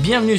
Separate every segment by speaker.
Speaker 1: Bienvenue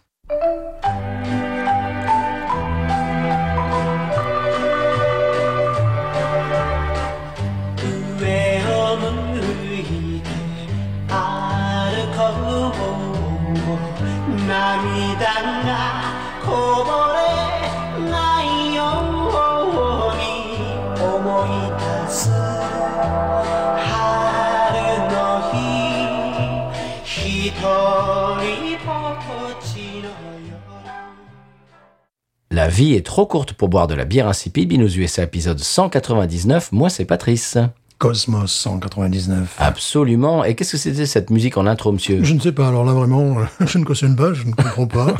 Speaker 1: La vie est trop courte pour boire de la bière insipide. Binous USA épisode 199. Moi, c'est Patrice.
Speaker 2: Cosmos 199.
Speaker 1: Absolument. Et qu'est-ce que c'était cette musique en intro, monsieur
Speaker 2: Je ne sais pas, alors là vraiment, euh, je ne cautionne pas, je ne comprends pas.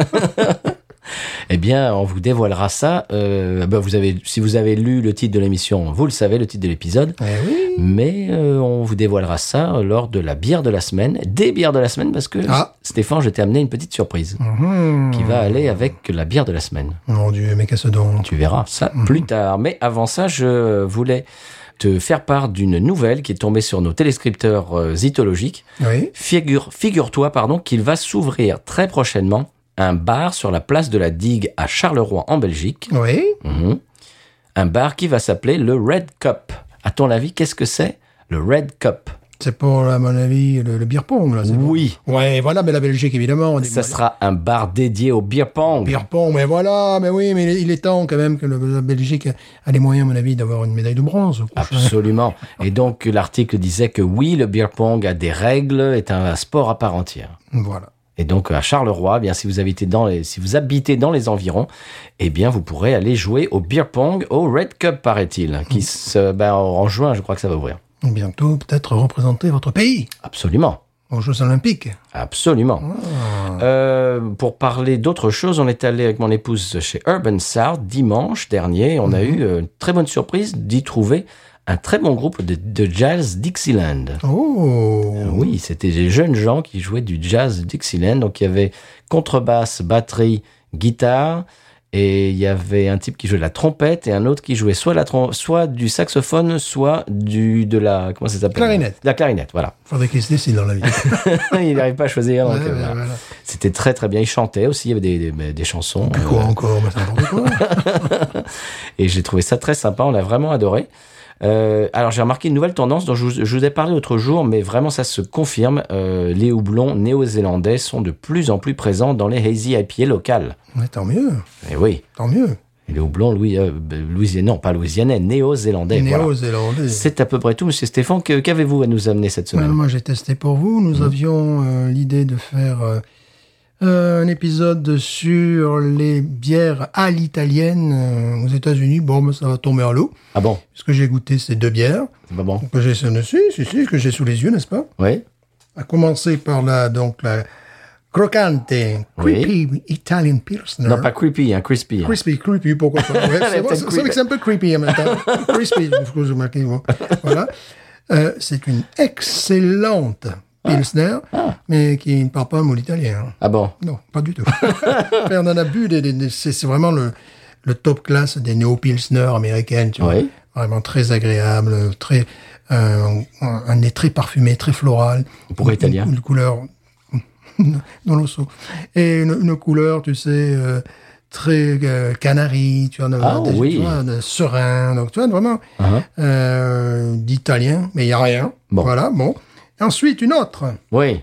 Speaker 1: Eh bien, on vous dévoilera ça. Euh, ben, vous avez, si vous avez lu le titre de l'émission, vous le savez, le titre de l'épisode.
Speaker 2: eh oui.
Speaker 1: Mais euh, on vous dévoilera ça lors de la bière de la semaine, des bières de la semaine, parce que
Speaker 2: Ah.
Speaker 1: Stéphane, je t'ai amené une petite surprise
Speaker 2: Mhm.
Speaker 1: qui va aller avec la bière de la semaine.
Speaker 2: Mon dieu, mais qu'est-ce donc
Speaker 1: Tu verras ça
Speaker 2: Mhm.
Speaker 1: plus tard. Mais avant ça, je voulais te faire part d'une nouvelle qui est tombée sur nos téléscripteurs euh, itologiques.
Speaker 2: Oui.
Speaker 1: Figure, figure-toi, pardon, qu'il va s'ouvrir très prochainement un bar sur la place de la Digue à Charleroi en Belgique.
Speaker 2: Oui.
Speaker 1: Mhm. Un bar qui va s'appeler le Red Cup. À ton avis, qu'est-ce que c'est le Red Cup
Speaker 2: C'est pour, à mon avis, le, le beer pong, là. c'est bon.
Speaker 1: Oui,
Speaker 2: Ouais, voilà, mais la Belgique, évidemment. on est-
Speaker 1: ça sera un bar dédié au beer pong.
Speaker 2: Beer pong, mais voilà, mais oui, mais il est- il est temps quand même que le- la Belgique a les moyens, à mon avis, d'avoir une médaille de bronze. au prochain.
Speaker 1: Absolument. Et donc l'article disait que oui, le beer pong a des règles, est un sport à part entière.
Speaker 2: Voilà.
Speaker 1: Et donc à Charleroi, eh bien si vous habitez dans les, si vous habitez dans les environs, eh bien vous pourrez aller jouer au beer pong au Red Cup paraît-il, qui se, ben, en juin, je crois que ça va ouvrir.
Speaker 2: Bientôt, peut-être représenter votre pays
Speaker 1: Absolument.
Speaker 2: aux Jeux Olympiques.
Speaker 1: Absolument.
Speaker 2: Ah.
Speaker 1: Euh, pour parler d'autre chose, on est allé avec mon épouse chez Urban Sound dimanche dernier. On
Speaker 2: Mhm.
Speaker 1: a eu euh, une très bonne surprise d'y trouver un très bon groupe de, de jazz Dixieland.
Speaker 2: Oh
Speaker 1: Oui, c'était des jeunes gens qui jouaient du jazz Dixieland. Donc il y avait contrebasse, batterie, guitare. Et il y avait un type qui jouait de la trompette et un autre qui jouait soit, la trom- soit du saxophone, soit du, de la. Comment ça s'appelle
Speaker 2: Clarinette.
Speaker 1: De la clarinette, voilà.
Speaker 2: Faudrait qu'il se décide dans la vie.
Speaker 1: il n'arrive pas à choisir. donc,
Speaker 2: Ouais,
Speaker 1: euh,
Speaker 2: ouais,
Speaker 1: voilà.
Speaker 2: voilà.
Speaker 1: C'était très très bien. Il chantait aussi, il y avait des, des- des chansons. Euh,
Speaker 2: Plus quoi encore, mais c'est n'importe quoi.
Speaker 1: Et j'ai trouvé ça très sympa, on l'a vraiment adoré. Euh, alors j'ai remarqué une nouvelle tendance dont je vous, je vous ai parlé l'autre jour, mais vraiment ça se confirme. Euh, les houblons néo-zélandais sont de plus en plus présents dans les hazy IPA locales.
Speaker 2: Mais tant mieux,
Speaker 1: Et oui,
Speaker 2: tant mieux.
Speaker 1: les houblons louis, euh, louisianais, non pas louisianais, néo-zélandais. voilà.
Speaker 2: Néo-zélandais.
Speaker 1: C'est à peu près tout, Monsieur Stéphane. Que- Qu'avez-vous à nous amener cette
Speaker 2: Ouais,
Speaker 1: semaine Mm-hmm.
Speaker 2: moi, j'ai testé pour vous. Nous avions euh, l'idée de faire euh, euh, un épisode sur les bières à l'italienne euh, aux États-Unis. Bon, mais ça va tomber à l'eau.
Speaker 1: Ah bon
Speaker 2: Ce que j'ai goûté, c'est deux bières
Speaker 1: C'est pas bon
Speaker 2: que j'ai si, si, si, que j'ai sous les yeux, n'est-ce pas
Speaker 1: Oui
Speaker 2: À commencer par la donc la Crocante,
Speaker 1: Oui.
Speaker 2: Creepy Italian Pilsner.
Speaker 1: Non, pas creepy, hein, crispy. hein.
Speaker 2: Crispy, creepy, pourquoi pas. Ouais, c'est
Speaker 1: est
Speaker 2: bon,
Speaker 1: peut-être
Speaker 2: c'est c'est vrai que c'est un peu creepy en même temps. crispy, je vous remarquez. bon. Voilà. Euh, c'est une excellente Pilsner, mais qui ne parle pas un mot italien. hein.
Speaker 1: Ah bon
Speaker 2: Non, pas du tout. Mais on en a bu, des, des- des- c'est c'est vraiment le, le top class des néo-Pilsner américaines. Tu vois.
Speaker 1: Oui.
Speaker 2: Vraiment très agréable, très, euh, un un nez très parfumé, très floral.
Speaker 1: Pour
Speaker 2: Une-
Speaker 1: italien.
Speaker 2: Une, couleur dans le seau. Et une, une couleur, tu sais, euh, très euh, canari, tu vois,
Speaker 1: Ah,
Speaker 2: des-
Speaker 1: oui.
Speaker 2: tu vois, de serein. Donc, tu vois, vraiment
Speaker 1: Ah.
Speaker 2: euh, d'italien, mais il n'y a rien.
Speaker 1: Bon.
Speaker 2: Voilà, bon. Ensuite, une autre
Speaker 1: Oui.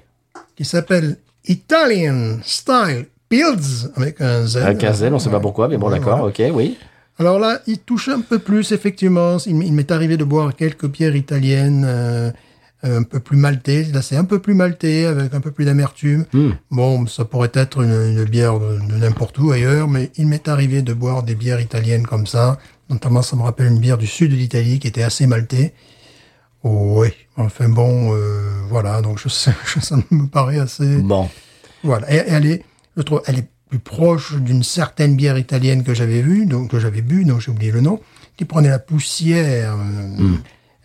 Speaker 2: qui s'appelle Italian Style Pills, avec un Z.
Speaker 1: À quinzaine, on sait pas pourquoi, mais bon,
Speaker 2: Euh, Ouais,
Speaker 1: d'accord,
Speaker 2: voilà.
Speaker 1: ok, oui.
Speaker 2: Alors là, il touche un peu plus, effectivement. Il m- il m'est arrivé de boire quelques bières italiennes euh, un peu plus maltais. Là, c'est un peu plus maltais, avec un peu plus d'amertume. Bon, ça pourrait être une, une bière de, de n'importe où ailleurs, mais il m'est arrivé de boire des bières italiennes comme ça. Notamment, ça me rappelle une bière du sud de l'Italie qui était assez maltais. Oui, enfin bon, euh, voilà, donc je sais, ça me paraît assez...
Speaker 1: Bon.
Speaker 2: Voilà, et, et elle est, je trouve, elle est plus proche d'une certaine bière italienne que j'avais vue, donc que j'avais bu, donc j'ai oublié le nom, qui prenait la poussière, euh,
Speaker 1: Hmm.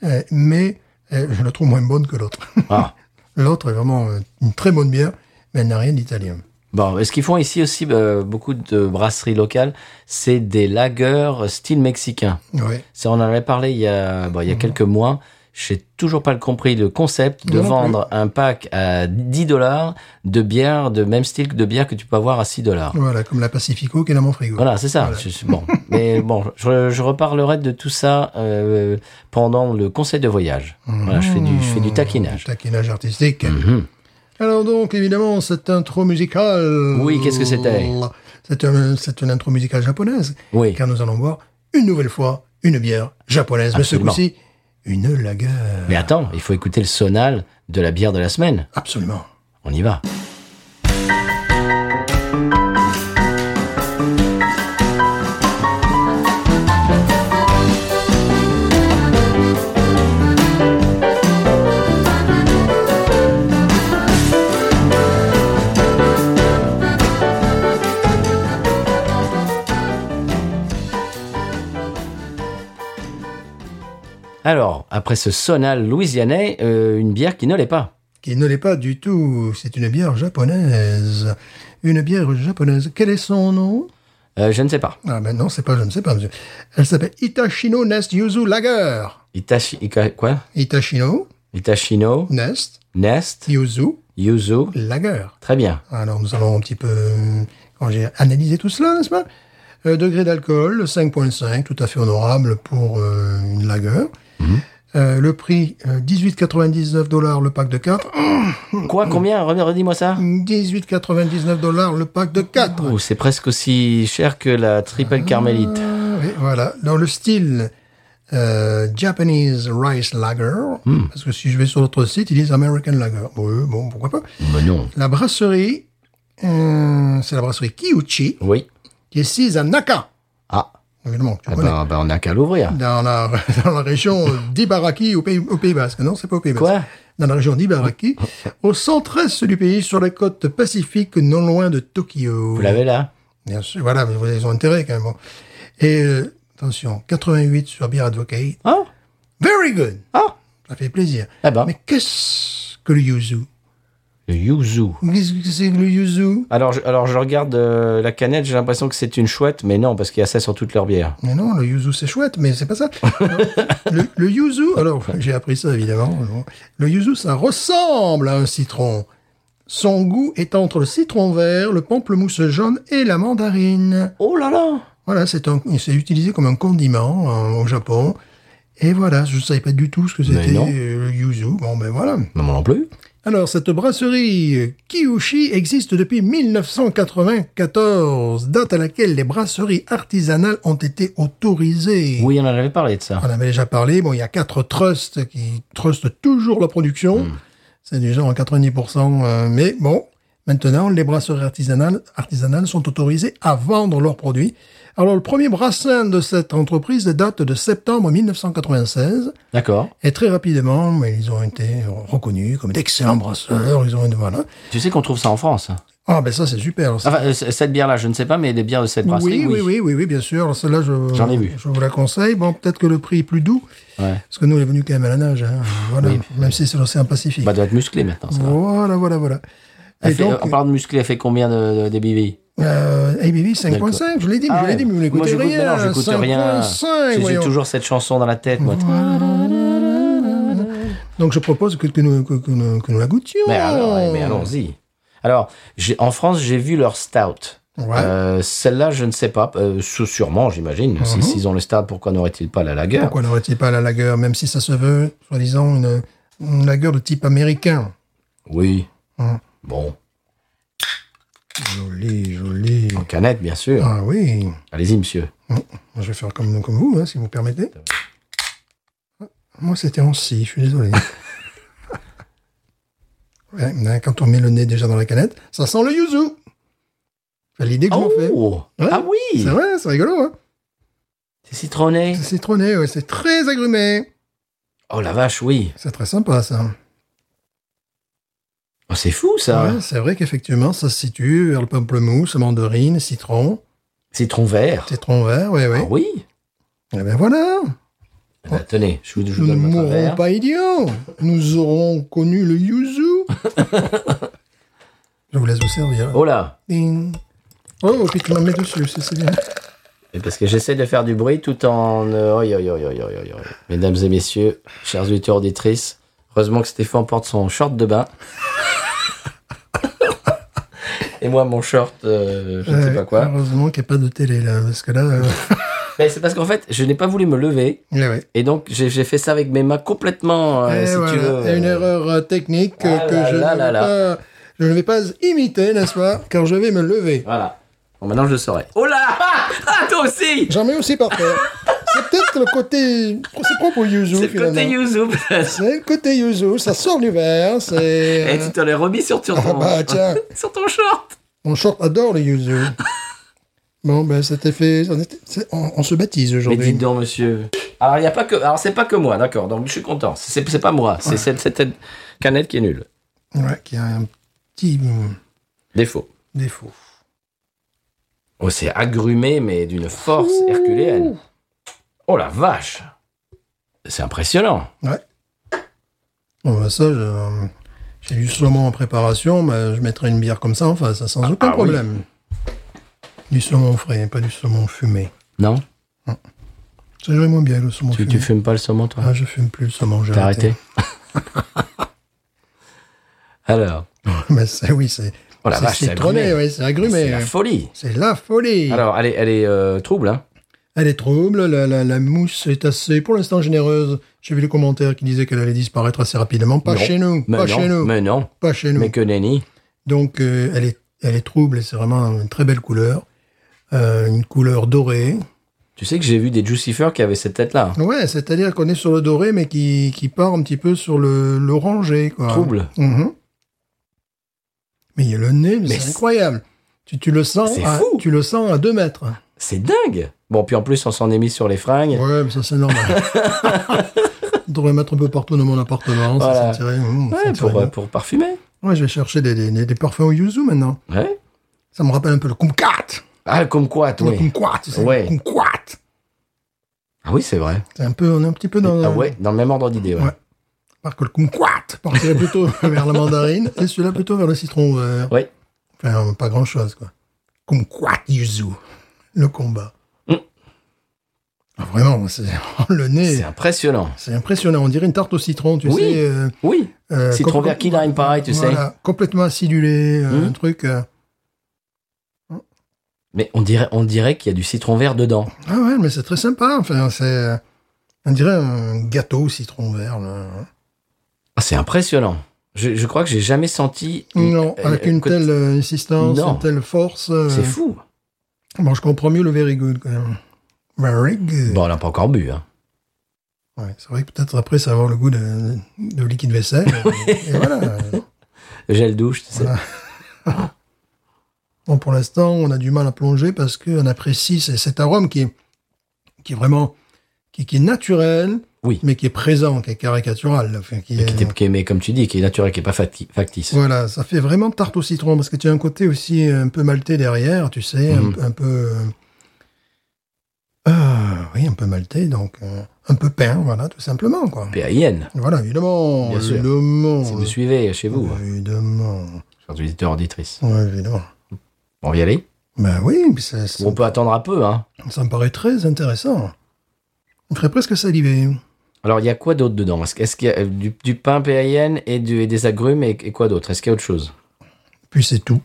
Speaker 2: euh, mais euh, je la trouve moins bonne que l'autre.
Speaker 1: Ah.
Speaker 2: l'autre est vraiment euh, une très bonne bière, mais elle n'a rien d'italien.
Speaker 1: Bon, et ce qu'ils font ici aussi, euh, beaucoup de brasseries locales, c'est des lagers style mexicain.
Speaker 2: Ouais.
Speaker 1: Ça, on en avait parlé il y a, bon, il y
Speaker 2: Mhm.
Speaker 1: a quelques mois. J'ai toujours pas compris le concept de
Speaker 2: Moi non
Speaker 1: vendre un pack à 10 dollars de bière de même style que de bière que tu peux avoir à 6 dollars.
Speaker 2: Voilà, comme la Pacifico qui est dans mon frigo.
Speaker 1: Voilà, c'est ça.
Speaker 2: Voilà.
Speaker 1: Je- je- bon, mais bon, je, je reparlerai de tout ça euh, pendant le conseil de voyage. Voilà, je fais du, je fais
Speaker 2: Mhm.
Speaker 1: du taquinage.
Speaker 2: Oh,
Speaker 1: Mm-hmm.
Speaker 2: Taquinage artistique. Alors donc, évidemment, cette intro musicale...
Speaker 1: Oui, qu'est-ce que c'était
Speaker 2: C'est un- c'est une intro musicale japonaise,
Speaker 1: Oui.
Speaker 2: car nous allons boire une nouvelle fois une bière japonaise,
Speaker 1: Absolument.
Speaker 2: mais ce coup-ci, une lager.
Speaker 1: Mais attends, il faut écouter le sonal de la bière de la semaine.
Speaker 2: Absolument.
Speaker 1: On y va. Alors, après ce sonal louisianais, euh, une bière qui ne l'est pas.
Speaker 2: Qui ne l'est pas du tout, c'est une bière japonaise. Une bière japonaise. Quel est son nom
Speaker 1: Euh, je ne sais pas.
Speaker 2: Ah ben non, c'est pas, je ne sais pas, monsieur. Elle s'appelle Itachino Nest Yuzu Lager.
Speaker 1: Itachi, Ika- quoi
Speaker 2: Itachino
Speaker 1: Itachino,
Speaker 2: Nest
Speaker 1: Nest,
Speaker 2: Yuzu
Speaker 1: Yuzu.
Speaker 2: Lager.
Speaker 1: Très bien.
Speaker 2: Alors nous allons un petit peu, euh, quand j'ai analysé tout cela, n'est-ce pas Euh, Degré d'alcool, le 5.5, tout à fait honorable pour euh, une lager. Euh, le prix, euh, 18,99 dollars le pack de 4.
Speaker 1: Quoi Combien Re- Redis-moi ça.
Speaker 2: 18,99 dollars le pack de 4.
Speaker 1: Oh, c'est presque aussi cher que la triple carmélite.
Speaker 2: Ah, oui, voilà, dans le style euh, Japanese Rice Lager, parce que si je vais sur l'autre site, ils disent American Lager. Bon, euh, bon, pourquoi pas.
Speaker 1: Mais non.
Speaker 2: La brasserie, euh, c'est la brasserie Kiyuchi,
Speaker 1: Oui.
Speaker 2: qui est sise à Naka.
Speaker 1: Ah,
Speaker 2: Évidemment, tu
Speaker 1: ah
Speaker 2: connais.
Speaker 1: ben, ben, on n'a qu'à l'ouvrir.
Speaker 2: Dans la, dans la région d'Ibaraki au Pays, au Pays Basque. Non, c'est pas au Pays Basque.
Speaker 1: Quoi
Speaker 2: Dans la région d'Ibaraki, au centre-est du pays, sur la côte pacifique, non loin de Tokyo.
Speaker 1: Vous l'avez là
Speaker 2: Bien sûr, voilà, mais vous avez intérêt quand même. bon. Et euh, attention, 88 sur Beer Advocate.
Speaker 1: Ah
Speaker 2: Very good
Speaker 1: Ah
Speaker 2: Ça fait plaisir.
Speaker 1: Ah ben.
Speaker 2: Mais qu'est-ce que le yuzu
Speaker 1: Le Yuzu.
Speaker 2: Qu'est-ce que c'est que le yuzu
Speaker 1: Alors je, alors, je regarde euh, la canette, j'ai l'impression que c'est une chouette, mais non, parce qu'il y a ça sur toutes leurs bières.
Speaker 2: Mais non, le yuzu c'est chouette, mais c'est pas ça. le, le yuzu, alors j'ai appris ça évidemment. Le yuzu, ça ressemble à un citron. Son goût est entre le citron vert, le pamplemousse jaune et la mandarine.
Speaker 1: Oh là là
Speaker 2: Voilà, c'est un- c'est utilisé comme un condiment hein, au Japon. Et voilà, je ne savais pas du tout ce que c'était
Speaker 1: non.
Speaker 2: euh, le yuzu. Bon, ben voilà.
Speaker 1: Non, moi non plus.
Speaker 2: Alors, cette brasserie euh, Kiyushi existe depuis 1994, date à laquelle les brasseries artisanales ont été autorisées.
Speaker 1: Oui, on en avait parlé de ça.
Speaker 2: On avait déjà parlé. Bon, il y a quatre trusts qui trustent toujours la production. C'est déjà en 90%. euh, mais bon, maintenant, les brasseries artisanales, artisanales sont autorisées à vendre leurs produits. Alors, le premier brassin de cette entreprise date de septembre 1996.
Speaker 1: D'accord.
Speaker 2: Et très rapidement, mais ils ont été reconnus comme d'excellents brasseurs. Ils ont été, voilà.
Speaker 1: Tu sais qu'on trouve ça en France.
Speaker 2: Ah, ben ça, c'est super. Alors, ça-
Speaker 1: Enfin, euh, c- cette bière-là, je ne sais pas, mais les bières de cette brasserie,
Speaker 2: oui, oui, oui, oui, oui, bien sûr. Alors, Celle-là, je,
Speaker 1: J'en ai vu.
Speaker 2: je vous la conseille. Bon, peut-être que le prix est plus doux.
Speaker 1: Ouais.
Speaker 2: Parce que nous, on est venu quand même à la nage, hein. voilà, même si c'est l'océan Pacifique.
Speaker 1: Bah, doit être musclée maintenant. Ça.
Speaker 2: voilà, voilà, voilà.
Speaker 1: Elle
Speaker 2: Et
Speaker 1: fait- euh,
Speaker 2: donc,
Speaker 1: en parlant de musclé, elle fait combien de, de, de BBB
Speaker 2: euh, ABV 5.5, je l'ai dit, mais
Speaker 1: Ah
Speaker 2: je l'ai
Speaker 1: ouais.
Speaker 2: dit, mais vous
Speaker 1: Moi,
Speaker 2: n'écoutez
Speaker 1: j'écoute- mais
Speaker 2: rien.
Speaker 1: non, j'écoute rien.
Speaker 2: 5.5,
Speaker 1: J'ai- J'ai
Speaker 2: voyons.
Speaker 1: toujours cette chanson dans la tête, moi.
Speaker 2: Donc, je propose que, que nous, que, que nous, que nous la goûtions.
Speaker 1: Mais alors, eh, mais allons-y. Alors, j'ai- en France, j'ai vu leur stout.
Speaker 2: Ouais.
Speaker 1: Euh, Celle-là, je ne sais pas. Euh, sou- sûrement, j'imagine. Si- S'ils ont le stout, pourquoi n'aurait-il pas la lager
Speaker 2: Mhm. Pourquoi n'aurait-il pas la lagueur, même si ça se veut, soi-disant, une, une lagueur de type américain
Speaker 1: Oui.
Speaker 2: Mhm.
Speaker 1: Bon,
Speaker 2: Joli, joli.
Speaker 1: en canette, bien sûr.
Speaker 2: Ah oui.
Speaker 1: Allez-y, monsieur.
Speaker 2: Je vais faire comme, comme vous, hein, si vous permettez. Moi, c'était en si, je suis désolé. Ouais, mais quand on met le nez déjà dans la canette, ça sent le yuzu. C'est l'idée que j'en fais.
Speaker 1: Oh
Speaker 2: Ouais.
Speaker 1: Ah oui
Speaker 2: C'est vrai, c'est rigolo. Hein
Speaker 1: C'est citronné.
Speaker 2: c'est citronné, ouais, c'est très agrumé.
Speaker 1: Oh la vache, oui.
Speaker 2: C'est très sympa, ça.
Speaker 1: Oh, c'est fou ça
Speaker 2: Ouais, c'est vrai qu'effectivement, ça se situe vers le pamplemousse, mandarine, citron,
Speaker 1: Citron vert.
Speaker 2: citron vert, oui, oui.
Speaker 1: Ah oui
Speaker 2: Eh ben voilà,
Speaker 1: Eh ben, Tenez, je vous, je vous
Speaker 2: nous ne
Speaker 1: donne votre
Speaker 2: mourrons
Speaker 1: verre.
Speaker 2: pas idiots. Nous aurons connu le yuzu. Je vous laisse vous servir.
Speaker 1: Oh là
Speaker 2: Ding. Oh, et puis tu m'en mets dessus, c'est c'est bien.
Speaker 1: Et Parce que j'essaie de faire du bruit tout en... euh, oi, oi, oi, oi, oi, oi, oi. Mesdames et messieurs, chers auditeurs, auditrices, heureusement que Stéphane porte son short de bain. et moi, mon short, euh, je ne sais
Speaker 2: Ouais,
Speaker 1: pas quoi.
Speaker 2: Heureusement qu'il n'y a pas de télé là, parce que là. euh,
Speaker 1: Mais c'est parce qu'en fait, je n'ai pas voulu me lever.
Speaker 2: eh ouais.
Speaker 1: Et donc, j'ai j'ai fait ça avec mes mains complètement, euh,
Speaker 2: Eh
Speaker 1: si
Speaker 2: voilà,
Speaker 1: tu veux.
Speaker 2: une erreur euh, technique euh,
Speaker 1: Ah
Speaker 2: que
Speaker 1: là
Speaker 2: je,
Speaker 1: là
Speaker 2: ne
Speaker 1: là
Speaker 2: vais
Speaker 1: là.
Speaker 2: Pas, je ne vais pas imiter, n'est-ce pas Car je vais me lever.
Speaker 1: Voilà. Bon, maintenant, je le saurai. Oh là ah, ah, toi aussi
Speaker 2: J'en mets aussi par terre. C'est peut-être le côté. C'est propre au yuzu,
Speaker 1: C'est le
Speaker 2: finalement.
Speaker 1: côté Yuzu. peut-être.
Speaker 2: C'est le côté yuzu, ça sort du verre, c'est. euh,
Speaker 1: Eh, tu te l'es remis sur, sur
Speaker 2: Ah
Speaker 1: ton,
Speaker 2: bah tiens,
Speaker 1: sur ton short.
Speaker 2: mon short adore le yuzu. Bon, ben c'était fait. on était- c'est- On, on se baptise
Speaker 1: Mais
Speaker 2: aujourd'hui.
Speaker 1: dites donc, monsieur. Alors, il y a pas que. Alors, c'est pas que moi, d'accord. Donc, je suis content. C'est c'est pas moi. C'est cette, cette canette qui est nulle.
Speaker 2: Ouais, qui a un petit mm,
Speaker 1: Défaut.
Speaker 2: défaut.
Speaker 1: Oh, c'est agrumé, mais d'une force herculéenne. Oh la vache C'est impressionnant.
Speaker 2: Bon, ben ça, je- j'ai du saumon en préparation, ben, je mettrai une bière comme ça en face, sans aucun
Speaker 1: ah oui.
Speaker 2: problème. Du saumon frais, pas du saumon fumé.
Speaker 1: Non
Speaker 2: Ça jouerait moins bien le saumon
Speaker 1: tu,
Speaker 2: fumé.
Speaker 1: tu fumes pas le saumon, toi
Speaker 2: Ah, je fume plus le saumon, j'ai
Speaker 1: T'as arrêté Alors.
Speaker 2: Ben, c'est- oui, c'est.
Speaker 1: Oh la
Speaker 2: c'est
Speaker 1: vache, c'est
Speaker 2: citronné,
Speaker 1: agrumé.
Speaker 2: ouais, c'est
Speaker 1: C'est
Speaker 2: agrumé.
Speaker 1: la folie.
Speaker 2: C'est la folie.
Speaker 1: Alors, elle est, elle est euh, trouble, hein
Speaker 2: Elle est trouble, la, la- la mousse est assez, pour l'instant, généreuse. J'ai vu les commentaires qui disaient qu'elle allait disparaître assez rapidement. Pas
Speaker 1: Non.
Speaker 2: chez nous,
Speaker 1: mais
Speaker 2: pas
Speaker 1: non,
Speaker 2: chez nous,
Speaker 1: mais non,
Speaker 2: pas chez nous.
Speaker 1: mais que nenni.
Speaker 2: Donc, euh, elle, est, elle est trouble et c'est vraiment une très belle couleur. Euh, une couleur dorée.
Speaker 1: Tu sais que j'ai vu des Jucifer qui avaient cette tête-là. hein.
Speaker 2: Ouais, c'est-à-dire qu'on est sur le doré, mais qui, qui part un petit peu sur le l'orangé, quoi.
Speaker 1: Trouble.
Speaker 2: Mhm. Mais il y a le nez, mais
Speaker 1: Mais
Speaker 2: c'est
Speaker 1: c'est-
Speaker 2: incroyable. Tu, tu le sens,
Speaker 1: C'est
Speaker 2: à,
Speaker 1: fou.
Speaker 2: tu le sens à deux mètres.
Speaker 1: C'est dingue Bon, puis en plus, on s'en est mis sur les fringues.
Speaker 2: Ouais, mais ça c'est normal. Je devrais mettre un peu partout dans mon appartement. ça
Speaker 1: Voilà.
Speaker 2: sentirait- mm, ça
Speaker 1: Ouais,
Speaker 2: sentirait
Speaker 1: pour, euh,
Speaker 2: bon.
Speaker 1: pour parfumer.
Speaker 2: Ouais, je vais chercher des, des- des- des parfums au yuzu maintenant.
Speaker 1: Ouais.
Speaker 2: Ça me rappelle un peu le kumquat.
Speaker 1: Ah, comme quoi, toi
Speaker 2: Le kumquat, tu sais,
Speaker 1: Ouais.
Speaker 2: le kumquat.
Speaker 1: Ah oui, c'est vrai.
Speaker 2: C'est un peu, on est un petit peu dans.
Speaker 1: ah ouais, dans le même ordre d'idée, ouais.
Speaker 2: Ouais. Par que le kumquat partirait plutôt vers la mandarine et celui-là plutôt vers le citron vert.
Speaker 1: Ouais.
Speaker 2: Enfin, pas grand-chose, quoi. Kumquat yuzu. Le combat.
Speaker 1: Mm.
Speaker 2: Ah, vraiment, c'est le
Speaker 1: C'est
Speaker 2: nez.
Speaker 1: impressionnant.
Speaker 2: C'est impressionnant. On dirait une tarte au citron, tu
Speaker 1: Oui.
Speaker 2: sais. euh,
Speaker 1: Oui,
Speaker 2: Euh,
Speaker 1: Citron
Speaker 2: compl-
Speaker 1: vert qui lime, pareil, tu sais.
Speaker 2: voilà, Complètement acidulé, euh,
Speaker 1: Mhm.
Speaker 2: un truc. euh,
Speaker 1: Mais on dirait, on dirait qu'il y a du citron vert dedans.
Speaker 2: Ah ouais, mais c'est très sympa. Enfin, c'est. euh, On dirait un gâteau au citron vert. là. hein.
Speaker 1: Ah, c'est impressionnant. Je, je crois que j'ai jamais senti.
Speaker 2: Non,
Speaker 1: euh,
Speaker 2: avec une
Speaker 1: côté-
Speaker 2: telle euh, insistance,
Speaker 1: Non.
Speaker 2: une telle force. euh,
Speaker 1: C'est fou.
Speaker 2: Bon, je comprends mieux le very good quand même. Very good.
Speaker 1: Bon, on n'a pas encore bu. Hein.
Speaker 2: Ouais, c'est vrai que peut-être après ça va avoir le goût de, de liquide vaisselle. et voilà.
Speaker 1: Gel douche, tu sais.
Speaker 2: Voilà. Bon, pour l'instant, on a du mal à plonger parce qu'on apprécie ce- cet arôme qui est, qui est vraiment qui, qui est naturel,
Speaker 1: Oui.
Speaker 2: mais qui est présent, qui est caricatural. enfin, qui
Speaker 1: Et
Speaker 2: est-
Speaker 1: qui t'est- qui est- mais comme tu dis, qui est naturel, qui est pas facti- factice.
Speaker 2: voilà, ça fait vraiment tarte au citron parce que tu as un côté aussi un peu maltais derrière, tu sais, un-
Speaker 1: Mhm.
Speaker 2: un, peu. euh, ah, oui, un peu maltais, donc euh, un peu pain, voilà, tout simplement, quoi.
Speaker 1: PAIN,
Speaker 2: Voilà, évidemment,
Speaker 1: Bien sûr.
Speaker 2: évidemment.
Speaker 1: si vous suivez chez vous, hein.
Speaker 2: Évidemment.
Speaker 1: chers auditeurs, auditrices.
Speaker 2: Ouais, évidemment.
Speaker 1: On va y aller
Speaker 2: Ben oui, puis c'est- c'est-
Speaker 1: On peut attendre un peu, hein.
Speaker 2: Ça me paraît très intéressant. On ferait presque saliver.
Speaker 1: Alors, il y a quoi d'autre dedans Est-ce est-ce qu'il y a euh, du, du pain PAIN et, du- et des agrumes et, et quoi d'autre Est-ce qu'il y a autre chose
Speaker 2: Puis c'est tout.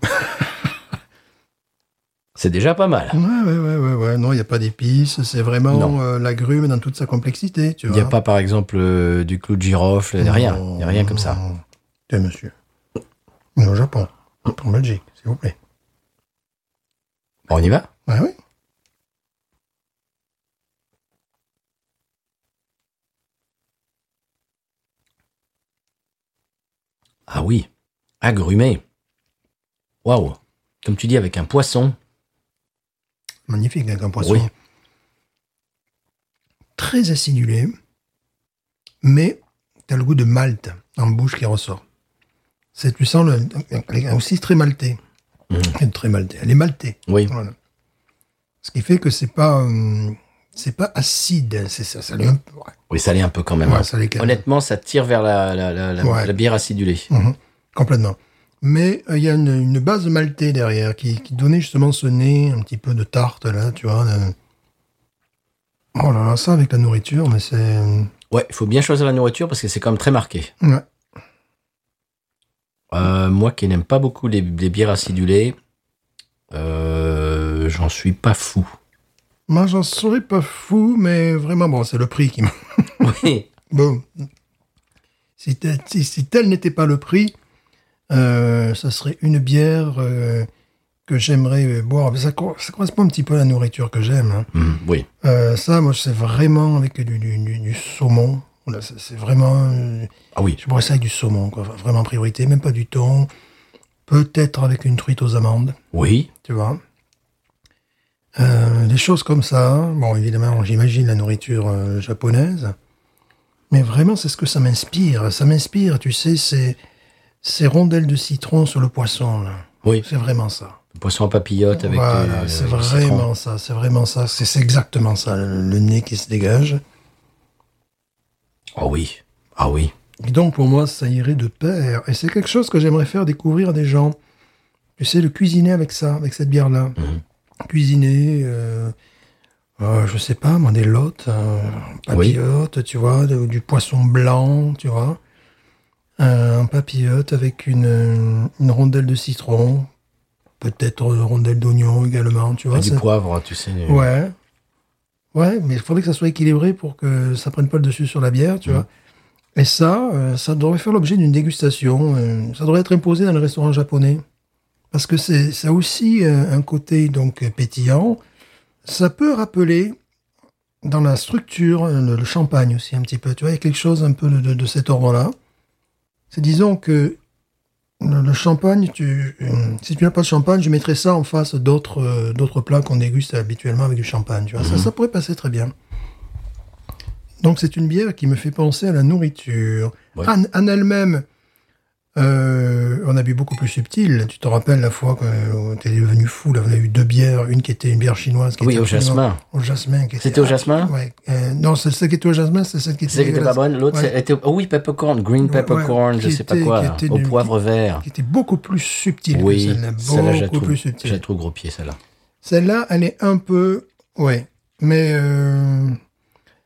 Speaker 1: C'est déjà pas mal.
Speaker 2: Ouais, ouais, ouais, ouais. ouais. Non, il n'y a pas d'épices. C'est vraiment
Speaker 1: Non.
Speaker 2: euh, l'agrume dans toute sa complexité, tu
Speaker 1: Il
Speaker 2: vois.
Speaker 1: n'y a pas, par exemple, euh, du clou de girofle, rien. Il n'y a rien comme ça.
Speaker 2: Non. Tiens, monsieur. On est au Japon. Pas En Belgique, s'il vous plaît.
Speaker 1: Bon, on y va
Speaker 2: Ouais, oui.
Speaker 1: Ah oui, agrumé. Waouh Comme tu dis, avec un poisson.
Speaker 2: Magnifique, avec un poisson.
Speaker 1: Oui.
Speaker 2: Très acidulé. Mais tu as le goût de malte en bouche qui ressort. c'est tu sens le, aussi très maltais.
Speaker 1: Mm.
Speaker 2: Mmh. Très maltais. Elle est maltais.
Speaker 1: Oui.
Speaker 2: Voilà. Ce qui fait que c'est pas euh, c'est pas acide. hein, C'est ça. ça l'est un peu. ouais.
Speaker 1: Oui, ça l'est un peu quand même.
Speaker 2: Ouais,
Speaker 1: hein.
Speaker 2: ça l'est quand même.
Speaker 1: Honnêtement, ça tire vers la, la, la, la-
Speaker 2: Ouais.
Speaker 1: la bière acidulée.
Speaker 2: Mhm. Complètement. Mais euh, il y a une, une base maltais derrière qui, qui donnait justement ce nez un petit peu de tarte là, tu vois. de- Oh là là, ça avec la nourriture, mais c'est
Speaker 1: Ouais, il faut bien choisir la nourriture parce que c'est quand même très marqué.
Speaker 2: Ouais.
Speaker 1: Euh, moi qui n'aime pas beaucoup les, les bières acidulées, euh, j'en suis pas fou.
Speaker 2: Moi, j'en serais pas fou, mais vraiment, bon, c'est le prix qui m'a.
Speaker 1: Oui.
Speaker 2: Bon. Si, tel- si- si tel n'était pas le prix, euh, ça serait une bière euh, que j'aimerais euh, boire. Ça, cor- ça correspond un petit peu à la nourriture que j'aime. hein.
Speaker 1: Mm, oui.
Speaker 2: Euh, ça, moi, c'est vraiment avec du, du- du- du saumon. Voilà, c'est c'est vraiment. euh,
Speaker 1: Ah oui.
Speaker 2: je boirais ça avec du saumon, quoi. Enfin, Vraiment en priorité, même pas du thon. Peut-être avec une truite aux amandes
Speaker 1: Oui.
Speaker 2: tu vois. Euh, des choses comme ça. hein. Bon, évidemment, j'imagine la nourriture euh, japonaise. Mais vraiment, c'est ce que ça m'inspire. Ça m'inspire, tu sais, ces, ces rondelles de citron sur le poisson. là.
Speaker 1: Oui.
Speaker 2: C'est vraiment ça.
Speaker 1: Poisson à papillote avec euh,
Speaker 2: voilà,
Speaker 1: du-
Speaker 2: c'est
Speaker 1: du citron.
Speaker 2: vraiment ça. C'est vraiment ça. C'est c'est exactement ça, le, le nez qui se dégage.
Speaker 1: Ah oui. Ah oui.
Speaker 2: Et donc, pour moi, ça irait de pair. Et c'est quelque chose que j'aimerais faire découvrir à des gens. Tu sais, le cuisiner avec ça, avec cette bière-là.
Speaker 1: Mhm.
Speaker 2: Cuisiner, euh, euh, je sais pas, moi, des lottes, euh,
Speaker 1: Oui.
Speaker 2: papillotes, tu vois, de- du poisson blanc, tu vois. Euh, un papillote avec une, euh, une rondelle de citron. Peut-être une rondelle d'oignon également, tu vois.
Speaker 1: Ah, du
Speaker 2: c'est-
Speaker 1: poivre, tu sais. euh,
Speaker 2: Ouais. Ouais, mais il faudrait que ça soit équilibré pour que ça prenne pas le dessus sur la bière, tu vois. Et ça, euh, ça devrait faire l'objet d'une dégustation. euh, ça devrait être imposé dans les restaurants japonais. Parce que c'est, ça a aussi euh, un côté donc euh, pétillant. Ça peut rappeler dans la structure euh, le, le champagne aussi un petit peu. Tu vois, il y a quelque chose un peu de, de- de cet ordre-là. C'est disons que le, le champagne, tu, euh, si tu n'as pas de champagne, je mettrais ça en face d'autres euh, d'autres plats qu'on déguste habituellement avec du champagne. Tu vois,
Speaker 1: Mhm.
Speaker 2: ça, ça pourrait passer très bien. Donc c'est une bière qui me fait penser à la nourriture.
Speaker 1: Ouais.
Speaker 2: En, en elle-même, euh, on a bu beaucoup plus subtil. Tu te rappelles la fois que tu es devenu fou, là, on a eu deux bières, une qui était une bière chinoise. Qui
Speaker 1: Oui,
Speaker 2: était
Speaker 1: au
Speaker 2: absolument-
Speaker 1: jasmin.
Speaker 2: Au jasmin. qui était-
Speaker 1: C'était au jasmin
Speaker 2: Ouais. Euh, non, c'est celle qui était au jasmin, c'est celle qui était,
Speaker 1: Celle qui était pas
Speaker 2: dégueulasse.
Speaker 1: bonne, l'autre
Speaker 2: Ouais.
Speaker 1: elle était. oh oui, peppercorn, green
Speaker 2: Ouais, ouais,
Speaker 1: peppercorn, je
Speaker 2: qui
Speaker 1: sais pas
Speaker 2: était-
Speaker 1: quoi,
Speaker 2: qui
Speaker 1: là,
Speaker 2: était
Speaker 1: au
Speaker 2: du-
Speaker 1: poivre vert.
Speaker 2: qui était beaucoup plus subtile
Speaker 1: oui,
Speaker 2: que celle-là.
Speaker 1: celle-là, je la
Speaker 2: Beaucoup
Speaker 1: trouve-
Speaker 2: plus
Speaker 1: je la
Speaker 2: subtile.
Speaker 1: trouve gros pied, celle-là.
Speaker 2: Celle-là, elle est un peu. Ouais. Mais. euh,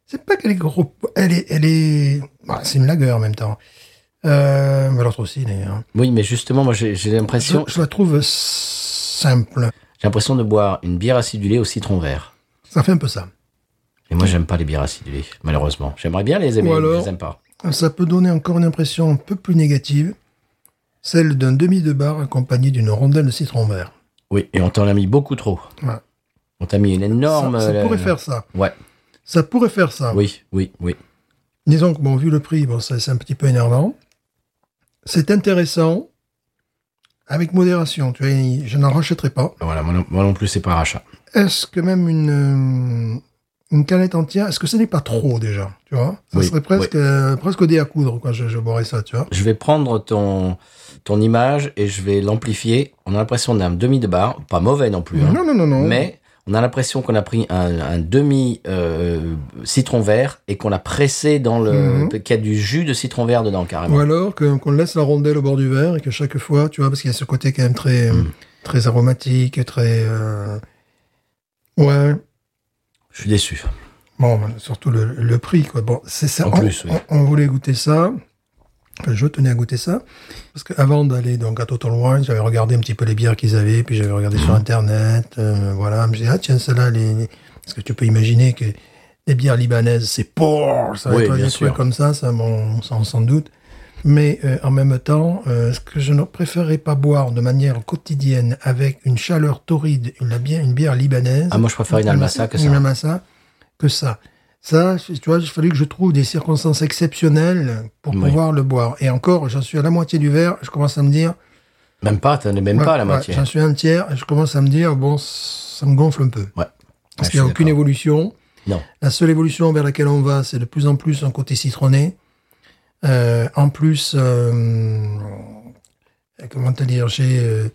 Speaker 2: C'est pas qu'elle est gros. Elle est. Elle est... bah, c'est une lagueur en même temps. Euh... bah, L'autre aussi, d'ailleurs.
Speaker 1: Oui, mais justement, moi j'ai j'ai
Speaker 2: Je,
Speaker 1: l'impression
Speaker 2: je la trouve simple.
Speaker 1: j'ai l'impression de boire une bière acidulée au citron vert.
Speaker 2: Ça fait un peu ça.
Speaker 1: Et moi, j'aime pas les bières acidulées, malheureusement. J'aimerais bien les aimer,
Speaker 2: Ou
Speaker 1: mais je
Speaker 2: alors-
Speaker 1: les aime pas.
Speaker 2: Ça peut donner encore une impression un peu plus négative. Celle d'un demi de bar accompagné d'une rondelle de citron vert.
Speaker 1: Oui, et on t'en a mis beaucoup trop.
Speaker 2: Ouais.
Speaker 1: On t'a mis une énorme.
Speaker 2: ça, ça
Speaker 1: euh,
Speaker 2: pourrait faire ça.
Speaker 1: Ouais,
Speaker 2: Ça pourrait faire ça.
Speaker 1: oui, oui, oui.
Speaker 2: Disons que, bon, vu le prix, bon, ça, c'est un petit peu énervant. C'est intéressant, avec modération. Tu vois, je n'en rachèterai pas.
Speaker 1: Voilà, moi non, moi non plus, c'est pas un rachat.
Speaker 2: Est-ce que même une, euh, une canette entière, est-ce que ce n'est pas trop déjà Tu vois Ça
Speaker 1: Oui,
Speaker 2: serait presque, euh, presque au dé à coudre, quoi. Je, je boirais ça, tu vois.
Speaker 1: Je vais prendre ton, ton image et je vais l'amplifier. On a l'impression d'un demi de bar, pas mauvais non plus. hein.
Speaker 2: Non, non, non, non.
Speaker 1: Mais on a l'impression qu'on a pris un, un demi euh, citron vert et qu'on l'a pressé dans le.
Speaker 2: Mhm.
Speaker 1: qu'il y a du jus de citron vert dedans
Speaker 2: Ou
Speaker 1: carrément.
Speaker 2: alors que- qu'on laisse la rondelle au bord du verre et que chaque fois, tu vois, parce qu'il y a ce côté quand même très,
Speaker 1: Hmm.
Speaker 2: euh, très aromatique, très. euh, Ouais.
Speaker 1: Je suis déçu.
Speaker 2: Bon, surtout le, le prix, quoi. Bon, c'est ça.
Speaker 1: En
Speaker 2: on,
Speaker 1: plus, oui.
Speaker 2: on- on voulait goûter ça. Enfin, Je tenais à goûter ça. Parce qu'avant d'aller donc à Total Wine, j'avais regardé un petit peu les bières qu'ils avaient, puis j'avais regardé
Speaker 1: Mhm.
Speaker 2: sur Internet. euh, voilà, je me disais, ah tiens, celle-là, les... les- parce que tu peux imaginer que les bières libanaises, c'est pour ça va
Speaker 1: Oui,
Speaker 2: être
Speaker 1: bien
Speaker 2: des
Speaker 1: sûr.
Speaker 2: trucs comme ça, ça, bon, ça, on s'en doute. Mais euh, en même temps, euh, ce que je ne préférais pas boire de manière quotidienne avec une chaleur torride, une, la bière, une bière libanaise.
Speaker 1: Ah, moi, je préfère une almassa que ça.
Speaker 2: Une almassa que ça. Ça, tu vois, il fallait que je trouve des circonstances exceptionnelles pour
Speaker 1: Oui.
Speaker 2: pouvoir le boire. Et encore, j'en suis à la moitié du verre, je commence à me dire.
Speaker 1: Même pas, t'en es même
Speaker 2: ouais,
Speaker 1: pas à la
Speaker 2: ouais,
Speaker 1: moitié.
Speaker 2: J'en suis à un tiers, et je commence à me dire, bon, ça me gonfle un peu.
Speaker 1: Ouais. Ouais, je
Speaker 2: Parce qu'il n'y a
Speaker 1: suis
Speaker 2: aucune
Speaker 1: d'accord.
Speaker 2: évolution.
Speaker 1: Non.
Speaker 2: La seule évolution vers laquelle on va, c'est de plus en plus un côté citronné. Euh, en plus, euh, comment te dire, j'ai euh,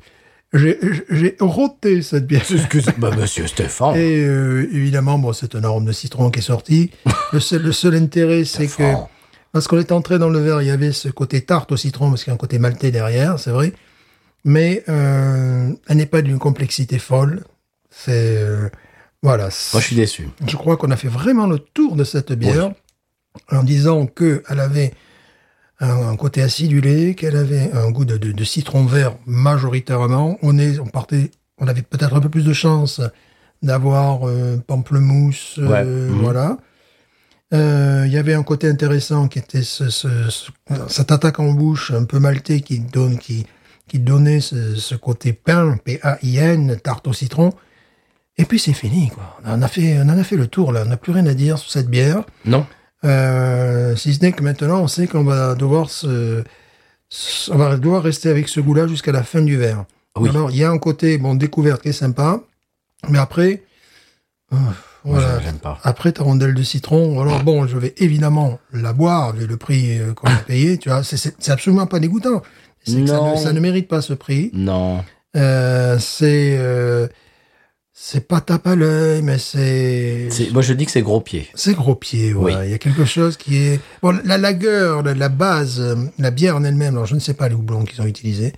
Speaker 2: j'ai- j'ai roté cette bière.
Speaker 1: Excusez-moi, Bah, monsieur Stéphane.
Speaker 2: Et euh, évidemment, bon, c'est un arôme de citron qui est sorti. Le seul, le seul intérêt, c'est que
Speaker 1: Stéphane.
Speaker 2: lorsqu'on est entré dans le verre, il y avait ce côté tarte au citron, parce qu'il y a un côté maltais derrière, c'est vrai. Mais euh, elle n'est pas d'une complexité folle. C'est euh, voilà.
Speaker 1: Moi, je suis déçu.
Speaker 2: Je crois qu'on a fait vraiment le tour de cette bière en disant que elle avait un, un côté acidulé, qu'elle avait un goût de, de- de citron vert majoritairement. On est, on partait, on avait peut-être un peu plus de chance d'avoir euh, pamplemousse, euh,
Speaker 1: Ouais. Mhm.
Speaker 2: voilà. Euh, Il y avait un côté intéressant qui était ce, ce- ce- cette attaque en bouche un peu maltais qui donne, qui, qui donnait ce, ce côté pain, P-A-I-N, tarte au citron. Et puis c'est fini, quoi. On en a fait, on en a fait le tour, là. On n'a plus rien à dire sur cette bière.
Speaker 1: Non
Speaker 2: Euh, si ce n'est que maintenant, on sait qu'on va devoir se, se- on va devoir rester avec ce goût-là jusqu'à la fin du verre.
Speaker 1: Oui.
Speaker 2: Alors, il y a un côté, bon, découverte qui est sympa. Mais après, euh,
Speaker 1: Moi,
Speaker 2: voilà.
Speaker 1: je- Ah. j'aime pas.
Speaker 2: Après ta rondelle de citron, alors bon, je vais évidemment la boire, vu le prix euh, qu'on a payé, tu vois, c'est- c'est c'est absolument pas dégoûtant. C'est que ça
Speaker 1: Non.
Speaker 2: ne, ça ne mérite pas ce prix.
Speaker 1: Non.
Speaker 2: Euh, c'est euh, c'est pas tape à l'œil, mais c'est
Speaker 1: C'est- Moi, je dis que c'est gros pied.
Speaker 2: c'est gros pied. voilà. Il y a quelque chose qui est bon. La lagueur, la, la base, euh, la bière en elle-même. Alors je ne sais pas les houblons qu'ils ont utilisés.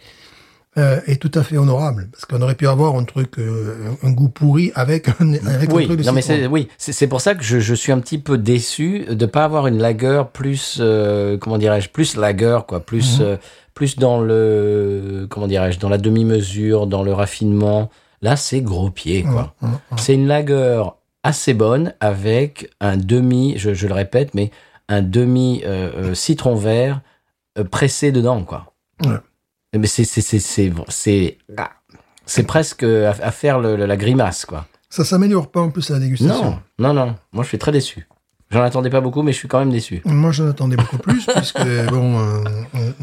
Speaker 2: euh, est tout à fait honorable parce qu'on aurait pu avoir un truc euh, un goût pourri avec un, avec un
Speaker 1: Oui,
Speaker 2: truc de
Speaker 1: non, mais
Speaker 2: citron.
Speaker 1: c'est oui, c'est c'est pour ça que je, je suis un petit peu déçu de pas avoir une lagueur plus euh, comment dirais-je plus lagueur quoi,
Speaker 2: Mhm.
Speaker 1: plus euh, plus dans le comment dirais-je dans la demi-mesure, dans le raffinement. Là, c'est gros pied quoi.
Speaker 2: Ouais, ouais, ouais.
Speaker 1: C'est une lagueur assez bonne avec un demi, je, je le répète, mais un demi euh, euh, citron vert euh, pressé dedans, quoi.
Speaker 2: Ouais.
Speaker 1: Mais c'est c'est c'est c'est c'est ah, c'est presque à, à faire le- le- la grimace, quoi.
Speaker 2: Ça s'améliore pas en plus à la dégustation.
Speaker 1: Non, non, non. Moi, je suis très déçu. J'en attendais pas beaucoup, mais je suis quand même déçu.
Speaker 2: Moi, j'en attendais beaucoup plus, puisque, bon, euh, on-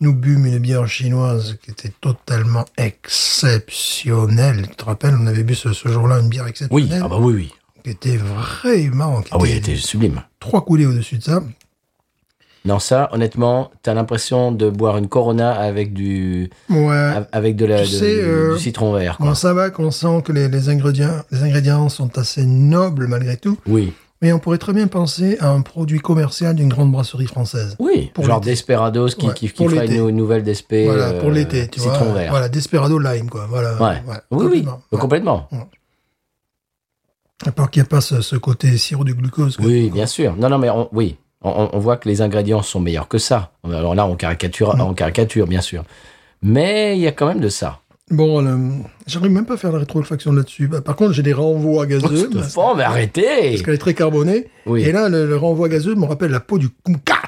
Speaker 2: nous bûmes une bière chinoise qui était totalement exceptionnelle. Tu te rappelles, on avait bu ce, ce jour-là une bière
Speaker 1: Oui,
Speaker 2: exceptionnelle,
Speaker 1: ah bah oui, oui.
Speaker 2: qui était vraiment, qui
Speaker 1: Ah oui, elle
Speaker 2: était
Speaker 1: était sublime.
Speaker 2: trois coulées au-dessus de ça.
Speaker 1: Non, ça, honnêtement, t'as l'impression de boire une Corona avec du
Speaker 2: Ouais.
Speaker 1: avec de la
Speaker 2: Tu
Speaker 1: de-
Speaker 2: sais,
Speaker 1: du-
Speaker 2: euh,
Speaker 1: du citron vert, Ah, quoi.
Speaker 2: On euh, ça va qu'on sent que les, les ingrédients, les ingrédients sont assez nobles malgré tout,
Speaker 1: Oui,
Speaker 2: mais on pourrait très bien penser à un produit commercial d'une grande brasserie française.
Speaker 1: oui.
Speaker 2: Pour
Speaker 1: genre
Speaker 2: l'été.
Speaker 1: Desperados qui
Speaker 2: Ouais,
Speaker 1: qui, qui
Speaker 2: pour
Speaker 1: fera une,
Speaker 2: l'été.
Speaker 1: nou- nouvelle d'espé.
Speaker 2: Voilà, pour
Speaker 1: euh,
Speaker 2: l'été, tu
Speaker 1: citron
Speaker 2: vois.
Speaker 1: vert.
Speaker 2: Voilà, Desperado Lime, quoi. Voilà.
Speaker 1: Ouais. oui, oui,
Speaker 2: complètement.
Speaker 1: mais
Speaker 2: Ouais.
Speaker 1: complètement.
Speaker 2: À part qu'il n'y a pas ce, ce côté sirop de glucose. que-
Speaker 1: Oui, bien sûr. Non, non, mais on- oui, on- on, on voit que les ingrédients sont meilleurs que ça. Alors là, on caricature, on caricature, bien sûr. Mais il y a quand même de ça.
Speaker 2: Bon, le- j'arrive même pas à faire la rétrofaction là-dessus. Bah, par contre, j'ai des renvois gazeux.
Speaker 1: Cette
Speaker 2: bah,
Speaker 1: forme, mais arrêtez
Speaker 2: parce qu'elle est très carbonée.
Speaker 1: Oh, Oui.
Speaker 2: Et là, le, le renvoi gazeux me rappelle la peau du kumquat.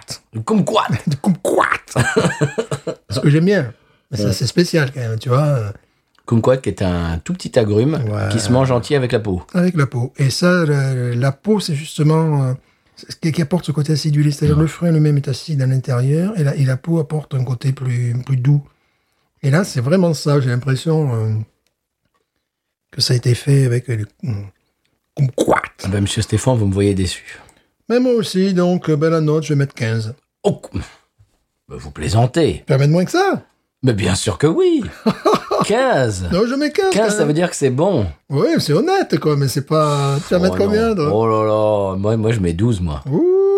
Speaker 1: Comme quoi
Speaker 2: Du kumquat Ce que j'aime bien. Mais c'est assez spécial quand même, tu vois,
Speaker 1: Kumquat, qui est un tout petit agrume
Speaker 2: Ouais.
Speaker 1: qui se mange entier avec la peau.
Speaker 2: avec la peau. Et ça, le- la peau, c'est justement euh, ce qui, qui apporte ce côté acidulé. C'est-à-dire le fruit lui-même est acide à l'intérieur et la, et la peau apporte un côté plus, plus doux. Et là, c'est vraiment ça. J'ai l'impression euh, que ça a été fait avec le kumquat.
Speaker 1: Ah ben, monsieur Stéphane, vous me voyez déçu.
Speaker 2: Mais moi aussi, donc, euh, ben, la note, je vais mettre 15.
Speaker 1: Oh, cou- Ben, vous plaisantez.
Speaker 2: Tu vas mettre moins que ça
Speaker 1: Mais bien sûr que oui 15
Speaker 2: Non, je mets 15.
Speaker 1: 15, ça veut dire que c'est bon.
Speaker 2: Oui, c'est honnête, quoi, mais c'est pas... Tu vas
Speaker 1: Oh
Speaker 2: mettre
Speaker 1: non.
Speaker 2: combien, toi
Speaker 1: Oh là là, moi, moi je mets 12, moi.
Speaker 2: Ouh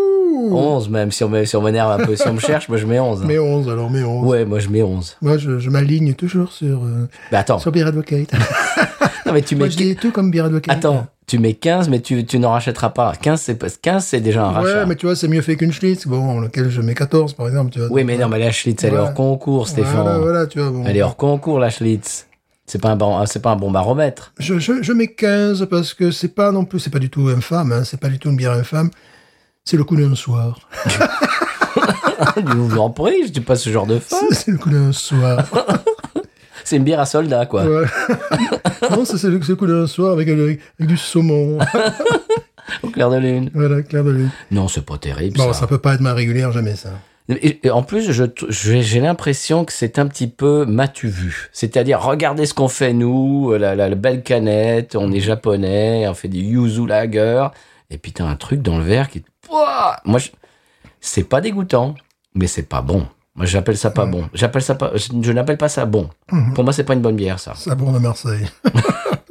Speaker 1: 11 même, si on me- si on m'énerve un peu, si on me cherche, moi je mets 11. hein.
Speaker 2: Mets 11, alors, mets 11.
Speaker 1: Ouais, moi je mets 11.
Speaker 2: Moi, je, je m'aligne toujours sur, euh,
Speaker 1: Bah attends,
Speaker 2: sur Beer Advocate.
Speaker 1: non mais tu
Speaker 2: Moi,
Speaker 1: mets...
Speaker 2: je dis tout comme Beer Advocate.
Speaker 1: Attends, tu mets 15, mais tu, tu n'en rachèteras pas. 15, c'est pas- 15, c'est déjà un
Speaker 2: Ouais,
Speaker 1: rachat.
Speaker 2: mais tu vois, c'est mieux fait qu'une Schlitz, bon, lequel je mets 14, par exemple, tu vois.
Speaker 1: Oui, mais non, mais la Schlitz, elle est
Speaker 2: Ouais.
Speaker 1: hors concours, Stéphane.
Speaker 2: Voilà, voilà, tu vois, bon.
Speaker 1: Elle est hors concours, la Schlitz. C'est pas un bon, ah, c'est pas un bon baromètre.
Speaker 2: Je, je, je mets 15 parce que c'est pas non plus, c'est pas du tout infâme, hein, c'est pas du tout une bière infâme. C'est le coup d'un soir.
Speaker 1: je vous en prie, je dis pas ce genre de femme.
Speaker 2: C'est le coup d'un soir.
Speaker 1: C'est une bière à soldat, quoi.
Speaker 2: Ouais. non, ça, c'est le, c'est le coup d'un soir avec, avec- avec du saumon.
Speaker 1: Au clair de lune.
Speaker 2: voilà, clair de lune.
Speaker 1: Non, c'est pas terrible.
Speaker 2: Bon,
Speaker 1: ça.
Speaker 2: ça. peut pas être ma régulière, jamais ça.
Speaker 1: Et- et en plus, je t- j'ai j'ai l'impression que c'est un petit peu matu vu. C'est-à-dire, regardez ce qu'on fait nous, euh, la, la- la belle canette, on est japonais, on fait des yuzu lager, et puis t'as un truc dans le verre qui... Ouah Moi, je- c'est pas dégoûtant, mais c'est pas bon. Moi, j'appelle ça pas bon. J'appelle ça pas, je, je n'appelle pas ça bon.
Speaker 2: Mhm.
Speaker 1: Pour moi, c'est pas une bonne bière, ça.
Speaker 2: Sabre de Marseille.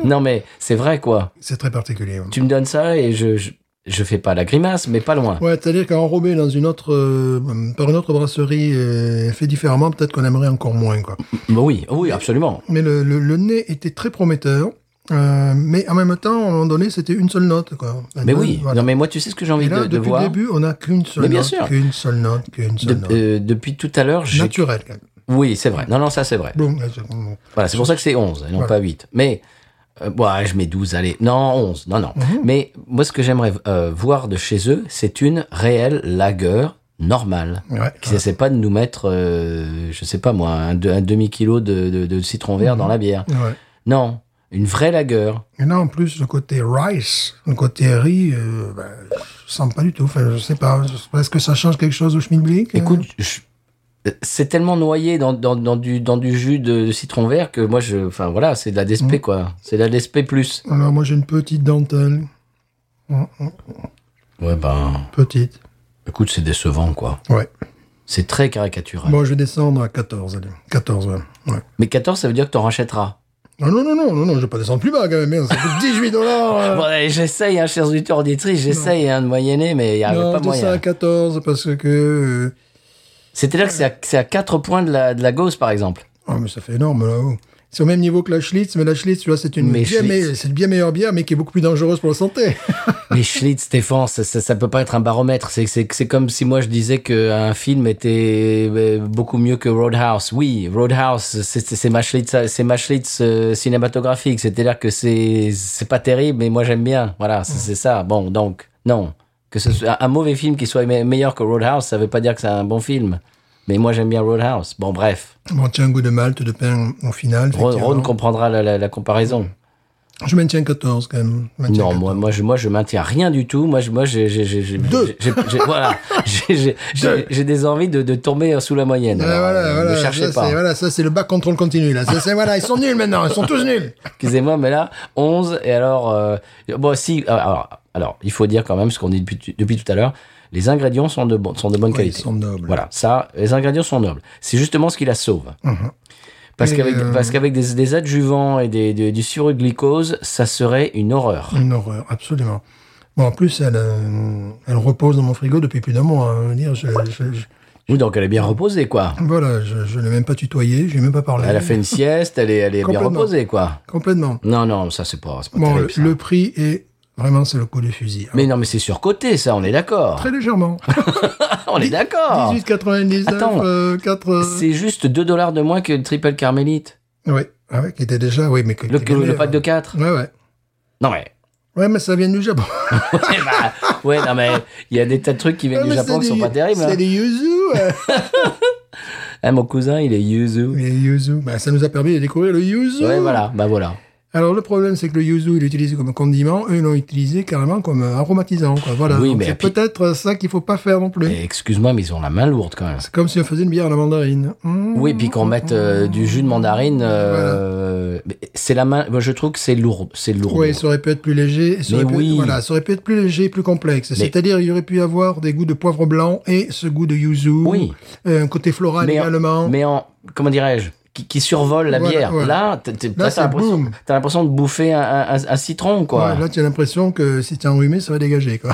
Speaker 1: Non, mais c'est vrai, quoi.
Speaker 2: C'est très particulier. ouais.
Speaker 1: Tu me donnes ça et je, je, je fais pas la grimace, mais pas loin.
Speaker 2: Ouais, c'est-à-dire qu'enrobé dans une autre, euh, par une autre brasserie euh, fait différemment, peut-être qu'on aimerait encore moins, quoi.
Speaker 1: Bah oui, oui, absolument.
Speaker 2: Mais le, le- le nez était très prometteur. euh, mais en même temps, à un moment donné, c'était une seule note, quoi.
Speaker 1: Mais
Speaker 2: Maintenant,
Speaker 1: oui,
Speaker 2: Bah voilà.
Speaker 1: non, mais moi, tu sais ce que j'ai envie
Speaker 2: Et là,
Speaker 1: de, de
Speaker 2: depuis
Speaker 1: voir
Speaker 2: le début, on n'a qu'une seule
Speaker 1: Mais bien
Speaker 2: note,
Speaker 1: sûr.
Speaker 2: qu'une seule note, qu'une
Speaker 1: De-
Speaker 2: seule note.
Speaker 1: euh, Depuis tout à l'heure, j'ai.
Speaker 2: Naturel, quand même.
Speaker 1: Oui, c'est vrai. Non, non, ça, c'est vrai.
Speaker 2: Bon, là, c'est- bon.
Speaker 1: Voilà, c'est pour ça que c'est 11 et non
Speaker 2: Voilà.
Speaker 1: pas 8. Mais, euh, bon, ah, je mets 12, allez. Non, 11. Non, non.
Speaker 2: Mhm.
Speaker 1: Mais moi, ce que j'aimerais euh, voir de chez eux, c'est une réelle lagueur normale.
Speaker 2: Ouais.
Speaker 1: Qui n'essaie pas de nous mettre, euh, je sais pas moi, un, de- un demi-kilo de, de- de citron vert
Speaker 2: Mhm.
Speaker 1: dans la bière.
Speaker 2: Ouais.
Speaker 1: Non, une vraie lagueur.
Speaker 2: Et là, en plus, le côté rice, le côté riz, euh, ben, je sens pas du tout. Enfin, je sais pas. Est-ce que ça change quelque chose au schmilblick euh
Speaker 1: Écoute, je- euh, c'est tellement noyé dans, dans- dans du, dans du jus de, de citron vert que moi, je, enfin voilà, c'est de la
Speaker 2: Mhm.
Speaker 1: DSP quoi. C'est de la DSP plus.
Speaker 2: Alors, moi, j'ai une petite dentelle.
Speaker 1: Ouais, ben,
Speaker 2: Petite.
Speaker 1: écoute, c'est décevant quoi.
Speaker 2: Ouais.
Speaker 1: C'est très caricatural.
Speaker 2: Bon, je vais descendre à 14, allez. 14, ouais. Ouais.
Speaker 1: Mais 14, ça veut dire que t'en rachèteras.
Speaker 2: Non, non, non, non, non, non, je vais pas descendre plus bas, quand même. merde, Ça coûte 18 dollars. euh.
Speaker 1: Bon, allez, j'essaye, hein, chers auditeurs auditrices, j'essaye hein, de moyenner, mais il n'y avait
Speaker 2: non,
Speaker 1: pas
Speaker 2: je descends
Speaker 1: moyen.
Speaker 2: à 14 parce que... euh,
Speaker 1: C'est-à-dire que c'est à- c'est à 4 points de la, de la gauze, par exemple.
Speaker 2: Oh, mais ça fait énorme, là-haut. C'est au même niveau que la Schlitz, mais la Schlitz, tu vois, c'est une
Speaker 1: Mais
Speaker 2: bien,
Speaker 1: Schlitz.
Speaker 2: me- c'est une bien meilleure bière, mais qui est beaucoup plus dangereuse pour la santé.
Speaker 1: Mais Schlitz, Stéphane, ça, ça, ça peut pas être un baromètre. C'est- C'est c'est comme si moi je disais qu'un film était euh, beaucoup mieux que Roadhouse. Oui, Roadhouse, c'est- c'est c'est ma Schlitz, c'est ma Schlitz euh, cinématographique. C'est-à-dire que c'est c'est pas terrible, mais moi j'aime bien. Voilà, c'est c'est ça. Bon, donc non, que ce soit un mauvais film qui soit me- meilleur que Roadhouse, ça veut pas dire que c'est un bon film. Mais moi j'aime bien Roadhouse. Bon, bref,
Speaker 2: bon, tiens, un goût de malt, de pain, au final.
Speaker 1: Ron,
Speaker 2: effectivement.
Speaker 1: Ron comprendra la, la- la comparaison.
Speaker 2: Je maintiens 14, quand même. Je maintiens
Speaker 1: Non,
Speaker 2: 14.
Speaker 1: moi, moi, je, moi, je maintiens rien du tout. Moi, je, moi, j'ai, j'ai, j'ai, j'ai-
Speaker 2: Deux.
Speaker 1: j'ai- j'ai- voilà, j'ai, j'ai, j'ai, j'ai des envies de, de tomber sous la moyenne.
Speaker 2: Ah,
Speaker 1: Alors,
Speaker 2: voilà,
Speaker 1: euh,
Speaker 2: voilà,
Speaker 1: ne cherchez
Speaker 2: ça,
Speaker 1: pas.
Speaker 2: c'est- voilà, ça c'est le bas contrôle continu là. Ça, c'est- voilà, ils sont nuls maintenant, ils sont tous nuls.
Speaker 1: Excusez-moi, mais là, 11, et alors, euh, bon, si, alors, alors, alors, il faut dire quand même ce qu'on dit depuis, tu- depuis tout à l'heure, les ingrédients sont de, bon, sont de bonne
Speaker 2: Ouais,
Speaker 1: qualité.
Speaker 2: ils sont nobles.
Speaker 1: Voilà, ça, les ingrédients sont nobles. C'est justement ce qui la sauve. Parce
Speaker 2: Mais,
Speaker 1: qu'avec,
Speaker 2: Mmh. euh,
Speaker 1: parce qu'avec des, des adjuvants et des, des- du sirop de glycose, ça serait une horreur.
Speaker 2: Une horreur, euh, absolument. Bon, en plus, elle, euh, elle repose dans mon frigo depuis plus d'un mois. hein. Je veux dire, je, je- je-
Speaker 1: Oui, donc elle est bien reposée, quoi.
Speaker 2: voilà, je, je l'ai même pas tutoyé, je lui ai même pas parlé.
Speaker 1: Elle a fait une sieste, elle est, elle est bien
Speaker 2: Complètement.
Speaker 1: reposée, quoi.
Speaker 2: Complètement.
Speaker 1: Non, non, ça c'est pas, c'est pas
Speaker 2: Bon,
Speaker 1: terrible,
Speaker 2: le,
Speaker 1: ça.
Speaker 2: le prix est vraiment, c'est le coup du fusil. hein.
Speaker 1: Mais non, mais c'est surcoté, ça, on est d'accord.
Speaker 2: Très légèrement.
Speaker 1: on est d'accord.
Speaker 2: 18,99,
Speaker 1: Ah. Attends.
Speaker 2: euh, 4.
Speaker 1: C'est juste 2 dollars de moins que le triple carmélite.
Speaker 2: Oui, ah ouais, qui était déjà, oui, mais que-
Speaker 1: Le,
Speaker 2: qui était
Speaker 1: le- le
Speaker 2: meilleur.
Speaker 1: pack de 4.
Speaker 2: Ouais, ouais.
Speaker 1: Non, mais.
Speaker 2: Ouais, mais ça vient du Japon.
Speaker 1: Eh ben, ouais, non, mais il y a des tas de trucs qui viennent
Speaker 2: Ah,
Speaker 1: du
Speaker 2: mais
Speaker 1: Japon
Speaker 2: c'est
Speaker 1: qui
Speaker 2: des-
Speaker 1: sont pas terribles.
Speaker 2: C'est
Speaker 1: Hein.
Speaker 2: des yuzu. ouais.
Speaker 1: Hein, mon cousin, il est yuzu.
Speaker 2: Mais yuzu, bah, ça nous a permis de découvrir le yuzu.
Speaker 1: Ouais, voilà, bah voilà.
Speaker 2: Alors le problème, c'est que le yuzu, il est utilisé comme condiment, eux ils l'ont utilisé carrément comme euh, aromatisant. Quoi. Voilà.
Speaker 1: Oui,
Speaker 2: Donc,
Speaker 1: mais
Speaker 2: c'est
Speaker 1: puis-
Speaker 2: peut-être ça qu'il faut pas faire non plus.
Speaker 1: Mais excuse-moi, mais ils ont la main lourde quand même.
Speaker 2: C'est comme si on faisait une bière à la mandarine. Mmh.
Speaker 1: Oui, puis qu'on mette euh, du jus de mandarine, euh, mais c'est la main. moi, Je trouve que c'est lourd, c'est lourd.
Speaker 2: Ouais, ça aurait pu être plus léger. et Ça
Speaker 1: Mais
Speaker 2: aurait pu,
Speaker 1: oui.
Speaker 2: Voilà, ça aurait pu être plus léger, plus complexe. C'est-à-dire, il y aurait pu avoir des goûts de poivre blanc et ce goût de yuzu.
Speaker 1: Oui.
Speaker 2: Euh, un côté floral
Speaker 1: mais
Speaker 2: également.
Speaker 1: En, mais en, comment dirais-je, qui, qui survole la
Speaker 2: Voilà,
Speaker 1: bière.
Speaker 2: voilà.
Speaker 1: Là, t- t-
Speaker 2: Là,
Speaker 1: t'as
Speaker 2: c'est
Speaker 1: l'impression-
Speaker 2: boum.
Speaker 1: t'as l'impression de bouffer un, un- un- un citron, quoi.
Speaker 2: Ouais, là, tu as l'impression que si tu es enrhumé, ça va dégager. Quoi.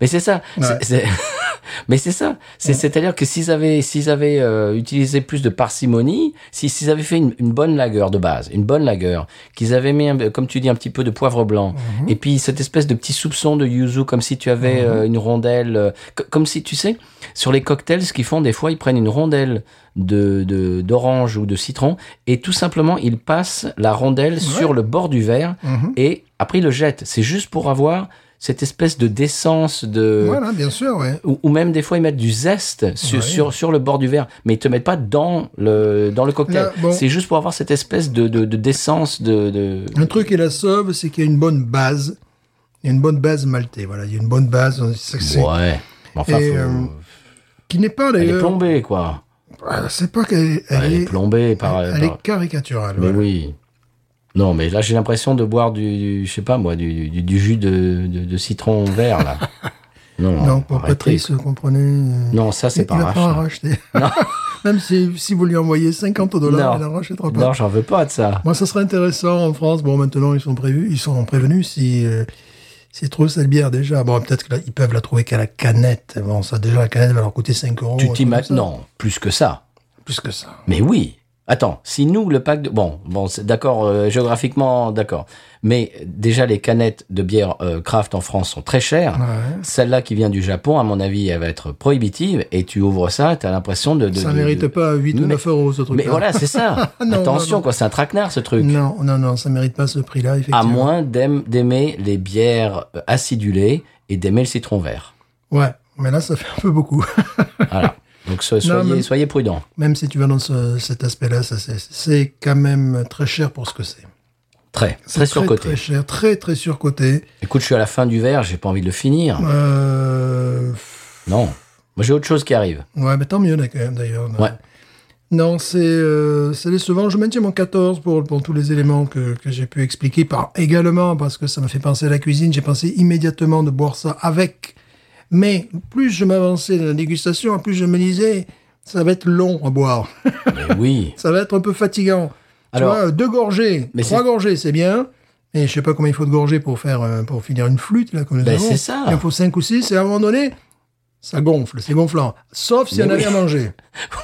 Speaker 1: Mais c'est ça. c'est- c'est- Mais c'est ça. C'est- C'est-à-dire que s'ils avaient, s'ils avaient euh, utilisé plus de parcimonie, si- s'ils avaient fait une, une bonne lagueur de base, une bonne lagueur, qu'ils avaient mis, un- comme tu dis, un petit peu de poivre blanc, et puis cette espèce de petit soupçon de yuzu, comme si tu avais euh, une rondelle, euh, co- comme si, tu sais, sur les cocktails, ce qu'ils font des fois, ils prennent une rondelle de de- d'orange ou de citron, et tout simplement, ils passent la rondelle sur le bord du verre,
Speaker 2: Mhm.
Speaker 1: et après, ils le jettent. C'est juste pour avoir cette espèce de décence de
Speaker 2: Voilà, bien sûr, ouais.
Speaker 1: ou, ou même des fois ils mettent du zeste sur,
Speaker 2: Ouais.
Speaker 1: sur, sur le bord du verre, mais ils te mettent pas dans le, dans le cocktail.
Speaker 2: Là, bon.
Speaker 1: C'est juste pour avoir cette espèce de, de, de décence de, de...
Speaker 2: Un truc qui la sauve, c'est qu'il y a une bonne base. Il y a une bonne base maltaise, voilà. Il y a une bonne base on- c'est- c'est-
Speaker 1: Ouais. Mais Enfin,
Speaker 2: Et,
Speaker 1: faut-
Speaker 2: euh, qui n'est pas
Speaker 1: elle est
Speaker 2: d'ailleurs.
Speaker 1: plombée quoi.
Speaker 2: Ah, C'est pas qu'elle elle
Speaker 1: Elle est
Speaker 2: est,
Speaker 1: plombée par.
Speaker 2: elle
Speaker 1: par-
Speaker 2: est caricaturale.
Speaker 1: Mais
Speaker 2: voilà.
Speaker 1: oui. Non, mais là j'ai l'impression de boire du, du- je sais pas moi, du, du, du jus de, de, de citron vert là. Non,
Speaker 2: non, pour
Speaker 1: arrêtez.
Speaker 2: Patrice, vous comprenez. euh,
Speaker 1: Non, ça, c'est
Speaker 2: il-
Speaker 1: pas
Speaker 2: il va pas
Speaker 1: rachat.
Speaker 2: racheter.
Speaker 1: Non.
Speaker 2: Même si, si vous lui envoyez 50 dollars,
Speaker 1: Non.
Speaker 2: il n'en rachètera pas.
Speaker 1: Non, j'en veux pas de ça.
Speaker 2: Moi, ça serait intéressant en France. Bon, maintenant, ils sont prévus, ils sont prévenus si euh, s'ils trouvent cette bière déjà. Bon, peut-être qu'ils peuvent la trouver qu'à la canette. Bon, ça, déjà, la canette va leur coûter 5 euros. un
Speaker 1: tu
Speaker 2: truc
Speaker 1: t'imagines
Speaker 2: Oh, comme ça.
Speaker 1: Non, plus que ça.
Speaker 2: Plus que ça.
Speaker 1: Mais oui. Attends, si nous, le pack de... Bon, bon c'est- d'accord, euh, géographiquement, d'accord. Mais déjà, les canettes de bière euh, craft en France sont très chères.
Speaker 2: Ouais.
Speaker 1: Celle-là qui vient du Japon, à mon avis, elle va être prohibitive. Et tu ouvres ça, t'as l'impression de... de-
Speaker 2: ça
Speaker 1: de-
Speaker 2: mérite
Speaker 1: de-
Speaker 2: pas 8 ou
Speaker 1: Mais-
Speaker 2: 9 euros, ce truc-là.
Speaker 1: Mais voilà, c'est ça.
Speaker 2: Non,
Speaker 1: Attention,
Speaker 2: non, non.
Speaker 1: quoi, c'est un traquenard, ce truc.
Speaker 2: Non, non, non, ça mérite pas ce prix-là, effectivement.
Speaker 1: à moins d'aim- d'aimer les bières euh, acidulées et d'aimer le citron vert.
Speaker 2: Ouais, mais là, ça fait un peu beaucoup.
Speaker 1: Voilà. Donc so- soyez,
Speaker 2: Non, mais-
Speaker 1: soyez prudents.
Speaker 2: même si tu vas dans ce- cet aspect-là, ça, c'est- c'est quand même très cher pour ce que c'est.
Speaker 1: Très,
Speaker 2: C'est
Speaker 1: très surcoté.
Speaker 2: Très cher, très, très surcoté.
Speaker 1: Écoute, je suis à la fin du verre, j'ai pas envie de le finir.
Speaker 2: Euh,
Speaker 1: Non. Moi, j'ai autre chose qui arrive.
Speaker 2: Ouais, mais tant mieux là, quand même d'ailleurs.
Speaker 1: Ouais.
Speaker 2: Non, c'est euh, c'est décevant. Je maintiens mon 14 pour, pour tous les éléments que, que j'ai pu expliquer. Par, également, parce que ça m'a fait penser à la cuisine, j'ai pensé immédiatement de boire ça avec. Mais plus je m'avançais dans la dégustation, plus je me disais, ça va être long à boire.
Speaker 1: Mais oui.
Speaker 2: ça va être un peu fatigant.
Speaker 1: Alors-
Speaker 2: tu vois, deux gorgées,
Speaker 1: Mais
Speaker 2: trois
Speaker 1: c'est-
Speaker 2: gorgées, c'est bien. Mais je sais pas combien il faut de gorgées pour faire euh, pour finir une flûte là comme nous
Speaker 1: Ben,
Speaker 2: avons.
Speaker 1: c'est ça.
Speaker 2: Il en faut cinq ou six et à un moment donné, ça gonfle, c'est gonflant. Sauf si
Speaker 1: Mais
Speaker 2: on avait
Speaker 1: oui.
Speaker 2: à manger.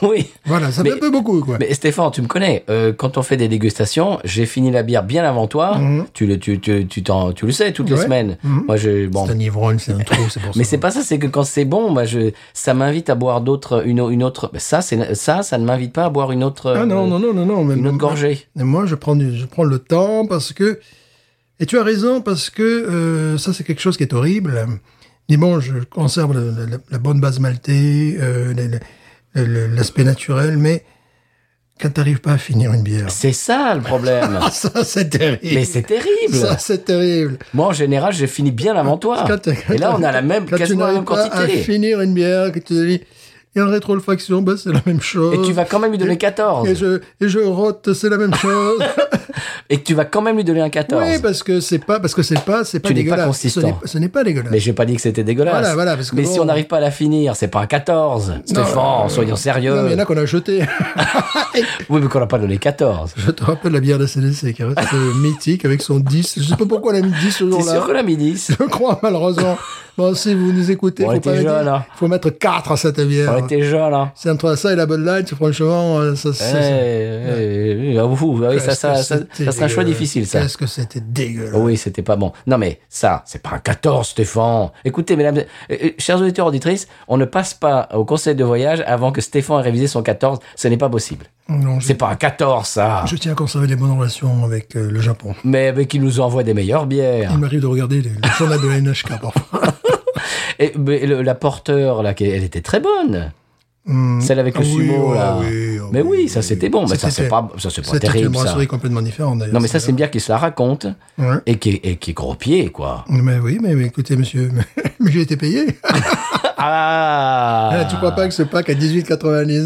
Speaker 1: oui.
Speaker 2: Voilà, ça
Speaker 1: Mais-
Speaker 2: fait un peu beaucoup quoi.
Speaker 1: Mais Stéphane, tu me connais. euh, quand on fait des dégustations, j'ai fini la bière bien avant toi.
Speaker 2: Mhm.
Speaker 1: Tu le, tu, tu, tu, t'en- tu le sais toutes les
Speaker 2: Ouais.
Speaker 1: semaines.
Speaker 2: Mhm.
Speaker 1: Moi, je, bon.
Speaker 2: C'est un ivrogne, c'est un trou, c'est pour ça.
Speaker 1: Mais c'est pas ça, c'est que quand c'est bon, moi, je, ça m'invite à boire d'autres, une, une autre. ben, Ça, c'est ça, ça ne m'invite pas à boire une autre.
Speaker 2: Ah non
Speaker 1: euh,
Speaker 2: non non non non. mais-
Speaker 1: Une autre gorgée.
Speaker 2: Mais moi, je prends, du- je prends le temps parce que. Et tu as raison parce que euh, ça, c'est quelque chose qui est horrible. Mais bon, je conserve le- le- la, bonne base maltée, euh, le- le- le- l'aspect naturel, mais quand t'arrives pas à finir une bière.
Speaker 1: C'est ça le problème.
Speaker 2: Ah, ça, c'est terrible.
Speaker 1: Mais c'est terrible.
Speaker 2: Ça, c'est terrible.
Speaker 1: Moi, en général, je finis bien avant toi.
Speaker 2: Quand t'as- quand
Speaker 1: Et là, on a la même,
Speaker 2: Quand tu
Speaker 1: quasiment la
Speaker 2: n'arrives
Speaker 1: même
Speaker 2: pas à
Speaker 1: quantité.
Speaker 2: finir une bière, que tu te dis, et en rétrofaction, ben, c'est la même chose.
Speaker 1: Et tu vas quand même lui donner
Speaker 2: Et
Speaker 1: 14.
Speaker 2: je, et je rote, c'est la même chose.
Speaker 1: Et tu vas quand même lui donner un 14.
Speaker 2: Oui, parce que c'est pas, parce que c'est pas, c'est pas
Speaker 1: Tu n'es pas
Speaker 2: dégueulasse.
Speaker 1: consistant.
Speaker 2: Ce n'est- Ce n'est pas dégueulasse.
Speaker 1: Mais j'ai pas dit que c'était dégueulasse.
Speaker 2: Voilà, voilà, parce que
Speaker 1: Mais
Speaker 2: bon-
Speaker 1: si on n'arrive pas à la finir, c'est pas un 14. Stéphane,
Speaker 2: euh,
Speaker 1: soyons sérieux.
Speaker 2: Non, mais il y en a qu'on a jeté. Et
Speaker 1: Oui, mais qu'on n'a pas donné 14.
Speaker 2: je te rappelle la bière de CDC qui reste euh, mythique avec son 10. Je sais pas pourquoi on a mis 10 ce
Speaker 1: T'es sûr
Speaker 2: jour-là.
Speaker 1: qu'on a mis 10
Speaker 2: Je crois, malheureusement. Bon, si vous nous écoutez,
Speaker 1: On
Speaker 2: faut
Speaker 1: était
Speaker 2: pas
Speaker 1: jeunes,
Speaker 2: mettre-
Speaker 1: hein.
Speaker 2: faut mettre 4 à cette bière.
Speaker 1: On était jeunes, hein.
Speaker 2: C'est entre ça et la Bud Light, franchement, euh, ça,
Speaker 1: Eh,
Speaker 2: c'est-
Speaker 1: eh, ah, ouh, ah oui, ça,
Speaker 2: Qu'est-ce
Speaker 1: ça,
Speaker 2: que
Speaker 1: ça,
Speaker 2: c'était
Speaker 1: ça serait un choix
Speaker 2: dégueulasse.
Speaker 1: difficile, ça.
Speaker 2: Qu'est-ce que c'était dégueulasse.
Speaker 1: Oui, c'était pas bon. Non, mais ça, c'est pas un 14, Stéphane. Écoutez, mesdames, euh, euh, chers auditeurs, auditrices, on ne passe pas au conseil de voyage avant que Stéphane ait révisé son 14. Ce n'est pas possible.
Speaker 2: Non, je,
Speaker 1: C'est pas un 14, ça.
Speaker 2: je tiens à conserver des bonnes relations avec euh, le Japon.
Speaker 1: Mais, mais qui nous envoie des meilleures bières.
Speaker 2: Il m'arrive de regarder les- le journal de la NHK parfois.
Speaker 1: Et mais le- la porteur, là, qui- elle était très bonne. Celle avec le
Speaker 2: Ah oui,
Speaker 1: sumo,
Speaker 2: ah
Speaker 1: là.
Speaker 2: oui, ah
Speaker 1: mais oui,
Speaker 2: oui,
Speaker 1: ça,
Speaker 2: oui,
Speaker 1: c'était
Speaker 2: oui.
Speaker 1: bon. Mais ça,
Speaker 2: C'était-
Speaker 1: c'est pas, ça, c'est pas
Speaker 2: C'était une
Speaker 1: terrible, ça.
Speaker 2: brasserie hein. complètement différente d'ailleurs.
Speaker 1: Non, mais ça, c'est une bière qui se la raconte
Speaker 2: Ouais.
Speaker 1: et qui, est- et qui est gros pied, quoi.
Speaker 2: Mais oui, mais, mais écoutez, monsieur, mais j'ai été payé.
Speaker 1: Ah
Speaker 2: tu crois pas que ce pack à 18,99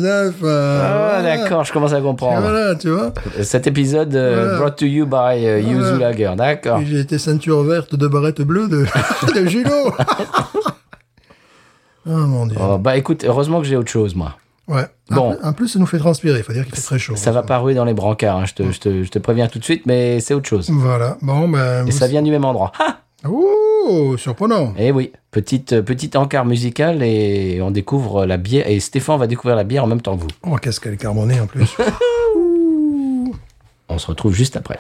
Speaker 2: euh,
Speaker 1: Ah,
Speaker 2: voilà.
Speaker 1: d'accord, je commence à comprendre.
Speaker 2: Voilà, tu vois.
Speaker 1: Cet épisode euh,
Speaker 2: Voilà.
Speaker 1: brought to you by euh, Yuzu
Speaker 2: Voilà.
Speaker 1: Lager, d'accord.
Speaker 2: Et J'ai été ceinture verte de barrette bleue de, de Gilo. oh mon dieu.
Speaker 1: Oh, bah écoute, heureusement que j'ai autre chose, moi.
Speaker 2: Ouais.
Speaker 1: Bon.
Speaker 2: En, plus- en plus, ça nous fait transpirer. Il faut dire qu'il fait très chaud.
Speaker 1: Ça va pas rouler dans les brancards, hein, je, te, je, te, je te préviens tout de suite, mais c'est autre chose.
Speaker 2: Voilà. Bon, ben.
Speaker 1: Et
Speaker 2: vous-
Speaker 1: ça vient du même endroit. Ah
Speaker 2: Oh, surprenant.
Speaker 1: Eh oui, petite, euh, petite encart musicale et on découvre la bière. Et Stéphane va découvrir la bière en même temps que vous.
Speaker 2: Oh, qu'est-ce qu'elle est carbonée en plus.
Speaker 1: On se retrouve juste après.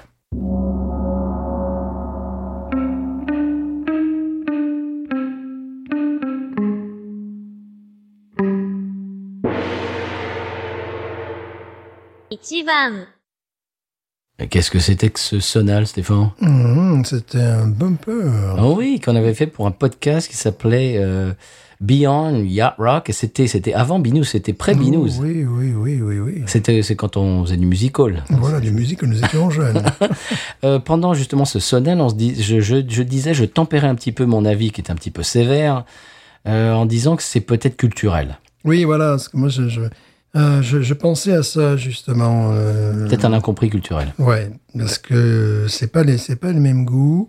Speaker 1: Et Qu'est-ce que c'était que ce sonal, Stéphane
Speaker 2: Mmh, C'était un bumper.
Speaker 1: Ah oui, qu'on avait fait pour un podcast qui s'appelait euh, Beyond Yacht Rock. Et c'était, c'était avant Binous, c'était pré-Binous.
Speaker 2: Hum, Oui, oui, oui, oui, oui.
Speaker 1: C'était, c'est quand on faisait du musical.
Speaker 2: Voilà, du musique que nous étions jeunes.
Speaker 1: Euh, pendant justement ce sonel, on se dit, je, je, je disais, je tempérais un petit peu mon avis qui est un petit peu sévère euh, en disant que c'est peut-être culturel.
Speaker 2: oui, voilà, parce que moi, je, je, euh, je, je pensais à ça, justement. euh,
Speaker 1: Mmh. Peut-être un incompris culturel.
Speaker 2: Ouais, parce que c'est pas les, c'est pas le même goût.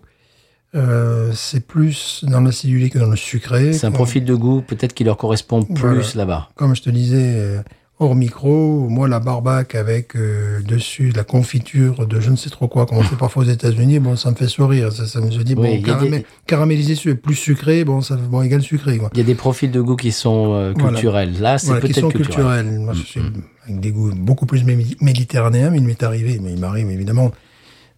Speaker 2: Euh, c'est plus dans l'acidulé que dans le sucré.
Speaker 1: C'est un
Speaker 2: Comme-
Speaker 1: profil de goût peut-être qui leur correspond plus
Speaker 2: Voilà.
Speaker 1: là-bas.
Speaker 2: Comme je te disais, euh, hors micro, moi, la barbac avec euh, dessus de la confiture de je ne sais trop quoi, comme on fait parfois aux États-Unis, bon, ça me fait sourire. Ça, ça me je dis,
Speaker 1: Oui, il
Speaker 2: bon,
Speaker 1: y a
Speaker 2: caramé-
Speaker 1: des-
Speaker 2: caramélisé su- plus sucré, bon, ça bon, égale sucré, quoi.
Speaker 1: Il y a des profils de goût qui sont euh,
Speaker 2: Voilà.
Speaker 1: culturels. Là, Ah, c'est
Speaker 2: Voilà,
Speaker 1: peut-être
Speaker 2: question
Speaker 1: culturel. Mm,
Speaker 2: culturelle. Moi, je suis avec des goûts beaucoup plus mé- méditerranéens, mais il m'est arrivé, mais il m'arrive évidemment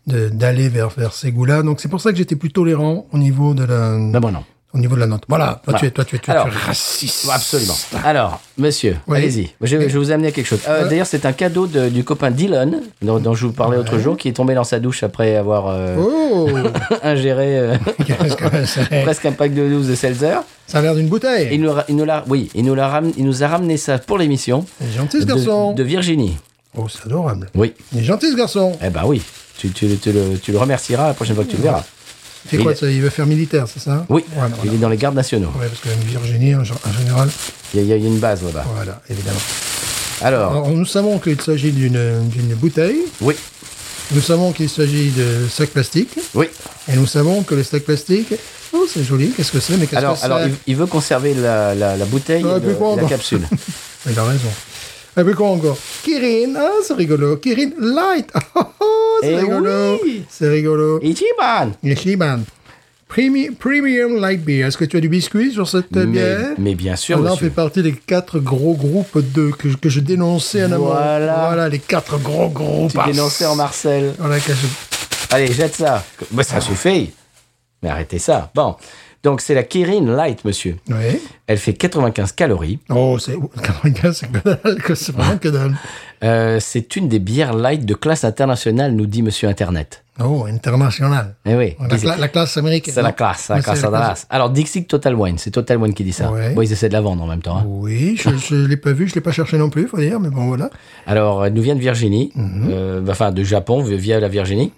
Speaker 2: de- d'aller vers, vers ces goûts-là. Donc, c'est pour ça que j'étais plus tolérant au niveau de la,
Speaker 1: Non, Ah bon, non.
Speaker 2: au niveau de la note. Voilà. Toi,
Speaker 1: Voilà.
Speaker 2: tu es, toi, tu es, tu es-
Speaker 1: Alors,
Speaker 2: tu es raciste.
Speaker 1: Absolument. Alors, monsieur,
Speaker 2: Oui.
Speaker 1: allez-y. Je, je vais vous amener quelque chose. Euh, D'ailleurs, c'est un cadeau de- du copain Dylan, dont, dont je vous parlais l'autre jour, qui est tombé dans sa douche après avoir euh,
Speaker 2: Oh!
Speaker 1: ingéré euh,
Speaker 2: Qu'est-ce que c'est
Speaker 1: presque un pack de 12 de Seltzer.
Speaker 2: Ça a l'air d'une bouteille.
Speaker 1: Il nous, ra- il nous l'a- oui, il nous, l'a ram- il nous a ramené ça pour l'émission.
Speaker 2: Il est gentil, ce garçon.
Speaker 1: De, de Virginie.
Speaker 2: Oh, c'est adorable.
Speaker 1: Oui.
Speaker 2: Il est gentil, ce garçon.
Speaker 1: Eh ben oui. Tu, tu- tu le, tu le remercieras la prochaine fois que tu le verras.
Speaker 2: C'est
Speaker 1: Il-
Speaker 2: quoi, ça Il veut faire militaire, c'est ça
Speaker 1: Oui.
Speaker 2: Voilà, voilà.
Speaker 1: Il est dans les gardes nationaux.
Speaker 2: Ouais, parce que Virginie, en, gen- en général,
Speaker 1: Il y, a, il y a une base là-bas.
Speaker 2: voilà, évidemment.
Speaker 1: Alors,
Speaker 2: Alors, nous savons qu'il s'agit d'une d'une bouteille,
Speaker 1: oui,
Speaker 2: nous savons qu'il s'agit de sacs plastiques,
Speaker 1: oui.
Speaker 2: et nous savons que les sacs plastiques, oh, c'est joli, qu'est-ce que c'est Mais qu'est-ce
Speaker 1: Alors,
Speaker 2: que
Speaker 1: alors
Speaker 2: c'est
Speaker 1: il, il veut conserver la, la- la bouteille
Speaker 2: Ah,
Speaker 1: et le-
Speaker 2: plus quoi,
Speaker 1: la
Speaker 2: non.
Speaker 1: capsule.
Speaker 2: Il a raison. Et puis quoi encore Kirin, ah, c'est rigolo. Kirin Light, ah, ah, ah, c'est
Speaker 1: Eh
Speaker 2: rigolo.
Speaker 1: oui.
Speaker 2: C'est rigolo.
Speaker 1: Ichiban
Speaker 2: Yeshiban. Premi- Premium Light Beer. Est-ce que tu as du biscuit sur cette
Speaker 1: mais,
Speaker 2: euh, bière
Speaker 1: mais bien sûr,
Speaker 2: Là, on
Speaker 1: monsieur.
Speaker 2: fait partie des quatre gros groupes de, que, je- que je dénonçais en amont.
Speaker 1: Voilà.
Speaker 2: Voilà, les quatre gros groupes.
Speaker 1: Tu dénonçais en Marcel.
Speaker 2: Voilà, que je-
Speaker 1: Allez, jette ça. Bah, ça suffit. Mais arrêtez ça. Bon. Donc, c'est la Kirin Light, monsieur.
Speaker 2: Oui.
Speaker 1: Elle fait 95 calories.
Speaker 2: Oh, c'est oh, quand on regarde, c'est que dalle, que c'est
Speaker 1: Ah.
Speaker 2: vraiment que dalle.
Speaker 1: Euh, c'est une des bières light de classe internationale, nous dit Monsieur Internet.
Speaker 2: Oh, international.
Speaker 1: Eh oui.
Speaker 2: La, cla- la classe américaine.
Speaker 1: C'est la
Speaker 2: non
Speaker 1: classe, la
Speaker 2: Mais
Speaker 1: classe
Speaker 2: c'est
Speaker 1: à Dallas. Alors, Dixie Total Wine, c'est Total Wine qui dit ça.
Speaker 2: Ouais.
Speaker 1: Bon, ils essaient de la vendre en même temps. hein.
Speaker 2: Oui, je ne l'ai pas vu, je l'ai pas cherché non plus, faut dire, mais bon, voilà.
Speaker 1: Alors, elle nous vient de Virginie,
Speaker 2: Mhm.
Speaker 1: euh, enfin de Japon, via la Virginie.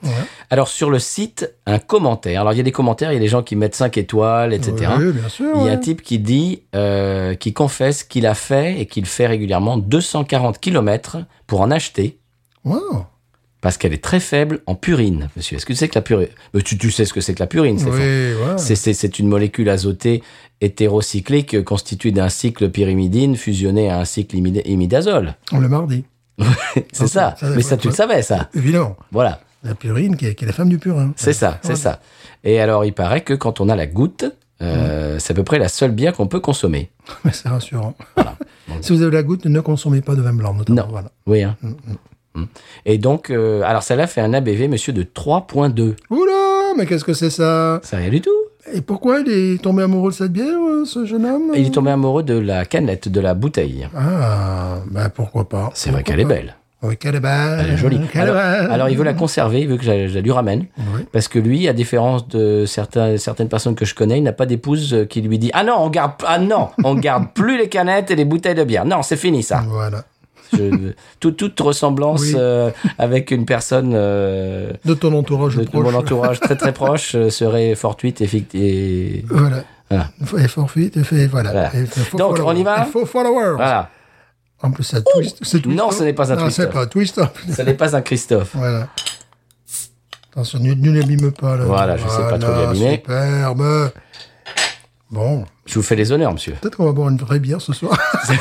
Speaker 1: Alors, sur le site, un commentaire. Alors, il y a des commentaires, il y a des gens qui mettent 5 étoiles, etc.
Speaker 2: Oui, bien sûr.
Speaker 1: Il y a un
Speaker 2: ouais.
Speaker 1: type qui dit, euh, qui confesse qu'il a fait et qu'il fait régulièrement 240 km pour en acheter
Speaker 2: Wow.
Speaker 1: parce qu'elle est très faible en purine, monsieur. Est-ce que tu sais que la purine Mais tu, tu sais ce que c'est que la purine, c'est
Speaker 2: Oui,
Speaker 1: fort.
Speaker 2: voilà.
Speaker 1: C'est- C'est c'est une molécule azotée hétérocyclique constituée d'un cycle pyrimidine fusionné à un cycle imid- imidazole.
Speaker 2: Le mardi,
Speaker 1: C'est
Speaker 2: Ah,
Speaker 1: ça.
Speaker 2: ça, ça,
Speaker 1: Mais ça,
Speaker 2: ouais,
Speaker 1: tu le
Speaker 2: ouais.
Speaker 1: savais, ça.
Speaker 2: évidemment.
Speaker 1: Voilà.
Speaker 2: La purine, qui est, qui est la femme du purin.
Speaker 1: C'est ça, c'est
Speaker 2: Ouais.
Speaker 1: ça. Et alors, il paraît que quand on a la goutte,
Speaker 2: Mm.
Speaker 1: euh, c'est à peu près la seule bière qu'on peut consommer.
Speaker 2: Mais c'est rassurant. si vous avez la goutte, ne consommez pas de vin blanc, notamment.
Speaker 1: Non.
Speaker 2: Voilà.
Speaker 1: Oui, hein. Mm. Et donc, euh, alors celle-là fait un ABV, monsieur, de 3.2.
Speaker 2: Oula, mais qu'est-ce que c'est ça
Speaker 1: C'est rien du tout.
Speaker 2: Et pourquoi il est tombé amoureux de cette bière, euh, ce jeune homme
Speaker 1: Il est tombé amoureux de la canette, de la bouteille.
Speaker 2: Ah, ben pourquoi pas.
Speaker 1: C'est vrai qu'elle est belle.
Speaker 2: Oui, qu'elle est belle.
Speaker 1: Elle est jolie.
Speaker 2: Qu'elle
Speaker 1: Alors,
Speaker 2: est belle.
Speaker 1: alors, il veut la conserver, il veut que je la, je la lui ramène.
Speaker 2: Oui.
Speaker 1: Parce que lui, à différence de certains, certaines personnes que je connais, il n'a pas d'épouse euh, qui lui dit Ah non, on garde, ah non, on garde plus les canettes et les bouteilles de bière. Non, c'est fini ça.
Speaker 2: Voilà.
Speaker 1: Je- tout- toute ressemblance
Speaker 2: Oui.
Speaker 1: euh, avec une personne euh,
Speaker 2: De ton entourage
Speaker 1: de, de
Speaker 2: proche.
Speaker 1: mon entourage très très proche euh, serait fortuite et, fic- et-
Speaker 2: Voilà.
Speaker 1: Voilà.
Speaker 2: Et forfeit, et fait, voilà.
Speaker 1: Voilà.
Speaker 2: Et faux
Speaker 1: Donc, on y va
Speaker 2: Et Faux follower.
Speaker 1: Voilà,
Speaker 2: En plus, ça twist. c'est twist hein.
Speaker 1: Non, ce n'est pas un
Speaker 2: Non,
Speaker 1: twister.
Speaker 2: c'est pas un twister.
Speaker 1: ça n'est pas un Christophe.
Speaker 2: Voilà. Attention, ne, ne l'abîme pas. Là.
Speaker 1: Voilà, je sais pas trop
Speaker 2: Voilà,
Speaker 1: l'abîmer.
Speaker 2: Superbe. Bon,
Speaker 1: Je vous fais les honneurs, monsieur.
Speaker 2: peut-être qu'on va boire une vraie bière ce soir.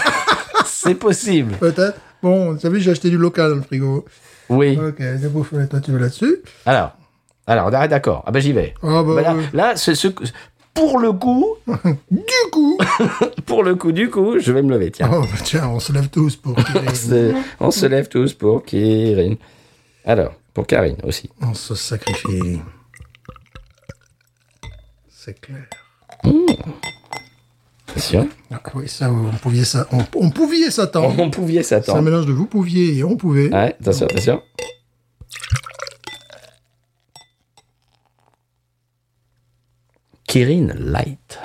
Speaker 1: C'est possible.
Speaker 2: peut-être. Bon, vous savez, j'ai acheté du local dans le frigo.
Speaker 1: Oui.
Speaker 2: Ok, je vous ferai toi, tu veux là-dessus.
Speaker 1: Alors, alors ah, d'accord. Ah ben j'y vais.
Speaker 2: Ah, bah,
Speaker 1: Ben là,
Speaker 2: oui.
Speaker 1: là, ce- ce- pour le coup,
Speaker 2: Du coup,
Speaker 1: pour le coup, du coup, je vais me lever. Tiens,
Speaker 2: oh, bah, tiens, on se lève tous pour. tirer.
Speaker 1: C'est- on se lève tous pour Karine. Alors, pour Karine aussi.
Speaker 2: on se sacrifie. C'est clair.
Speaker 1: Attention.
Speaker 2: Ah oui, ça, on pouvait ça, on, on pouvait s'attendre.
Speaker 1: On pouvait
Speaker 2: C'est un
Speaker 1: s'attendre.
Speaker 2: mélange de vous pouviez et on pouvait.
Speaker 1: Ouais, attention, attention. Kirin Light.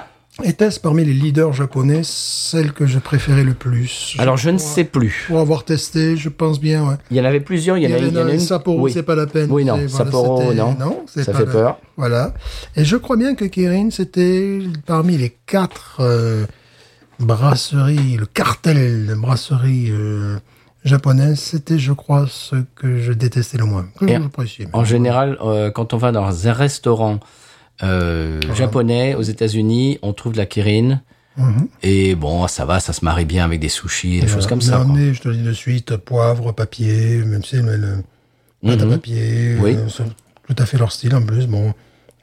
Speaker 2: Était-ce parmi les leaders japonais celle que je préférais le plus Je-
Speaker 1: Alors, je ne sais plus.
Speaker 2: Pour avoir testé, je pense bien, ouais.
Speaker 1: Il y en avait plusieurs. Il y en a, il y en a
Speaker 2: dans
Speaker 1: une.
Speaker 2: les Sapporo,
Speaker 1: oui.
Speaker 2: c'est pas la peine.
Speaker 1: Oui, non,
Speaker 2: C'est-
Speaker 1: Sapporo,
Speaker 2: c'était-
Speaker 1: non.
Speaker 2: c'est
Speaker 1: Ça
Speaker 2: pas
Speaker 1: fait
Speaker 2: la-
Speaker 1: peur.
Speaker 2: Voilà. Et je crois bien que Kirin, c'était parmi les quatre euh, brasseries, le cartel de brasseries euh, japonaises, c'était, je crois, ce que je détestais le moins. Que
Speaker 1: Et-
Speaker 2: j'appréciais, mais-
Speaker 1: En général, euh, quand on va dans un restaurant euh, japonais aux États-Unis. On trouve de la Kirin.
Speaker 2: Mhm.
Speaker 1: Et bon, ça va, ça se marie bien avec des sushis, des choses comme
Speaker 2: Mais
Speaker 1: ça.
Speaker 2: on
Speaker 1: quoi.
Speaker 2: est, je te le dis de suite, poivre, papier, même si le, le pâte à
Speaker 1: Mhm.
Speaker 2: papier,
Speaker 1: Oui.
Speaker 2: euh, c'est tout à fait leur style en plus. Bon,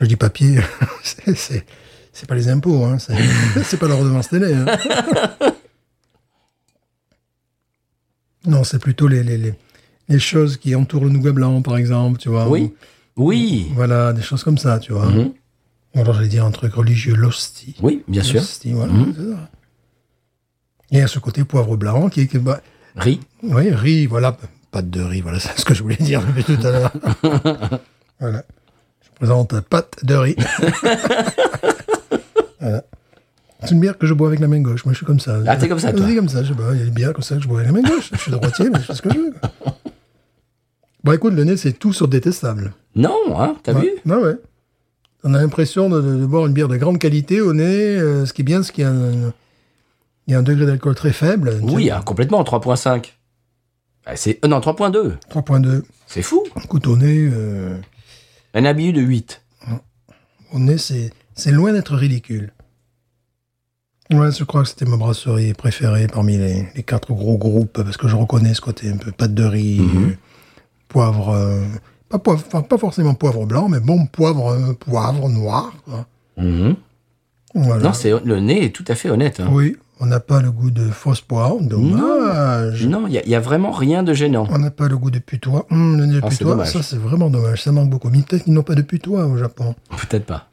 Speaker 2: je dis papier, c'est- c'est c'est pas les impôts, hein, c'est c'est pas leur redevance télé. hein. non, c'est plutôt les, les, les, les choses qui entourent le nougat blanc, par exemple, tu vois.
Speaker 1: Oui, oui,
Speaker 2: Voilà, des choses comme ça, tu vois.
Speaker 1: Mhm.
Speaker 2: Ou alors, j'allais dire un truc religieux, l'hostie.
Speaker 1: oui, bien sûr.
Speaker 2: L'hostie, voilà,
Speaker 1: Mhm.
Speaker 2: c'est ça. Et à ce côté poivre blanc qui, qui bah,
Speaker 1: Riz.
Speaker 2: oui, riz, voilà. Pâte de riz, voilà, c'est ce que je voulais dire depuis tout à l'heure. voilà. Je vous présente pâte de riz. Voilà. C'est une bière que je bois avec la main gauche. Moi, je suis comme ça.
Speaker 1: Ah, t'es comme ça,
Speaker 2: Je
Speaker 1: toi.
Speaker 2: suis comme ça. Je bois. Il y a des bières comme ça que je bois avec la main gauche. Je suis droitier, mais je fais ce que je veux. quoi. Bon, écoute, le nez, c'est tout sur détestable.
Speaker 1: Non, hein, t'as
Speaker 2: Ouais.
Speaker 1: vu
Speaker 2: Ouais, ouais. On a l'impression de, de- de boire une bière de grande qualité au nez. euh, ce qui est bien, c'est qu'il y a un, il y a un degré d'alcool très faible.
Speaker 1: Oui, hein, complètement, 3.5. Ah, c'est, euh, non, 3.2.
Speaker 2: 3.2.
Speaker 1: C'est fou.
Speaker 2: Écoute, au nez, euh,
Speaker 1: Un habillé de 8.
Speaker 2: au nez, c'est, c'est loin d'être ridicule. Ouais, je crois que c'était ma brasserie préférée parmi les, les quatre gros groupes, parce que je reconnais ce côté un peu pâte de riz,
Speaker 1: Mhm.
Speaker 2: euh, poivre, euh, pas, poivre enfin, pas forcément poivre blanc, mais bon, poivre, euh, poivre noir. quoi.
Speaker 1: Mhm.
Speaker 2: Voilà.
Speaker 1: Non, c'est, le nez est tout à fait honnête. hein.
Speaker 2: Oui, on n'a pas le goût de fausse poire, dommage.
Speaker 1: Non, il n'y a, vraiment rien de gênant.
Speaker 2: On n'a pas le goût de putois. Hum, le nez de
Speaker 1: Ah, c'est
Speaker 2: putois,
Speaker 1: dommage.
Speaker 2: ça c'est vraiment dommage, ça manque beaucoup. Mais peut-être qu'ils n'ont pas de putois au Japon.
Speaker 1: Peut-être pas.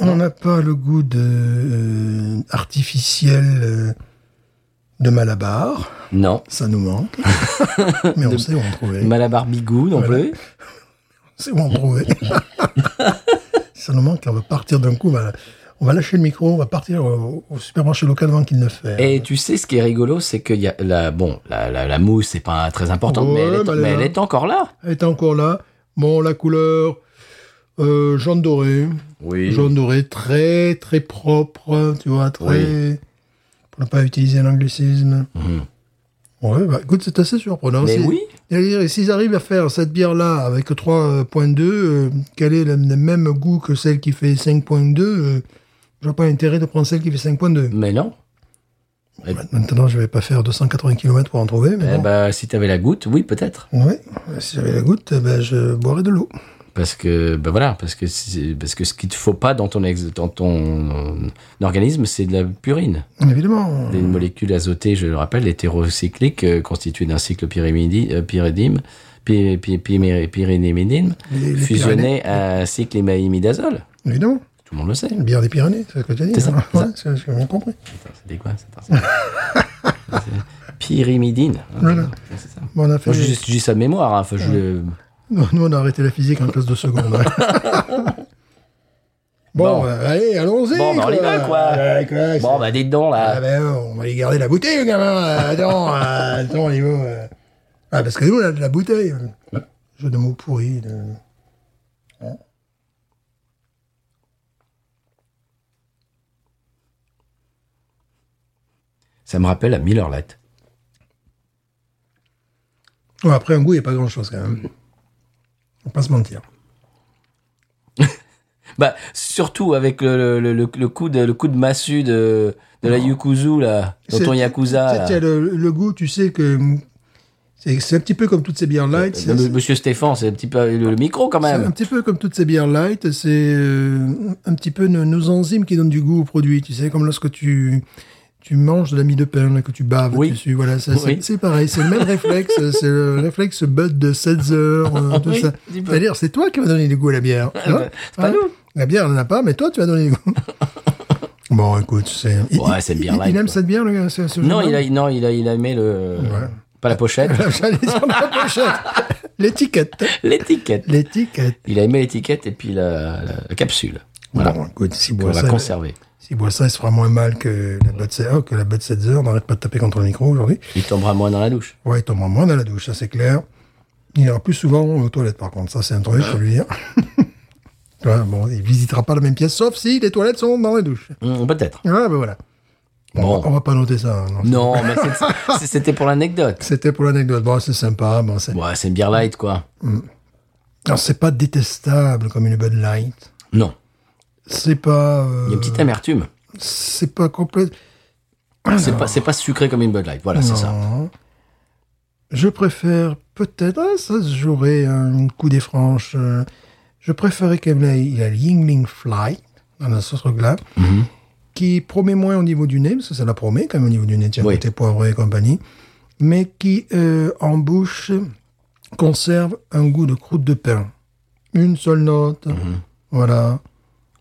Speaker 2: On n'a pas le goût de euh, artificiel euh, de Malabar,
Speaker 1: Non.
Speaker 2: ça nous manque. Mais on sait où en trouver.
Speaker 1: Malabar Bigou non
Speaker 2: Voilà.
Speaker 1: plus.
Speaker 2: C'est où en trouver. ça nous manque, on va partir d'un coup. On va, on va lâcher le micro, on va partir au, au supermarché local avant qu'il ne ferme.
Speaker 1: Et tu sais, ce qui est rigolo, c'est que y a la, bon, la, la, la mousse, c'est pas très importante, mais, elle
Speaker 2: Ouais,
Speaker 1: est,
Speaker 2: bah, elle est
Speaker 1: mais
Speaker 2: là.
Speaker 1: elle est encore là.
Speaker 2: Elle est encore là. Bon, la couleur euh, jaune doré.
Speaker 1: Oui.
Speaker 2: Jaune doré, très très propre, hein, tu vois, très. Pour ne pas utiliser l'anglicisme.
Speaker 1: Mhm.
Speaker 2: Ouais, bah, écoute, c'est assez surprenant.
Speaker 1: Mais
Speaker 2: Si-
Speaker 1: oui.
Speaker 2: j'allais dire, S'ils arrivent à faire cette bière-là avec 3.2, euh, qu'elle ait le, le même goût que celle qui fait 5.2, euh, je vois pas intérêt de prendre celle qui fait 5.2.
Speaker 1: Mais non.
Speaker 2: Maintenant, je vais pas faire 280 km pour en trouver, mais.
Speaker 1: Eh
Speaker 2: bon.
Speaker 1: ben, si t'avais la goutte, oui, peut-être.
Speaker 2: Ouais, si j'avais la goutte, eh ben, je boirais de l'eau.
Speaker 1: Parce que, ben voilà, parce que, c'est- parce que ce qu'il te faut pas dans ton, ex- dans ton euh, organisme, c'est de la purine.
Speaker 2: Évidemment.
Speaker 1: Des molécules azotées, je le rappelle, hétérocycliques, euh, constituées d'un cycle pyrimidi- euh, pyridime, py- py- pymi- pyrinémidine,
Speaker 2: Les- les
Speaker 1: fusionné à un cycle imaimidazole.
Speaker 2: Évidemment.
Speaker 1: Tout le monde le sait.
Speaker 2: Une bière des Pyrénées, c'est ce que tu as dit.
Speaker 1: C'est ça,
Speaker 2: hein.
Speaker 1: c'est ça.
Speaker 2: Ouais, c'est ce que j'ai compris.
Speaker 1: Attends, C'était quoi ça Attends, c'est- c'est Pyrimidine.
Speaker 2: Voilà.
Speaker 1: Ouais, c'est ça.
Speaker 2: Bon, on a fait
Speaker 1: Moi, je
Speaker 2: des-
Speaker 1: je dis ça de mémoire. hein. Enfin, je le-
Speaker 2: Non, Nous, on a arrêté la physique en classe de seconde. hein. bon,
Speaker 1: Bon.
Speaker 2: euh, allez, allons-y.
Speaker 1: Bon, ben, on y va, quoi.
Speaker 2: Ouais, quoi,
Speaker 1: Bon,
Speaker 2: c'est-
Speaker 1: bah, dites donc, là.
Speaker 2: Ah, ben, on va aller garder la bouteille, le gamin. euh, Attends, euh, attends, on y va. euh. Ah, parce que nous, on a de la bouteille. Jeu de mots pourri. de- Hein.
Speaker 1: Ça me rappelle à Miller Lite.
Speaker 2: Bon, après, un goût, il n'y a pas grand-chose, quand même. On va pas se mentir.
Speaker 1: Bah, surtout avec le, le, le, le coup, de, le coup de massue de, de la Yukuzu, là, dans
Speaker 2: Oh. C'est-
Speaker 1: ton
Speaker 2: c'est-
Speaker 1: Yakuza.
Speaker 2: c'est
Speaker 1: là.
Speaker 2: le, le goût, tu sais que... C'est c'est un petit peu comme toutes ces bières light. c'est-
Speaker 1: Le- Euh, Monsieur Stéphane, c'est un petit peu le, le micro quand
Speaker 2: C'est
Speaker 1: même.
Speaker 2: un petit peu comme toutes ces bières light, c'est euh, un petit peu nos, nos enzymes qui donnent du goût au produit. Tu sais, comme lorsque tu tu manges de la mie de pain, là, que tu baves
Speaker 1: Oui.
Speaker 2: dessus. Voilà, ça, c'est-
Speaker 1: Oui.
Speaker 2: c'est pareil, c'est le même réflexe, c'est le réflexe bud de 16 heures, euh, tout
Speaker 1: Oui,
Speaker 2: ça.
Speaker 1: un petit peu.
Speaker 2: C'est-à-dire, c'est toi qui vas donner du goût à la bière. tu vois.
Speaker 1: c'est pas
Speaker 2: Hein
Speaker 1: nous.
Speaker 2: La bière, elle n'en a pas, mais toi, tu vas donner du goût. bon, écoute, c'est. il-
Speaker 1: Ouais, c'est une
Speaker 2: il-
Speaker 1: bière
Speaker 2: il-
Speaker 1: light,
Speaker 2: Il aime
Speaker 1: quoi.
Speaker 2: cette bière, le gars, ce, ce
Speaker 1: Non,
Speaker 2: jeune
Speaker 1: il a,
Speaker 2: homme
Speaker 1: non il, a, il a aimé le.
Speaker 2: Mmh. Ouais.
Speaker 1: Pas la pochette,
Speaker 2: J'allais dire la pochette. L'étiquette.
Speaker 1: l'étiquette.
Speaker 2: L'étiquette.
Speaker 1: Il a aimé l'étiquette et puis la, la- la capsule. Voilà.
Speaker 2: Bon, écoute, si
Speaker 1: On va conserver.
Speaker 2: S'il boit ça, il se fera moins mal que la Bud 7 oh, que la Bud 7 heures. On n'arrête pas de taper contre le micro aujourd'hui.
Speaker 1: Il tombera moins dans la douche.
Speaker 2: Ouais, il tombera moins dans la douche, ça c'est clair. Il ira plus souvent aux toilettes, par contre. Ça, c'est un truc, je peux lui dire. Ouais, bon, il visitera pas la même pièce, sauf si les toilettes sont dans la douche.
Speaker 1: Hum, Peut-être.
Speaker 2: Ouais, ben voilà. Bon,
Speaker 1: Bon.
Speaker 2: On, va, on va pas noter ça. hein, non.
Speaker 1: Non, mais c'est- c'est- c'était pour l'anecdote.
Speaker 2: C'était pour l'anecdote. Bon, c'est sympa. Bon, c'est...
Speaker 1: Ouais, c'est une bière light, quoi.
Speaker 2: Alors, c'est pas détestable comme une Bud Light.
Speaker 1: Non.
Speaker 2: C'est pas. euh,
Speaker 1: Il y a une petite amertume.
Speaker 2: C'est pas complet.
Speaker 1: C'est pas, c'est pas sucré comme une Bud Light. Voilà, c'est ça.
Speaker 2: Non. Je préfère peut-être. Ah, ça se jouerait un coup des franches. euh, Je préférais quand même la, la Yingling Fly, dans la sauce là
Speaker 1: Mhm.
Speaker 2: qui promet moins au niveau du nez, parce que ça la promet quand même au niveau du nez, tiens,
Speaker 1: Oui.
Speaker 2: côté poivré et compagnie, mais qui, euh, en bouche, conserve un goût de croûte de pain. Une seule note.
Speaker 1: Mhm.
Speaker 2: Voilà.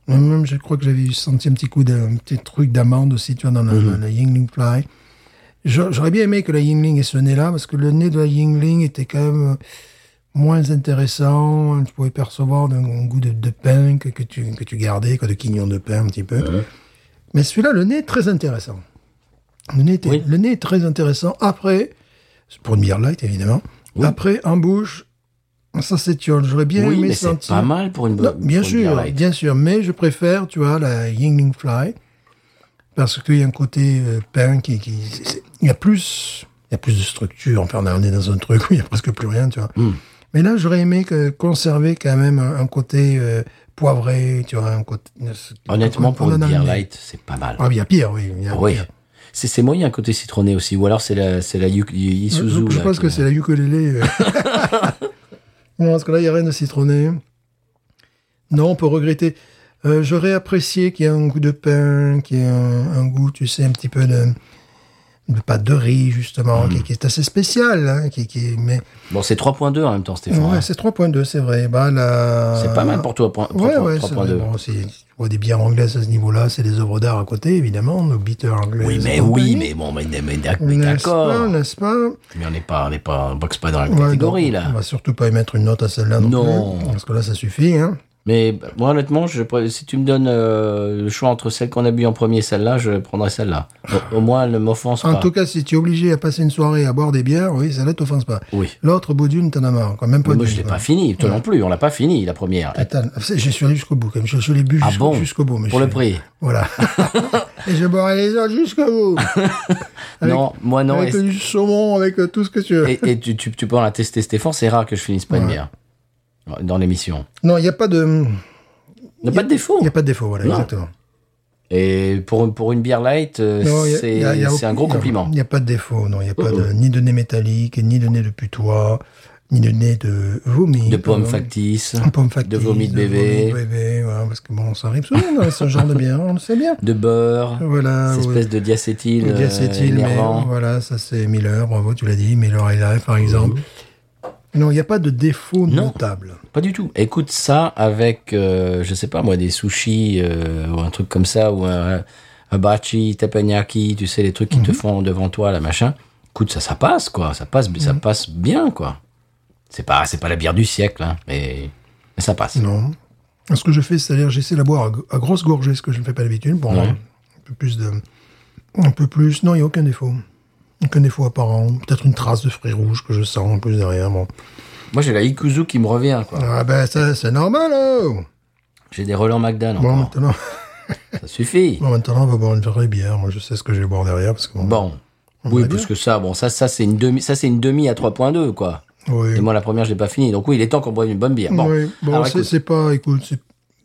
Speaker 2: Et Même, je crois que j'avais senti un petit coup d'un petit truc d'amande aussi, tu vois, dans la,
Speaker 1: Mhm.
Speaker 2: la- la Yingling Fly. J'a- J'aurais bien aimé que la Yingling ait ce nez-là, parce que le nez de la Yingling était quand même euh, moins intéressant. Tu pouvais percevoir un, un goût de, de pain que, que tu, que tu gardais, quoi, de quignon de pain un petit peu. Mais celui-là, le nez est très intéressant. Le nez, était-
Speaker 1: Oui.
Speaker 2: le nez est très intéressant. Après, c'est pour une bière light, évidemment.
Speaker 1: Oui.
Speaker 2: Après, en bouche, ça s'étiole. J'aurais bien
Speaker 1: Oui,
Speaker 2: aimé
Speaker 1: mais c'est
Speaker 2: sentir...
Speaker 1: pas mal pour une
Speaker 2: Non,
Speaker 1: bonne
Speaker 2: bien sûr, bien sûr, mais je préfère, tu vois, la Yingling Fly parce qu'il y a un côté euh, pain qui, qui- c'est- c'est- il y a plus, il y a plus de structure. Enfin, on est dans un truc où il y a presque plus rien, tu vois.
Speaker 1: Hmm.
Speaker 2: Mais là, j'aurais aimé que- conserver quand même un, un côté euh, poivré, tu vois, un côté.
Speaker 1: Honnêtement, pour
Speaker 2: on en
Speaker 1: une
Speaker 2: a
Speaker 1: bière
Speaker 2: un-
Speaker 1: light, c'est pas mal.
Speaker 2: Ah, il y a pire, oui. il y a
Speaker 1: oui.
Speaker 2: pire.
Speaker 1: C'est c'est moi, il y a un côté citronné aussi. Ou alors c'est la, c'est la Yu- Yu-
Speaker 2: Je,
Speaker 1: Isuzu.
Speaker 2: je
Speaker 1: là,
Speaker 2: pense
Speaker 1: qui-
Speaker 2: que c'est la ukulélé. euh. non, parce que là, il n'y a rien de citronné. Non, on peut regretter. Euh, J'aurais apprécié qu'il y ait un goût de pain, qu'il y ait un, un goût, tu sais, un petit peu de, de pâte de riz, justement,
Speaker 1: Hmm.
Speaker 2: qui, qui est assez spécial. hein, qui, qui, mais
Speaker 1: Bon, c'est 3.2 en même temps, Stéphane.
Speaker 2: ouais,
Speaker 1: hein.
Speaker 2: c'est 3.2, c'est vrai. Bah, la-
Speaker 1: C'est pas mal pour toi, point-
Speaker 2: Ouais,
Speaker 1: 3.2.
Speaker 2: ouais, c'est vrai. Bon, c'est- tu vois des bières anglaises à ce niveau-là, c'est des œuvres d'art à côté, évidemment, nos bitters anglais.
Speaker 1: oui, mais oui, mais bon, mais, mais d'ac- mais
Speaker 2: N'est-ce pas,
Speaker 1: d'accord.
Speaker 2: n'est-ce pas
Speaker 1: Mais on n'est pas, on n'est pas, on boxe pas dans la
Speaker 2: Ouais,
Speaker 1: catégorie,
Speaker 2: donc,
Speaker 1: là.
Speaker 2: On va surtout pas émettre une note à celle-là non,
Speaker 1: Non.
Speaker 2: plus, parce que là, ça suffit. Hein.
Speaker 1: Mais bah, moi, honnêtement, je, pr- si tu me donnes euh, le choix entre celle qu'on a bu en premier et celle-là, je prendrais celle-là. Au- Au, moins, elle ne m'offense
Speaker 2: En
Speaker 1: pas.
Speaker 2: tout cas, si tu es obligé à passer une soirée à boire des bières, oui, celle-là t'offense pas.
Speaker 1: Oui.
Speaker 2: L'autre, bout d'une, t'en as marre. Quoi. Même pas hein.
Speaker 1: Mais moi,
Speaker 2: d'une,
Speaker 1: je l'ai
Speaker 2: quoi.
Speaker 1: pas fini, toi non plus. On l'a pas fini, la première.
Speaker 2: Putain, J'ai survécu jusqu'au bout, quand même. Je, je l'ai bu
Speaker 1: Ah
Speaker 2: jusqu'au
Speaker 1: bon
Speaker 2: jusqu'au bout. mais
Speaker 1: Pour
Speaker 2: je-
Speaker 1: le prix.
Speaker 2: Voilà. et je boirai les autres jusqu'au bout. Avec-
Speaker 1: non, moi Ah non.
Speaker 2: avec
Speaker 1: et-
Speaker 2: du saumon, avec euh, tout ce que tu veux.
Speaker 1: Et, et tu, tu, tu peux en attester, Stéphane, c'est rare que je finisse pas une
Speaker 2: Ouais.
Speaker 1: bière dans l'émission.
Speaker 2: Non, il n'y a pas de,
Speaker 1: Il n'y a pas de défaut.
Speaker 2: il y a pas de défaut, voilà,
Speaker 1: Non.
Speaker 2: exactement.
Speaker 1: Et pour, pour une bière light, euh,
Speaker 2: Non, y a-
Speaker 1: c'est
Speaker 2: y a- y a
Speaker 1: c'est un
Speaker 2: aucun-
Speaker 1: gros
Speaker 2: y a-
Speaker 1: compliment.
Speaker 2: Il n'y a pas de défaut, non. Il n'y a pas
Speaker 1: Oh,
Speaker 2: de, ni de nez métallique, ni de nez de putois, ni de nez de vomi.
Speaker 1: De pommes
Speaker 2: pardon.
Speaker 1: factices,
Speaker 2: Pomme factice,
Speaker 1: de vomi de
Speaker 2: vomi
Speaker 1: bébé,
Speaker 2: de bébé, voilà, parce que bon, ça arrive souvent dans ce genre de bière, on le sait bien.
Speaker 1: de beurre,
Speaker 2: Voilà.
Speaker 1: cette
Speaker 2: ouais.
Speaker 1: espèce de diacétyl,
Speaker 2: Le
Speaker 1: euh,
Speaker 2: diacétyl, mais
Speaker 1: énervant. Oh.
Speaker 2: voilà, ça c'est Miller, bravo, tu l'as dit, Miller High Life par exemple. Non, il n'y a pas de défaut
Speaker 1: Non.
Speaker 2: notable.
Speaker 1: Pas du tout. Écoute ça avec, euh, je sais pas moi, des sushis euh, ou un truc comme ça, ou un, un bachi, teppanyaki, tu sais, les trucs qui te
Speaker 2: Mhm.
Speaker 1: font devant toi, là, machin. Écoute, ça, ça passe, quoi. Ça passe, ça
Speaker 2: Mhm.
Speaker 1: passe bien, quoi. C'est pas, c'est pas la bière du siècle, hein, mais, mais ça passe.
Speaker 2: Non. Ce que je fais, c'est-à-dire j'essaie de la boire à, g- à grosse gorgée, ce que je ne fais pas d'habitude, pour avoir un peu plus de... Un peu plus... Non, il n'y a aucun défaut. Aucun défaut apparent. Peut-être une trace de fruits rouges que je sens en plus derrière. Bon.
Speaker 1: Moi, j'ai la ikuzu qui me revient, quoi.
Speaker 2: Ah ben, ça, c'est normal, oh
Speaker 1: J'ai des relents McDonald's.
Speaker 2: Bon,
Speaker 1: encore.
Speaker 2: maintenant,
Speaker 1: Ça suffit.
Speaker 2: bon, maintenant, on va boire une vraie bière. Moi, je sais ce que je vais boire derrière, parce que...
Speaker 1: Bon.
Speaker 2: va
Speaker 1: Oui,
Speaker 2: bien.
Speaker 1: plus que ça. Bon, ça, ça c'est une demi, ça c'est une demi à 3.2 quoi.
Speaker 2: Oui.
Speaker 1: Et moi la première, je l'ai pas fini. Donc oui, il est temps qu'on boive une bonne bière. Bon,
Speaker 2: Oui. Bon,
Speaker 1: Alors,
Speaker 2: c'est
Speaker 1: écoute,
Speaker 2: c'est pas... Écoute, c'est...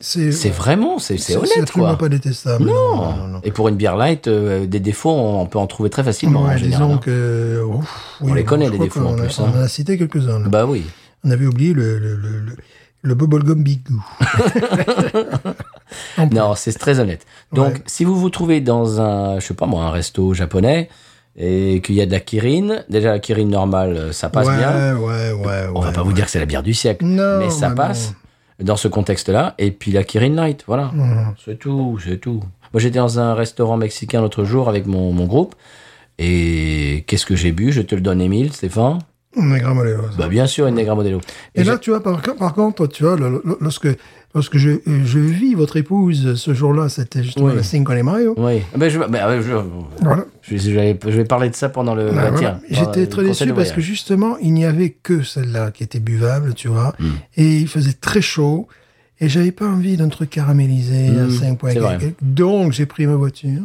Speaker 2: C'est
Speaker 1: c'est vraiment, c'est c'est honnête
Speaker 2: absolument
Speaker 1: quoi.
Speaker 2: pas détestable. Non, non, non, non.
Speaker 1: Et pour une bière light, euh, des défauts, on peut en trouver très facilement
Speaker 2: Ouais,
Speaker 1: en général.
Speaker 2: disons
Speaker 1: hein.
Speaker 2: que... ouf, oui,
Speaker 1: On les
Speaker 2: bon,
Speaker 1: connaît,
Speaker 2: je
Speaker 1: les
Speaker 2: crois
Speaker 1: défauts,
Speaker 2: qu'on
Speaker 1: en
Speaker 2: a-
Speaker 1: plus,
Speaker 2: On
Speaker 1: hein.
Speaker 2: en a cité quelques-uns. là.
Speaker 1: Bah oui.
Speaker 2: On avait oublié le, le, le, le, le bubblegum bigou.
Speaker 1: Non, c'est très honnête. Donc,
Speaker 2: Ouais.
Speaker 1: si vous vous trouvez dans un, je sais pas moi, un resto japonais et qu'il y a de la Kirin, déjà la Kirin normale, euh, ça passe
Speaker 2: ouais,
Speaker 1: bien.
Speaker 2: ouais, ouais, ouais.
Speaker 1: On va pas vous dire que c'est la bière du siècle,
Speaker 2: Non,
Speaker 1: mais ça
Speaker 2: mais
Speaker 1: passe dans ce contexte-là. Et puis la Kirin Light, voilà.
Speaker 2: Mhm.
Speaker 1: C'est tout, c'est tout. Moi, j'étais dans un restaurant mexicain l'autre jour avec mon, mon groupe. Et qu'est-ce que j'ai bu Je te le donne, Émile, Stéphane.
Speaker 2: On est grammolé, ouais, ça.
Speaker 1: Bah, bien sûr, une Negra Modelo. Et,
Speaker 2: Et
Speaker 1: j'ai-
Speaker 2: là, tu vois, par, par contre, tu vois, le- le- lorsque, lorsque je, je vis votre épouse ce jour-là, c'était justement
Speaker 1: Oui.
Speaker 2: la Cinco de Mayo.
Speaker 1: Oui. Ah, bah, je, bah, je,
Speaker 2: Voilà.
Speaker 1: je- je vais- je vais parler de ça pendant le.
Speaker 2: Ah,
Speaker 1: bah,
Speaker 2: voilà.
Speaker 1: tiens, pendant
Speaker 2: J'étais
Speaker 1: le
Speaker 2: très
Speaker 1: conseil
Speaker 2: déçu
Speaker 1: de
Speaker 2: parce que
Speaker 1: voyage.
Speaker 2: justement, il n'y avait que celle-là qui était buvable, tu vois.
Speaker 1: Hmm.
Speaker 2: Et il faisait très chaud. Et j'avais pas envie d'un truc caramélisé à
Speaker 1: Mm,
Speaker 2: 5 points.
Speaker 1: c'est vrai.
Speaker 2: quelques. Donc, j'ai pris ma voiture.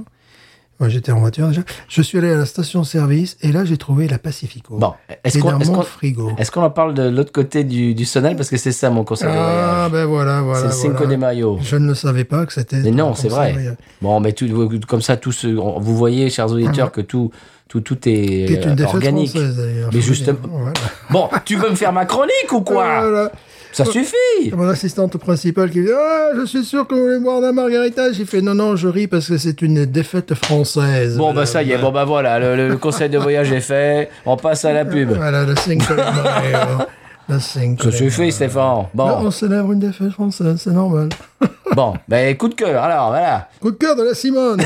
Speaker 2: moi j'étais en voiture déjà, je suis allé à la station-service et là j'ai trouvé la Pacifico.
Speaker 1: Bon, est-ce
Speaker 2: Et
Speaker 1: qu'on
Speaker 2: dans
Speaker 1: est-ce
Speaker 2: mon
Speaker 1: qu'on-
Speaker 2: frigo.
Speaker 1: est-ce qu'on en parle de l'autre côté du, du Sonnel Parce que c'est ça mon conseil de
Speaker 2: Ah
Speaker 1: voyage.
Speaker 2: ben voilà, voilà.
Speaker 1: c'est le Cinco
Speaker 2: voilà.
Speaker 1: de Mayo.
Speaker 2: Je ne le savais pas que c'était.
Speaker 1: Mais non,
Speaker 2: comme
Speaker 1: c'est
Speaker 2: ça,
Speaker 1: vrai.
Speaker 2: oui.
Speaker 1: Bon, mais tout, comme ça, tout ce, on- vous voyez, chers auditeurs, que tout, tout, tout
Speaker 2: Ah. Qui
Speaker 1: est,
Speaker 2: est une
Speaker 1: euh,
Speaker 2: défaite
Speaker 1: organique.
Speaker 2: française d'ailleurs.
Speaker 1: Mais
Speaker 2: Faut le
Speaker 1: justement-
Speaker 2: dire. Voilà.
Speaker 1: Bon, tu veux me faire ma chronique ou quoi
Speaker 2: Voilà.
Speaker 1: Ça suffit
Speaker 2: Et Mon assistante principale qui dit Ah, je suis sûr que vous voulez boire de la margarita. J'ai fait Non, non, je ris parce que c'est une défaite française.
Speaker 1: Bon,
Speaker 2: Voilà,
Speaker 1: bah ça y est, bon, bah voilà, le, le- le conseil de voyage est fait, on passe à la pub.
Speaker 2: Voilà, le Cinco de Mayo. Le Cinco
Speaker 1: Ça
Speaker 2: de
Speaker 1: suffit,
Speaker 2: Mayo.
Speaker 1: Stéphane.
Speaker 2: Là,
Speaker 1: Bon,
Speaker 2: on célèbre une défaite française, c'est normal.
Speaker 1: bon, bah coup de cœur, alors, voilà.
Speaker 2: Coup de cœur de la Simone.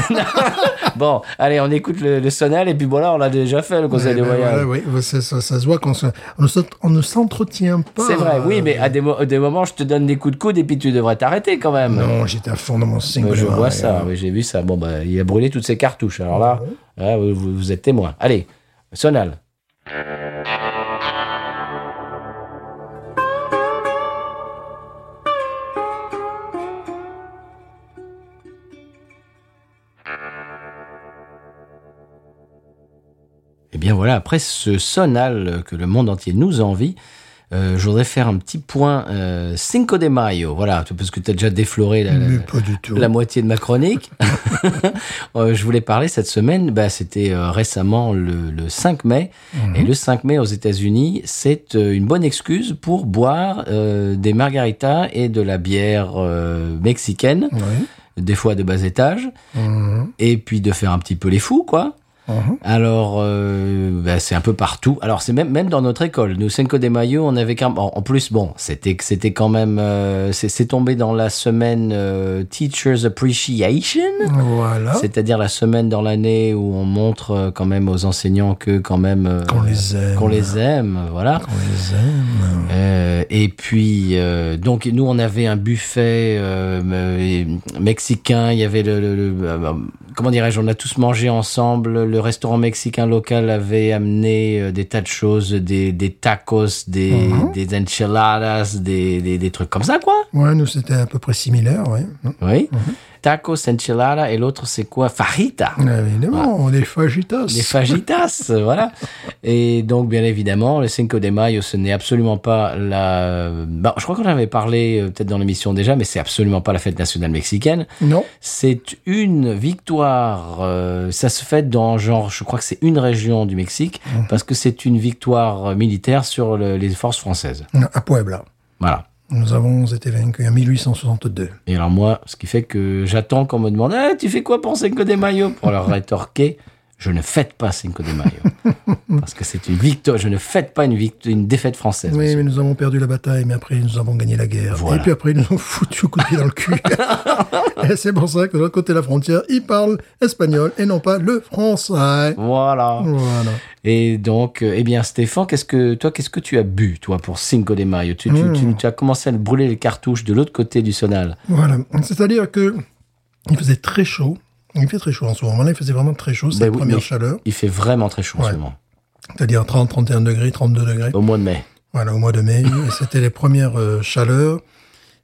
Speaker 1: Bon, allez, on écoute le, le sonal, et puis voilà, on l'a déjà fait, le conseil
Speaker 2: Eh
Speaker 1: de
Speaker 2: ben
Speaker 1: voyage.
Speaker 2: voilà, oui, oui, ça, ça- ça se voit qu'on se- on ne s'ent- on ne s'entretient pas.
Speaker 1: C'est vrai, oui, mais à des, mo- des moments, je te donne des coups de coude, et puis tu devrais t'arrêter quand même.
Speaker 2: Non, j'étais à fond dans mon Cinco
Speaker 1: Euh,
Speaker 2: de
Speaker 1: je
Speaker 2: Mayo.
Speaker 1: vois ça, Ah oui, j'ai vu ça. Bon, bah, il a brûlé toutes ses cartouches. Alors là, là, vous, vous- vous êtes témoin. Allez, Sonal. Eh bien voilà, après ce Sonal que le monde entier nous envie, euh, je voudrais faire un petit point euh, Cinco de Mayo. Voilà, parce que tu as déjà défloré la, la-
Speaker 2: Mais pas du tout.
Speaker 1: la moitié de ma chronique. Euh, je voulais parler cette semaine, bah, c'était euh, récemment le, le 5 mai. Et le 5 mai aux États-Unis, c'est euh, une bonne excuse pour boire euh, des margaritas et de la bière euh, mexicaine,
Speaker 2: Oui.
Speaker 1: des fois de bas étage,
Speaker 2: Mhm.
Speaker 1: et puis de faire un petit peu les fous, quoi.
Speaker 2: Mhm.
Speaker 1: Alors, euh, bah, c'est un peu partout. Alors, c'est même, même dans notre école. Nous, Cinco de Mayo, on avait quand même... En en plus, bon, c'était c'était quand même... euh, c'est c'est tombé dans la semaine euh, Teachers Appreciation,
Speaker 2: Voilà.
Speaker 1: c'est-à-dire la semaine dans l'année où on montre euh, quand même aux enseignants que quand même... euh,
Speaker 2: Qu'on les aime.
Speaker 1: qu'on les aime, voilà.
Speaker 2: On les aime.
Speaker 1: Euh, et puis, euh, donc, nous, on avait un buffet euh, me- mexicain. Il y avait le. le- le- euh, comment dirais-je On a tous mangé ensemble. Le restaurant mexicain local avait amené euh, des tas de choses des, des tacos, des,
Speaker 2: Mhm.
Speaker 1: des enchiladas, des, des, des trucs comme ça, quoi.
Speaker 2: Ouais, nous, c'était à peu près similaire, ouais.
Speaker 1: Oui. Tacos, enchiladas, et l'autre, c'est quoi Fajita.
Speaker 2: Évidemment, des fajitas.
Speaker 1: Les fajitas, voilà. Et donc, bien évidemment, le Cinco de Mayo, ce n'est absolument pas la... Bah, je crois qu'on en avait parlé euh, peut-être dans l'émission déjà, mais c'est absolument pas la fête nationale mexicaine.
Speaker 2: Non.
Speaker 1: C'est une victoire. euh, ça se fait dans genre, je crois que c'est une région du Mexique, parce que c'est une victoire euh, militaire sur le- les forces françaises.
Speaker 2: non, à Puebla.
Speaker 1: Voilà.
Speaker 2: Nous avons été vaincus en 1862.
Speaker 1: Et alors moi, ce qui fait que j'attends qu'on me demande Ah, tu fais quoi pour Cinco de Mayo ?» Pour leur rétorquer « Je ne fête pas Cinco de Mayo. » Parce que c'est une victoire. Je ne fête pas une, vict- une défaite française.
Speaker 2: Oui,
Speaker 1: monsieur.
Speaker 2: mais nous avons perdu la bataille, mais après, nous avons gagné la guerre.
Speaker 1: Voilà.
Speaker 2: Et puis après, ils nous ont foutu le coup de pied dans le cul. et c'est pour ça que de l'autre côté de la frontière, ils parlent espagnol et non pas le français.
Speaker 1: Voilà.
Speaker 2: Voilà.
Speaker 1: Et donc, euh, eh bien, Stéphane, qu'est-ce que toi, qu'est-ce que tu as bu, toi, pour Cinco de Mayo tu, tu-
Speaker 2: Mm.
Speaker 1: tu- tu as commencé à brûler les cartouches de l'autre côté du sonal.
Speaker 2: Voilà. C'est-à-dire que il faisait très chaud. Il fait très chaud en ce moment. Là, il faisait vraiment très chaud. C'est
Speaker 1: Ben
Speaker 2: la
Speaker 1: oui,
Speaker 2: première
Speaker 1: mais-
Speaker 2: chaleur.
Speaker 1: Il fait vraiment très chaud en
Speaker 2: Ouais.
Speaker 1: ce moment,
Speaker 2: C'est-à-dire 30, 31 degrés, 32 degrés.
Speaker 1: au mois de mai.
Speaker 2: Voilà, au mois de mai, et c'était les premières euh, chaleurs.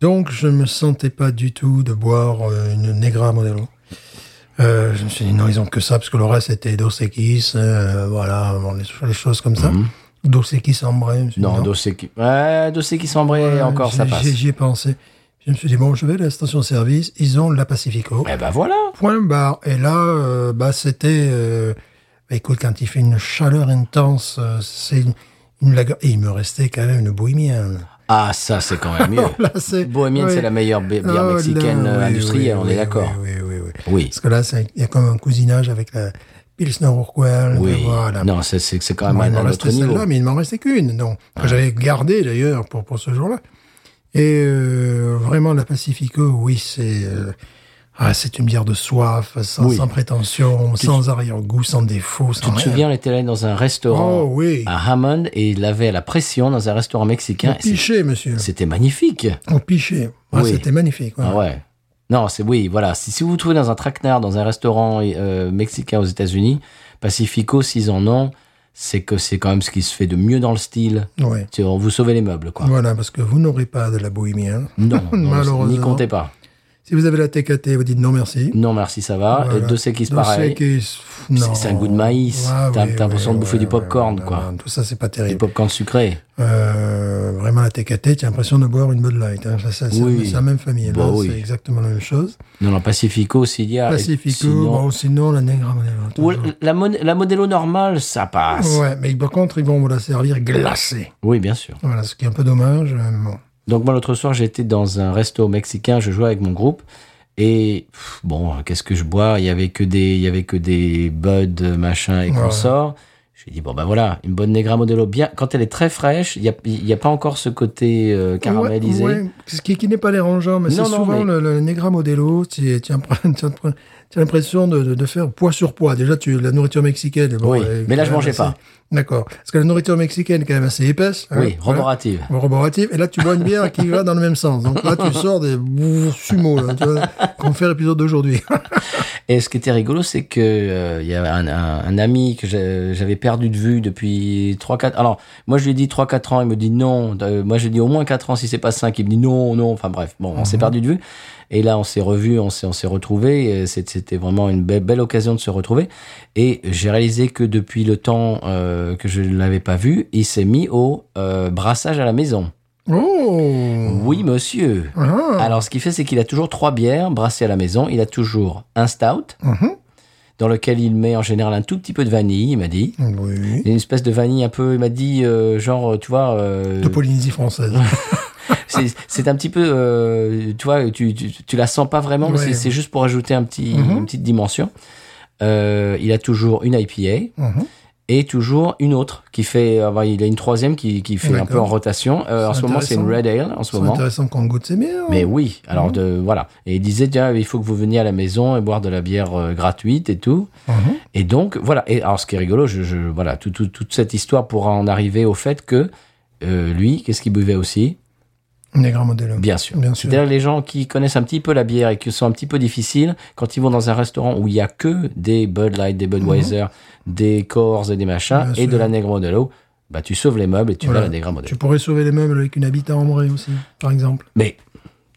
Speaker 2: Donc, je me sentais pas du tout de boire euh, une Negra Modelo. Euh, je me suis dit, non, ils ont que ça, parce que le reste, c'était Dos Equis, euh, voilà, bon, les, les choses comme ça. Dos Equis en vrai. je me suis dit,
Speaker 1: Mhm. Non, Dossé qui, ouais, Dossé qui s'embrait
Speaker 2: Ouais,
Speaker 1: encore, ça
Speaker 2: j'y-
Speaker 1: passe.
Speaker 2: j'y- J'y ai pensé. Je me suis dit, bon, je vais à la station-service, ils ont la Pacifico.
Speaker 1: Eh ben voilà.
Speaker 2: Point barre. Et là, euh, bah, c'était. euh, bah, écoute, quand il fait une chaleur intense, euh, c'est une, une laga- Et il me restait quand même une bohémienne.
Speaker 1: Ah, ça, c'est quand même mieux.
Speaker 2: Là, c'est-
Speaker 1: Bohémienne,
Speaker 2: oui.
Speaker 1: c'est la meilleure bi- bière
Speaker 2: Oh là,
Speaker 1: mexicaine euh,
Speaker 2: oui,
Speaker 1: industrielle,
Speaker 2: oui,
Speaker 1: on est
Speaker 2: oui,
Speaker 1: d'accord.
Speaker 2: Oui, oui, oui, oui.
Speaker 1: Oui.
Speaker 2: Parce que là, c'est- il y a comme un cousinage avec la Pilsner Urquell.
Speaker 1: Oui.
Speaker 2: Voilà.
Speaker 1: Non, c'est- c'est c'est quand même
Speaker 2: Moi, il
Speaker 1: à
Speaker 2: m'en
Speaker 1: un autre
Speaker 2: restait
Speaker 1: niveau.
Speaker 2: celle-là, mais il m'en restait qu'une. Donc, que j'avais gardée d'ailleurs pour, pour ce jour-là. Et euh, vraiment, la Pacifico, oui, c'est. euh, ah, c'est une bière de soif, sans,
Speaker 1: Oui.
Speaker 2: sans prétention,
Speaker 1: Tu-
Speaker 2: sans arrière-goût, sans défaut, sans
Speaker 1: Tu te
Speaker 2: rien.
Speaker 1: souviens, Ah, on était allé dans un restaurant
Speaker 2: Oh oui,
Speaker 1: à Hammond et il avait à la pression dans un restaurant
Speaker 2: au
Speaker 1: mexicain. et c'est-
Speaker 2: pichet, monsieur,
Speaker 1: C'était magnifique.
Speaker 2: au pichet. Ah,
Speaker 1: Oui.
Speaker 2: C'était magnifique. ouais.
Speaker 1: Ah ouais. Non, c'est oui, voilà. Si, si vous vous trouvez dans un traquenard, dans un restaurant euh, mexicain aux États-Unis, Pacifico, s'ils en ont, c'est que c'est quand même ce qui se fait de mieux dans le style.
Speaker 2: Ouais.
Speaker 1: Tu- on Vous sauvez les meubles, quoi.
Speaker 2: Voilà, parce que vous n'aurez pas de la bohémienne.
Speaker 1: Non, non,
Speaker 2: Malheureusement.
Speaker 1: n'y comptez pas.
Speaker 2: Si vous avez la TKT, vous dites non merci.
Speaker 1: Non, merci, ça va.
Speaker 2: Voilà.
Speaker 1: Et deux séquisses,
Speaker 2: Dos
Speaker 1: pareil.
Speaker 2: Equis, pff, non.
Speaker 1: c'est un goût de maïs.
Speaker 2: Ah,
Speaker 1: T'as-
Speaker 2: oui,
Speaker 1: t'as l'impression
Speaker 2: oui,
Speaker 1: de bouffer
Speaker 2: ouais,
Speaker 1: du popcorn,
Speaker 2: ouais,
Speaker 1: quoi.
Speaker 2: non, non, tout ça, c'est pas
Speaker 1: Des
Speaker 2: terrible.
Speaker 1: popcorn sucré.
Speaker 2: Euh, vraiment, la TKT, tu as l'impression de boire une Bud Light. hein. Ça, ça, c'est
Speaker 1: Oui.
Speaker 2: c'est la même famille.
Speaker 1: Bah
Speaker 2: Là,
Speaker 1: oui.
Speaker 2: c'est exactement la même chose.
Speaker 1: Non, non, Pacifico, s'il y a. et
Speaker 2: Pacifico, bah
Speaker 1: sinon-
Speaker 2: bon, sinon, la Negra Modelo,
Speaker 1: Ou
Speaker 2: toujours.
Speaker 1: la, mon- la Modelo normale, ça passe.
Speaker 2: Ouais, mais par contre, ils vont vous la servir glacée.
Speaker 1: Oui, bien sûr.
Speaker 2: Voilà, ce qui est un peu dommage. euh, bon.
Speaker 1: Donc, moi, l'autre soir, j'étais dans un resto mexicain, je jouais avec mon groupe. Et pff, bon, qu'est-ce que je bois Il y avait que des, il y avait que des buds, machin et
Speaker 2: Ouais.
Speaker 1: consorts. J'ai dit bon ben voilà, une bonne Negra Modelo bien. Quand elle est très fraîche, il y a, il y a pas encore ce côté euh, caramélisé.
Speaker 2: Ouais, ouais, Ce qui, qui n'est pas dérangeant, mais c'est
Speaker 1: Non, non,
Speaker 2: souvent
Speaker 1: mais-
Speaker 2: le, le Negra Modelo, tu tu as tu as l'impression de, de- de faire poids sur poids. Déjà, tu, la nourriture mexicaine.
Speaker 1: Oui,
Speaker 2: elle est
Speaker 1: mais là, je
Speaker 2: quand même
Speaker 1: mangeais
Speaker 2: assez-
Speaker 1: pas.
Speaker 2: D'accord. Parce que la nourriture mexicaine est quand même assez épaisse. hein,
Speaker 1: Oui,
Speaker 2: voilà.
Speaker 1: roborative.
Speaker 2: Bon, Roborative. Et là, tu bois une bière qui va dans le même sens. Donc là, tu sors des bouh- sumo, là, tu vois, qu'on fait l'épisode d'aujourd'hui.
Speaker 1: Et ce qui était rigolo, c'est que euh, il y a un, un- un ami que j'a- j'avais perdu de vue depuis 3 4 Alors, moi je lui ai dit 3 4 ans, il me dit non, Euh, moi je dis au moins 4 ans si c'est pas 5, il me dit non non, enfin bref. Bon, on s'est perdu de vue et là on s'est revu, on s'est on s'est retrouvé, c'était vraiment une be- belle occasion de se retrouver et j'ai réalisé que depuis le temps euh, que je ne l'avais pas vu, il s'est mis au euh, brassage à la maison.
Speaker 2: Oh
Speaker 1: Oui, monsieur.
Speaker 2: Ah.
Speaker 1: Alors, ce qu'il fait, c'est qu'il a toujours trois bières brassées à la maison. Il a toujours un stout,
Speaker 2: Mhm.
Speaker 1: dans lequel il met en général un tout petit peu de vanille, il m'a dit.
Speaker 2: Oui.
Speaker 1: Une espèce de vanille un peu, il m'a dit, euh, genre, tu vois, euh,
Speaker 2: De Polynésie française.
Speaker 1: c'est c'est un petit peu, euh, tu vois, tu, tu, tu la sens pas vraiment, mais
Speaker 2: Ouais.
Speaker 1: c'est- c'est juste pour ajouter un petit,
Speaker 2: Mhm.
Speaker 1: une petite dimension. Euh, il a toujours une IPA
Speaker 2: Mhm.
Speaker 1: et toujours une autre qui fait, euh, il a une troisième qui, qui fait un peu en
Speaker 2: D'accord.
Speaker 1: rotation. Euh, en
Speaker 2: C'est
Speaker 1: ce moment, c'est une
Speaker 2: intéressant.
Speaker 1: Red Ale, en ce
Speaker 2: C'est
Speaker 1: moment.
Speaker 2: intéressant qu'on goûte ces bières.
Speaker 1: Mais oui, alors
Speaker 2: Mhm.
Speaker 1: de voilà. Et il disait tiens, il faut que vous veniez à la maison et boire de la bière euh, gratuite et tout.
Speaker 2: Mhm.
Speaker 1: Et donc voilà. Et alors ce qui est rigolo, je, je- voilà, tout- tout- toute cette histoire pourra en arriver au fait que euh, lui, qu'est-ce qu'il buvait aussi
Speaker 2: Negra Modelo.
Speaker 1: Bien sûr.
Speaker 2: Bien sûr.
Speaker 1: C'est-à-dire les gens qui connaissent un petit peu la bière et qui sont un petit peu difficiles quand ils vont dans un restaurant où il y a que des Bud Light, des Budweiser, des Coors et des machins
Speaker 2: Mhm. Bien
Speaker 1: et de
Speaker 2: sûr.
Speaker 1: la Negra Modelo, bah tu sauves les meubles et tu
Speaker 2: Voilà.
Speaker 1: vas à la Negra Modelo.
Speaker 2: Tu pourrais sauver les meubles avec une habitat ambrée aussi, par exemple.
Speaker 1: Mais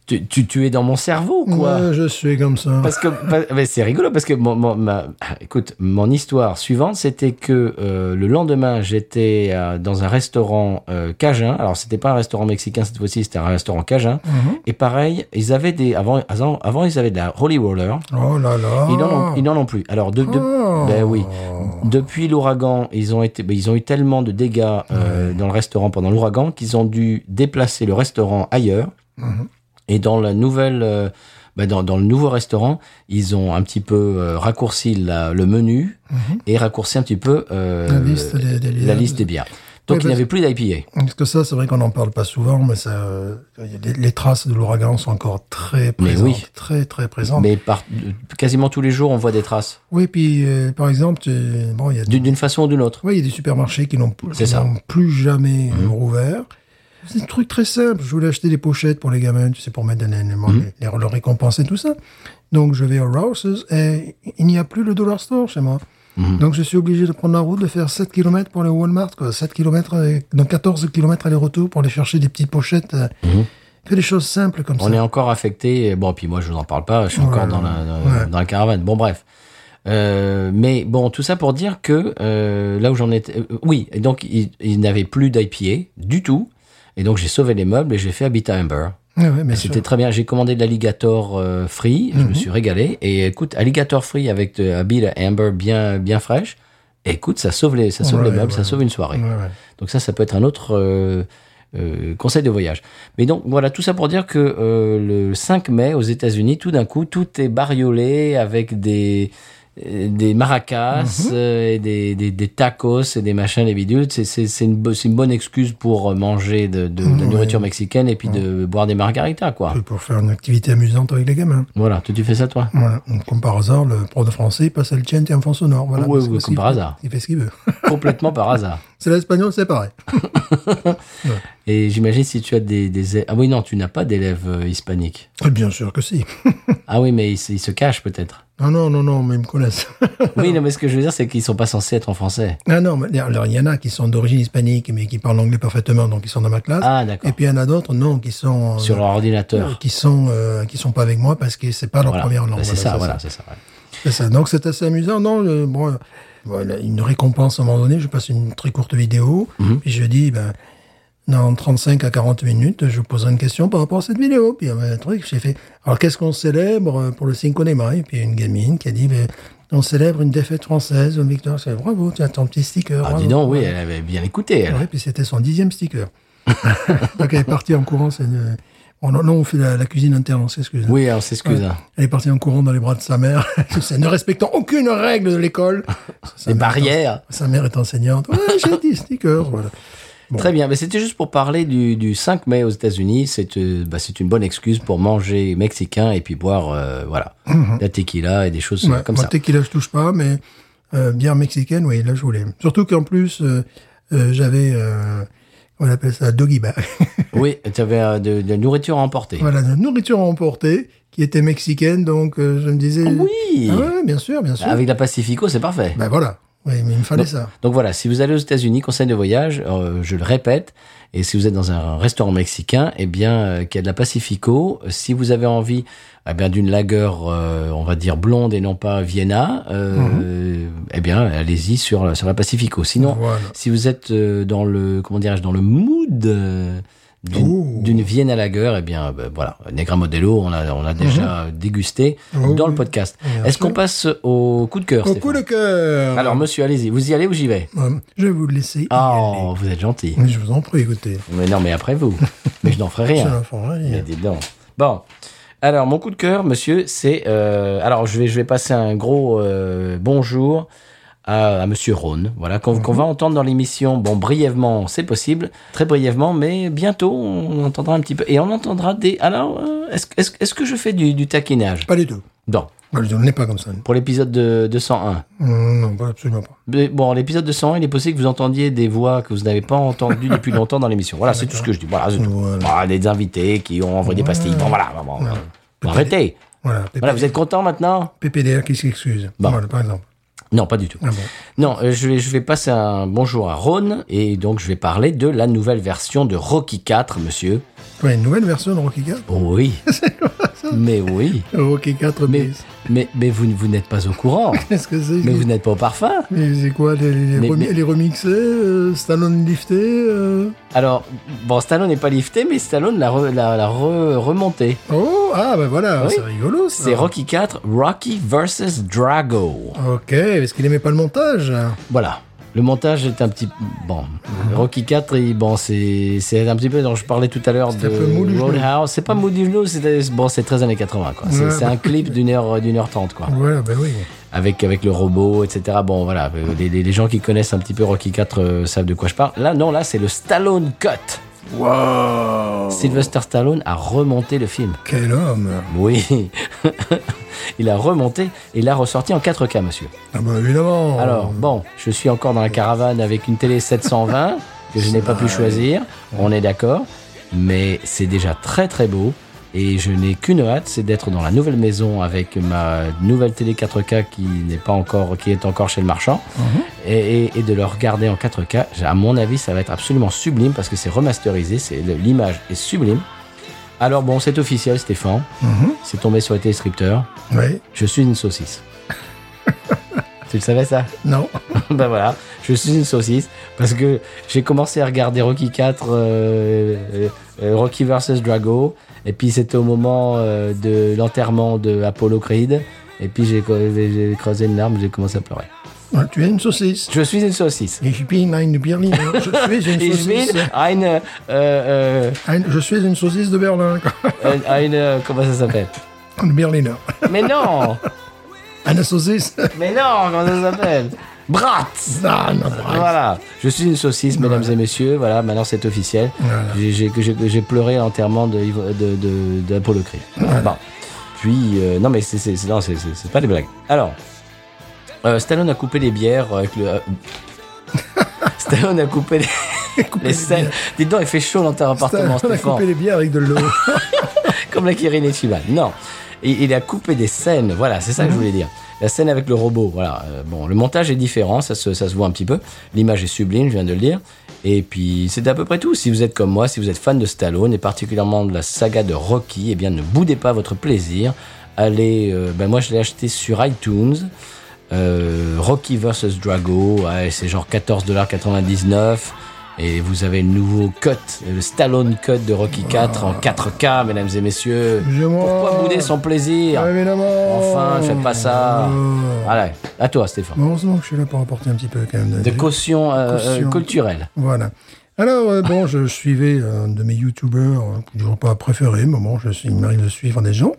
Speaker 1: tu, tu, tu es dans mon cerveau quoi.
Speaker 2: Ouais, je suis comme ça.
Speaker 1: Parce que pa- mais c'est rigolo parce que mon, mon- ma, ah, écoute mon histoire suivante c'était que euh, le lendemain j'étais euh, dans un restaurant euh, cajun alors c'était pas un restaurant mexicain cette fois-ci c'était un restaurant cajun
Speaker 2: Mhm.
Speaker 1: et pareil ils avaient des avant avant, avant, ils avaient de la holy roller
Speaker 2: Oh là là.
Speaker 1: ils n'en ont, ils n'en ont plus alors de, de-
Speaker 2: Oh.
Speaker 1: ben oui depuis l'ouragan ils ont été ben, ils ont eu tellement de dégâts euh, dans le restaurant pendant l'ouragan qu'ils ont dû déplacer le restaurant ailleurs
Speaker 2: Mhm.
Speaker 1: et dans la nouvelle, euh, bah, dans, dans le nouveau restaurant, ils ont un petit peu euh, raccourci la- le menu
Speaker 2: Mhm.
Speaker 1: et raccourci un petit peu euh,
Speaker 2: La liste des- des
Speaker 1: la
Speaker 2: bières.
Speaker 1: liste des bières. Donc
Speaker 2: Oui,
Speaker 1: il n'y
Speaker 2: parce-
Speaker 1: avait plus d'IPA.
Speaker 2: Parce que ça, c'est vrai qu'on n'en parle pas souvent, mais ça, euh, les, les traces de l'ouragan sont encore très
Speaker 1: Mais
Speaker 2: présentes.
Speaker 1: oui.
Speaker 2: Très, très présentes.
Speaker 1: Mais par, quasiment tous les jours, on voit des traces,
Speaker 2: Oui, puis, euh, par exemple, tu- bon, il y a
Speaker 1: d'une d'une façon ou d'une autre.
Speaker 2: Oui, il y a des supermarchés qui n'ont
Speaker 1: C'est
Speaker 2: qui
Speaker 1: ça. Mhm.
Speaker 2: n'ont plus jamais euh, rouvert. C'est un truc très simple. Je voulais acheter des pochettes pour les gamins, tu sais, pour mettre les, les,
Speaker 1: Mhm.
Speaker 2: les- leurs récompenses et tout ça. Donc, je vais au Rouse's et il n'y a plus le Dollar Store chez moi.
Speaker 1: Mhm.
Speaker 2: Donc, je suis obligé de prendre la route, de faire 7 km pour le Walmart, quoi. 7 km, donc 14 km aller-retour pour aller chercher des petites pochettes. euh, Que des choses simples comme
Speaker 1: Mhm. On
Speaker 2: ça.
Speaker 1: est encore affecté. Bon, puis moi, je vous en parle pas. Je suis
Speaker 2: Ouais.
Speaker 1: encore dans la, dans,
Speaker 2: Ouais.
Speaker 1: dans la caravane. Bon, bref. Euh, mais bon, tout ça pour dire que euh, là où j'en étais, euh, oui, et donc il, il n'avait plus d'IPA du tout, et donc j'ai sauvé les meubles et j'ai fait Habitat Amber.
Speaker 2: Ouais, ouais, bien sûr. Mhm.
Speaker 1: C'était très bien. J'ai commandé de l'alligator euh, free. Je me suis régalé. Et écoute, alligator free avec de la bile amber bien, bien fraîche. Écoute, ça sauve les, ça sauve
Speaker 2: Ouais,
Speaker 1: les meubles, ça
Speaker 2: ouais.
Speaker 1: sauve une soirée.
Speaker 2: Ouais, ouais.
Speaker 1: Donc ça, ça peut être un autre euh, euh, conseil de voyage. Mais donc voilà, tout ça pour dire que euh, le 5 mai aux États-Unis, tout d'un coup, tout est bariolé avec des euh, des maracas euh, et des, des, des tacos et des machins les bidules c'est c'est- c'est une, bo- c'est une bonne excuse pour euh, manger de, de, de la
Speaker 2: Ouais.
Speaker 1: nourriture mexicaine et puis de boire des margaritas quoi
Speaker 2: Et Pour faire une activité amusante avec les gamins.
Speaker 1: voilà toi tu fais ça toi
Speaker 2: Voilà. Donc, comme par hasard, le prof de français il passe à le tien et en fond sonore. Voilà.
Speaker 1: Ouais,
Speaker 2: C'est
Speaker 1: ouais,
Speaker 2: ce
Speaker 1: comme
Speaker 2: qu'il
Speaker 1: par
Speaker 2: fait.
Speaker 1: hasard.
Speaker 2: Il fait ce qu'il veut.
Speaker 1: complètement par hasard
Speaker 2: C'est l'espagnol, c'est pareil.
Speaker 1: et j'imagine si tu as des, des ah oui non tu n'as pas d'élèves euh, hispaniques
Speaker 2: Et Bien sûr que si.
Speaker 1: ah oui mais ils, se- ils se cachent peut-être
Speaker 2: Ah non, non, non, mais ils me connaissent.
Speaker 1: Oui, non, mais ce que je veux dire, c'est qu'ils sont pas censés être en français.
Speaker 2: ah non, mais alors il y en a qui sont d'origine hispanique, mais qui parlent anglais parfaitement, donc ils sont dans ma classe.
Speaker 1: Ah, d'accord.
Speaker 2: Et puis il y en a d'autres, non, qui sont euh,
Speaker 1: Sur leur ordinateur.
Speaker 2: qui sont euh, qui sont pas avec moi parce que c'est pas leur
Speaker 1: Voilà.
Speaker 2: première langue.
Speaker 1: Bah, c'est ça, voilà,
Speaker 2: ça.
Speaker 1: c'est ça. ouais.
Speaker 2: C'est ça. Donc c'est assez amusant. Non, le- bon, euh, voilà, une récompense à un moment donné. Je passe une très courte vidéo.
Speaker 1: Mhm.
Speaker 2: Puis je dis, ben, dans 35 à 40 minutes, je vous poserai une question par rapport à cette vidéo. Puis il y avait un truc, j'ai fait, alors qu'est-ce qu'on célèbre euh, pour le Cinco de Mayo Puis il y a une gamine qui a dit, ben, on célèbre une défaite française, une victoire. Je fais, bravo, tu as ton petit sticker.
Speaker 1: Ah,
Speaker 2: bravo.
Speaker 1: dis donc, oui, elle avait bien écouté, elle.
Speaker 2: Ouais, puis c'était son dixième sticker. Donc elle est partie en courant. c'est une- Bon, non, non, on fait la, la cuisine interne, on s'excuse.
Speaker 1: Oui, on s'excuse.
Speaker 2: Ouais.
Speaker 1: hein.
Speaker 2: Elle est partie en courant dans les bras de sa mère, tout ça, ne respectant aucune règle de l'école. Sa
Speaker 1: Les
Speaker 2: mère est
Speaker 1: barrières.
Speaker 2: en- Sa mère est enseignante. Ouais, j'ai dit stickers, voilà. Bon.
Speaker 1: Très bien, mais c'était juste pour parler du, du 5 mai aux États-Unis. C'est euh, bah, c'est une bonne excuse pour manger mexicain et puis boire euh, voilà la tequila et des choses euh,
Speaker 2: Mhm. Ouais,
Speaker 1: comme
Speaker 2: moi,
Speaker 1: ça.
Speaker 2: tequila, je touche pas, mais euh, bière mexicaine, oui, là, je voulais. Surtout qu'en plus, euh, euh, j'avais, euh, on appelle ça, doggy bag.
Speaker 1: Oui, tu avais euh, de, de la nourriture à emporter.
Speaker 2: voilà, de la nourriture à emporter, qui était mexicaine, donc euh, je me disais...
Speaker 1: Oui.
Speaker 2: Ah ouais, bien sûr, bien sûr.
Speaker 1: Avec la Pacifico, c'est parfait.
Speaker 2: Ben voilà, oui, mais il me fallait ça.
Speaker 1: Donc voilà, si vous allez aux États-Unis, conseil de voyage, euh, je le répète, et si vous êtes dans un restaurant mexicain, eh bien, euh, qu'il y a de la Pacifico. Si vous avez envie, eh bien, d'une lagueur, euh, on va dire blonde et non pas Vienna, euh, eh bien, allez-y sur sur la Pacifico. Sinon,
Speaker 2: Mhm. Voilà.
Speaker 1: si vous êtes euh, dans le comment dirais-je, dans le mood. euh,
Speaker 2: Oh.
Speaker 1: d'une d'une Vienne à la gueule, eh bien, ben, voilà, Negra Modelo, on a, on a déjà dégusté
Speaker 2: Oh
Speaker 1: dans le
Speaker 2: Mhm. oui.
Speaker 1: podcast.
Speaker 2: Bien
Speaker 1: Est-ce qu'on
Speaker 2: sûr.
Speaker 1: passe au coup de cœur
Speaker 2: Au
Speaker 1: Stéphane
Speaker 2: coup de cœur
Speaker 1: Ah alors, monsieur, allez-y. Vous y allez ou j'y vais
Speaker 2: Ouais, Je vais vous laisser y
Speaker 1: Oh, vous êtes gentil.
Speaker 2: aller. Mais Je vous en prie, écoutez.
Speaker 1: Mais non, mais après vous. Mais je n'en ferai
Speaker 2: C'est
Speaker 1: rien.
Speaker 2: un fort rire.
Speaker 1: Mais dis donc. Bon. Alors, mon coup de cœur, monsieur, c'est... euh, alors, je vais, je vais passer un gros euh, bonjour à, à monsieur Rhône, voilà, qu'on qu'on va entendre dans l'émission. Bon, brièvement, c'est possible. Très brièvement, mais bientôt, on entendra un petit peu. Et on entendra des... Alors, euh, est-ce est-ce- est-ce que je fais du, du taquinage
Speaker 2: Pas du tout.
Speaker 1: Non.
Speaker 2: Bah, Je ne l'ai pas comme ça.
Speaker 1: Pour l'épisode de 201.
Speaker 2: Mm, Non, pas absolument pas.
Speaker 1: Mais Bon, l'épisode 201, il est possible que vous entendiez des voix que vous n'avez pas entendues depuis longtemps dans l'émission. Voilà, c'est tout ce que je dis. Voilà, c'est tout.
Speaker 2: Voilà.
Speaker 1: Voilà, des invités qui ont envoyé des pastilles. Bon, voilà, bon, bon, bon, arrêtez.
Speaker 2: Voilà, PP-
Speaker 1: Voilà, vous êtes content maintenant
Speaker 2: PPDR qui s'excuse.
Speaker 1: Bon.
Speaker 2: Voilà, par exemple.
Speaker 1: Non, pas du tout.
Speaker 2: Ah bon.
Speaker 1: Non, euh, je vais, je vais passer un bonjour à Ron et donc je vais parler de la nouvelle version de Rocky 4, monsieur.
Speaker 2: Ouais, une nouvelle version de Rocky 4
Speaker 1: Oui. mais oui.
Speaker 2: Euh, Rocky 4
Speaker 1: Mais,
Speaker 2: bis.
Speaker 1: mais, mais vous, ne- vous n'êtes pas au courant.
Speaker 2: Qu'est-ce que c'est
Speaker 1: mais vous n'êtes pas au parfum.
Speaker 2: Mais c'est quoi Les, les,
Speaker 1: Mais-
Speaker 2: remi-
Speaker 1: mais-
Speaker 2: les remixés euh, Stallone lifté euh,
Speaker 1: Alors, bon, Stallone n'est pas lifté, mais Stallone l'a re- l'a- l'a re- remonté.
Speaker 2: Oh, ah ben voilà,
Speaker 1: Oui.
Speaker 2: c'est rigolo ça.
Speaker 1: C'est Rocky 4, Rocky versus Drago.
Speaker 2: Ok, parce qu'il aimait pas le montage.
Speaker 1: Voilà. Le montage est un petit bon.
Speaker 2: Mhm.
Speaker 1: Rocky 4, il- bon, c'est c'est un petit peu dont je parlais tout à l'heure
Speaker 2: C'est
Speaker 1: de
Speaker 2: un peu mou du genou.
Speaker 1: Roadhouse. C'est pas mou du genou, c'est bon, c'est très années 80 quoi. C'est
Speaker 2: Mhm. Ouais,
Speaker 1: c'est
Speaker 2: bah.
Speaker 1: un clip d'une heure d'une heure trente quoi.
Speaker 2: Voilà, ben oui.
Speaker 1: Avec avec le robot, etc. Bon voilà, les, les- les gens qui connaissent un petit peu Rocky 4 euh, savent de quoi je parle. Là non, là c'est le Stallone cut.
Speaker 2: Wow
Speaker 1: Sylvester Stallone a remonté le film.
Speaker 2: Quel homme
Speaker 1: Oui, il a remonté et l'a ressorti en 4K, monsieur.
Speaker 2: Ah bah évidemment
Speaker 1: Alors, bon, je suis encore dans la caravane avec une télé 720 que je n'ai pas pu choisir, on est d'accord, mais c'est déjà très très beau et je n'ai qu'une hâte, c'est d'être dans la nouvelle maison avec ma nouvelle télé 4K qui n'est pas encore qui est encore chez le marchand et, et- et de le regarder en 4K. J'ai- À mon avis, ça va être absolument sublime parce que c'est remasterisé, c'est le- l'image est sublime. Alors bon, c'est officiel Stéphane,
Speaker 2: Mhm.
Speaker 1: c'est tombé sur les téléscripteurs.
Speaker 2: Oui.
Speaker 1: Je suis une saucisse. tu le savais ça
Speaker 2: Non.
Speaker 1: ben voilà, je suis une saucisse parce que j'ai commencé à regarder Rocky 4, euh, Rocky vs Drago, et puis c'était au moment euh, de l'enterrement de Apollo Creed, et puis j'ai j'ai creusé une larme, j'ai commencé à pleurer.
Speaker 2: Ah, Tu es une saucisse.
Speaker 1: Je suis une saucisse.
Speaker 2: Et je suis une berline. Je suis
Speaker 1: Et
Speaker 2: une
Speaker 1: je suis
Speaker 2: saucisse.
Speaker 1: une, euh, euh,
Speaker 2: Ein- Je suis une saucisse de Berlin.
Speaker 1: une- une- euh, comment ça s'appelle
Speaker 2: Une berliner.
Speaker 1: Mais non,
Speaker 2: Une saucisse.
Speaker 1: mais non, comment ça s'appelle Bratz.
Speaker 2: Ah, non, bravo.
Speaker 1: Voilà, je suis une saucisse, mesdames et messieurs. Voilà, maintenant c'est officiel.
Speaker 2: Voilà.
Speaker 1: J'ai- J'ai que j'ai- que j'ai pleuré à l'enterrement de, Ivo- de, de, d'Apollo Creed. Bon. Puis, euh, non, mais c'est- c'est c'est- non, c'est- c'est- c'est pas des blagues. Alors, euh, Stallone a coupé les bières avec le. euh, Stallone a coupé les,
Speaker 2: Couper
Speaker 1: les scènes. Dis donc, il fait chaud dans ton
Speaker 2: bières.
Speaker 1: appartement,
Speaker 2: On a
Speaker 1: Stéphane.
Speaker 2: coupé les bières avec de l'eau.
Speaker 1: Comme la Kirin et Chiban. Non. il, il a coupé des scènes. Voilà, c'est ça que je voulais dire. La scène avec le robot, voilà. Euh, bon, le montage est différent, ça se, ça se voit un petit peu. L'image est sublime, je viens de le dire. Et puis, c'est à peu près tout. Si vous êtes comme moi, si vous êtes fan de Stallone et particulièrement de la saga de Rocky, eh bien, ne boudez pas votre plaisir. Allez, euh, ben moi, je l'ai acheté sur iTunes. Euh, Rocky vs Drago, ouais, c'est genre 14,99$. Et vous avez le nouveau cut, le Stallone cut de Rocky
Speaker 2: Ah.
Speaker 1: 4 en 4K, mesdames et messieurs.
Speaker 2: Excusez-moi.
Speaker 1: Pourquoi bouder son plaisir
Speaker 2: Évidemment.
Speaker 1: Enfin, faites pas ça.
Speaker 2: Euh,
Speaker 1: Allez, à toi, Stéphane.
Speaker 2: Heureusement que je suis là pour apporter un petit peu quand même
Speaker 1: De caution, euh,
Speaker 2: Caution.
Speaker 1: euh, culturelle.
Speaker 2: Voilà. Alors, euh, bon, je suivais un de mes youtubeurs, euh, que je n'aurais pas préféré, mais bon, je suis, il m'arrive de suivre des gens.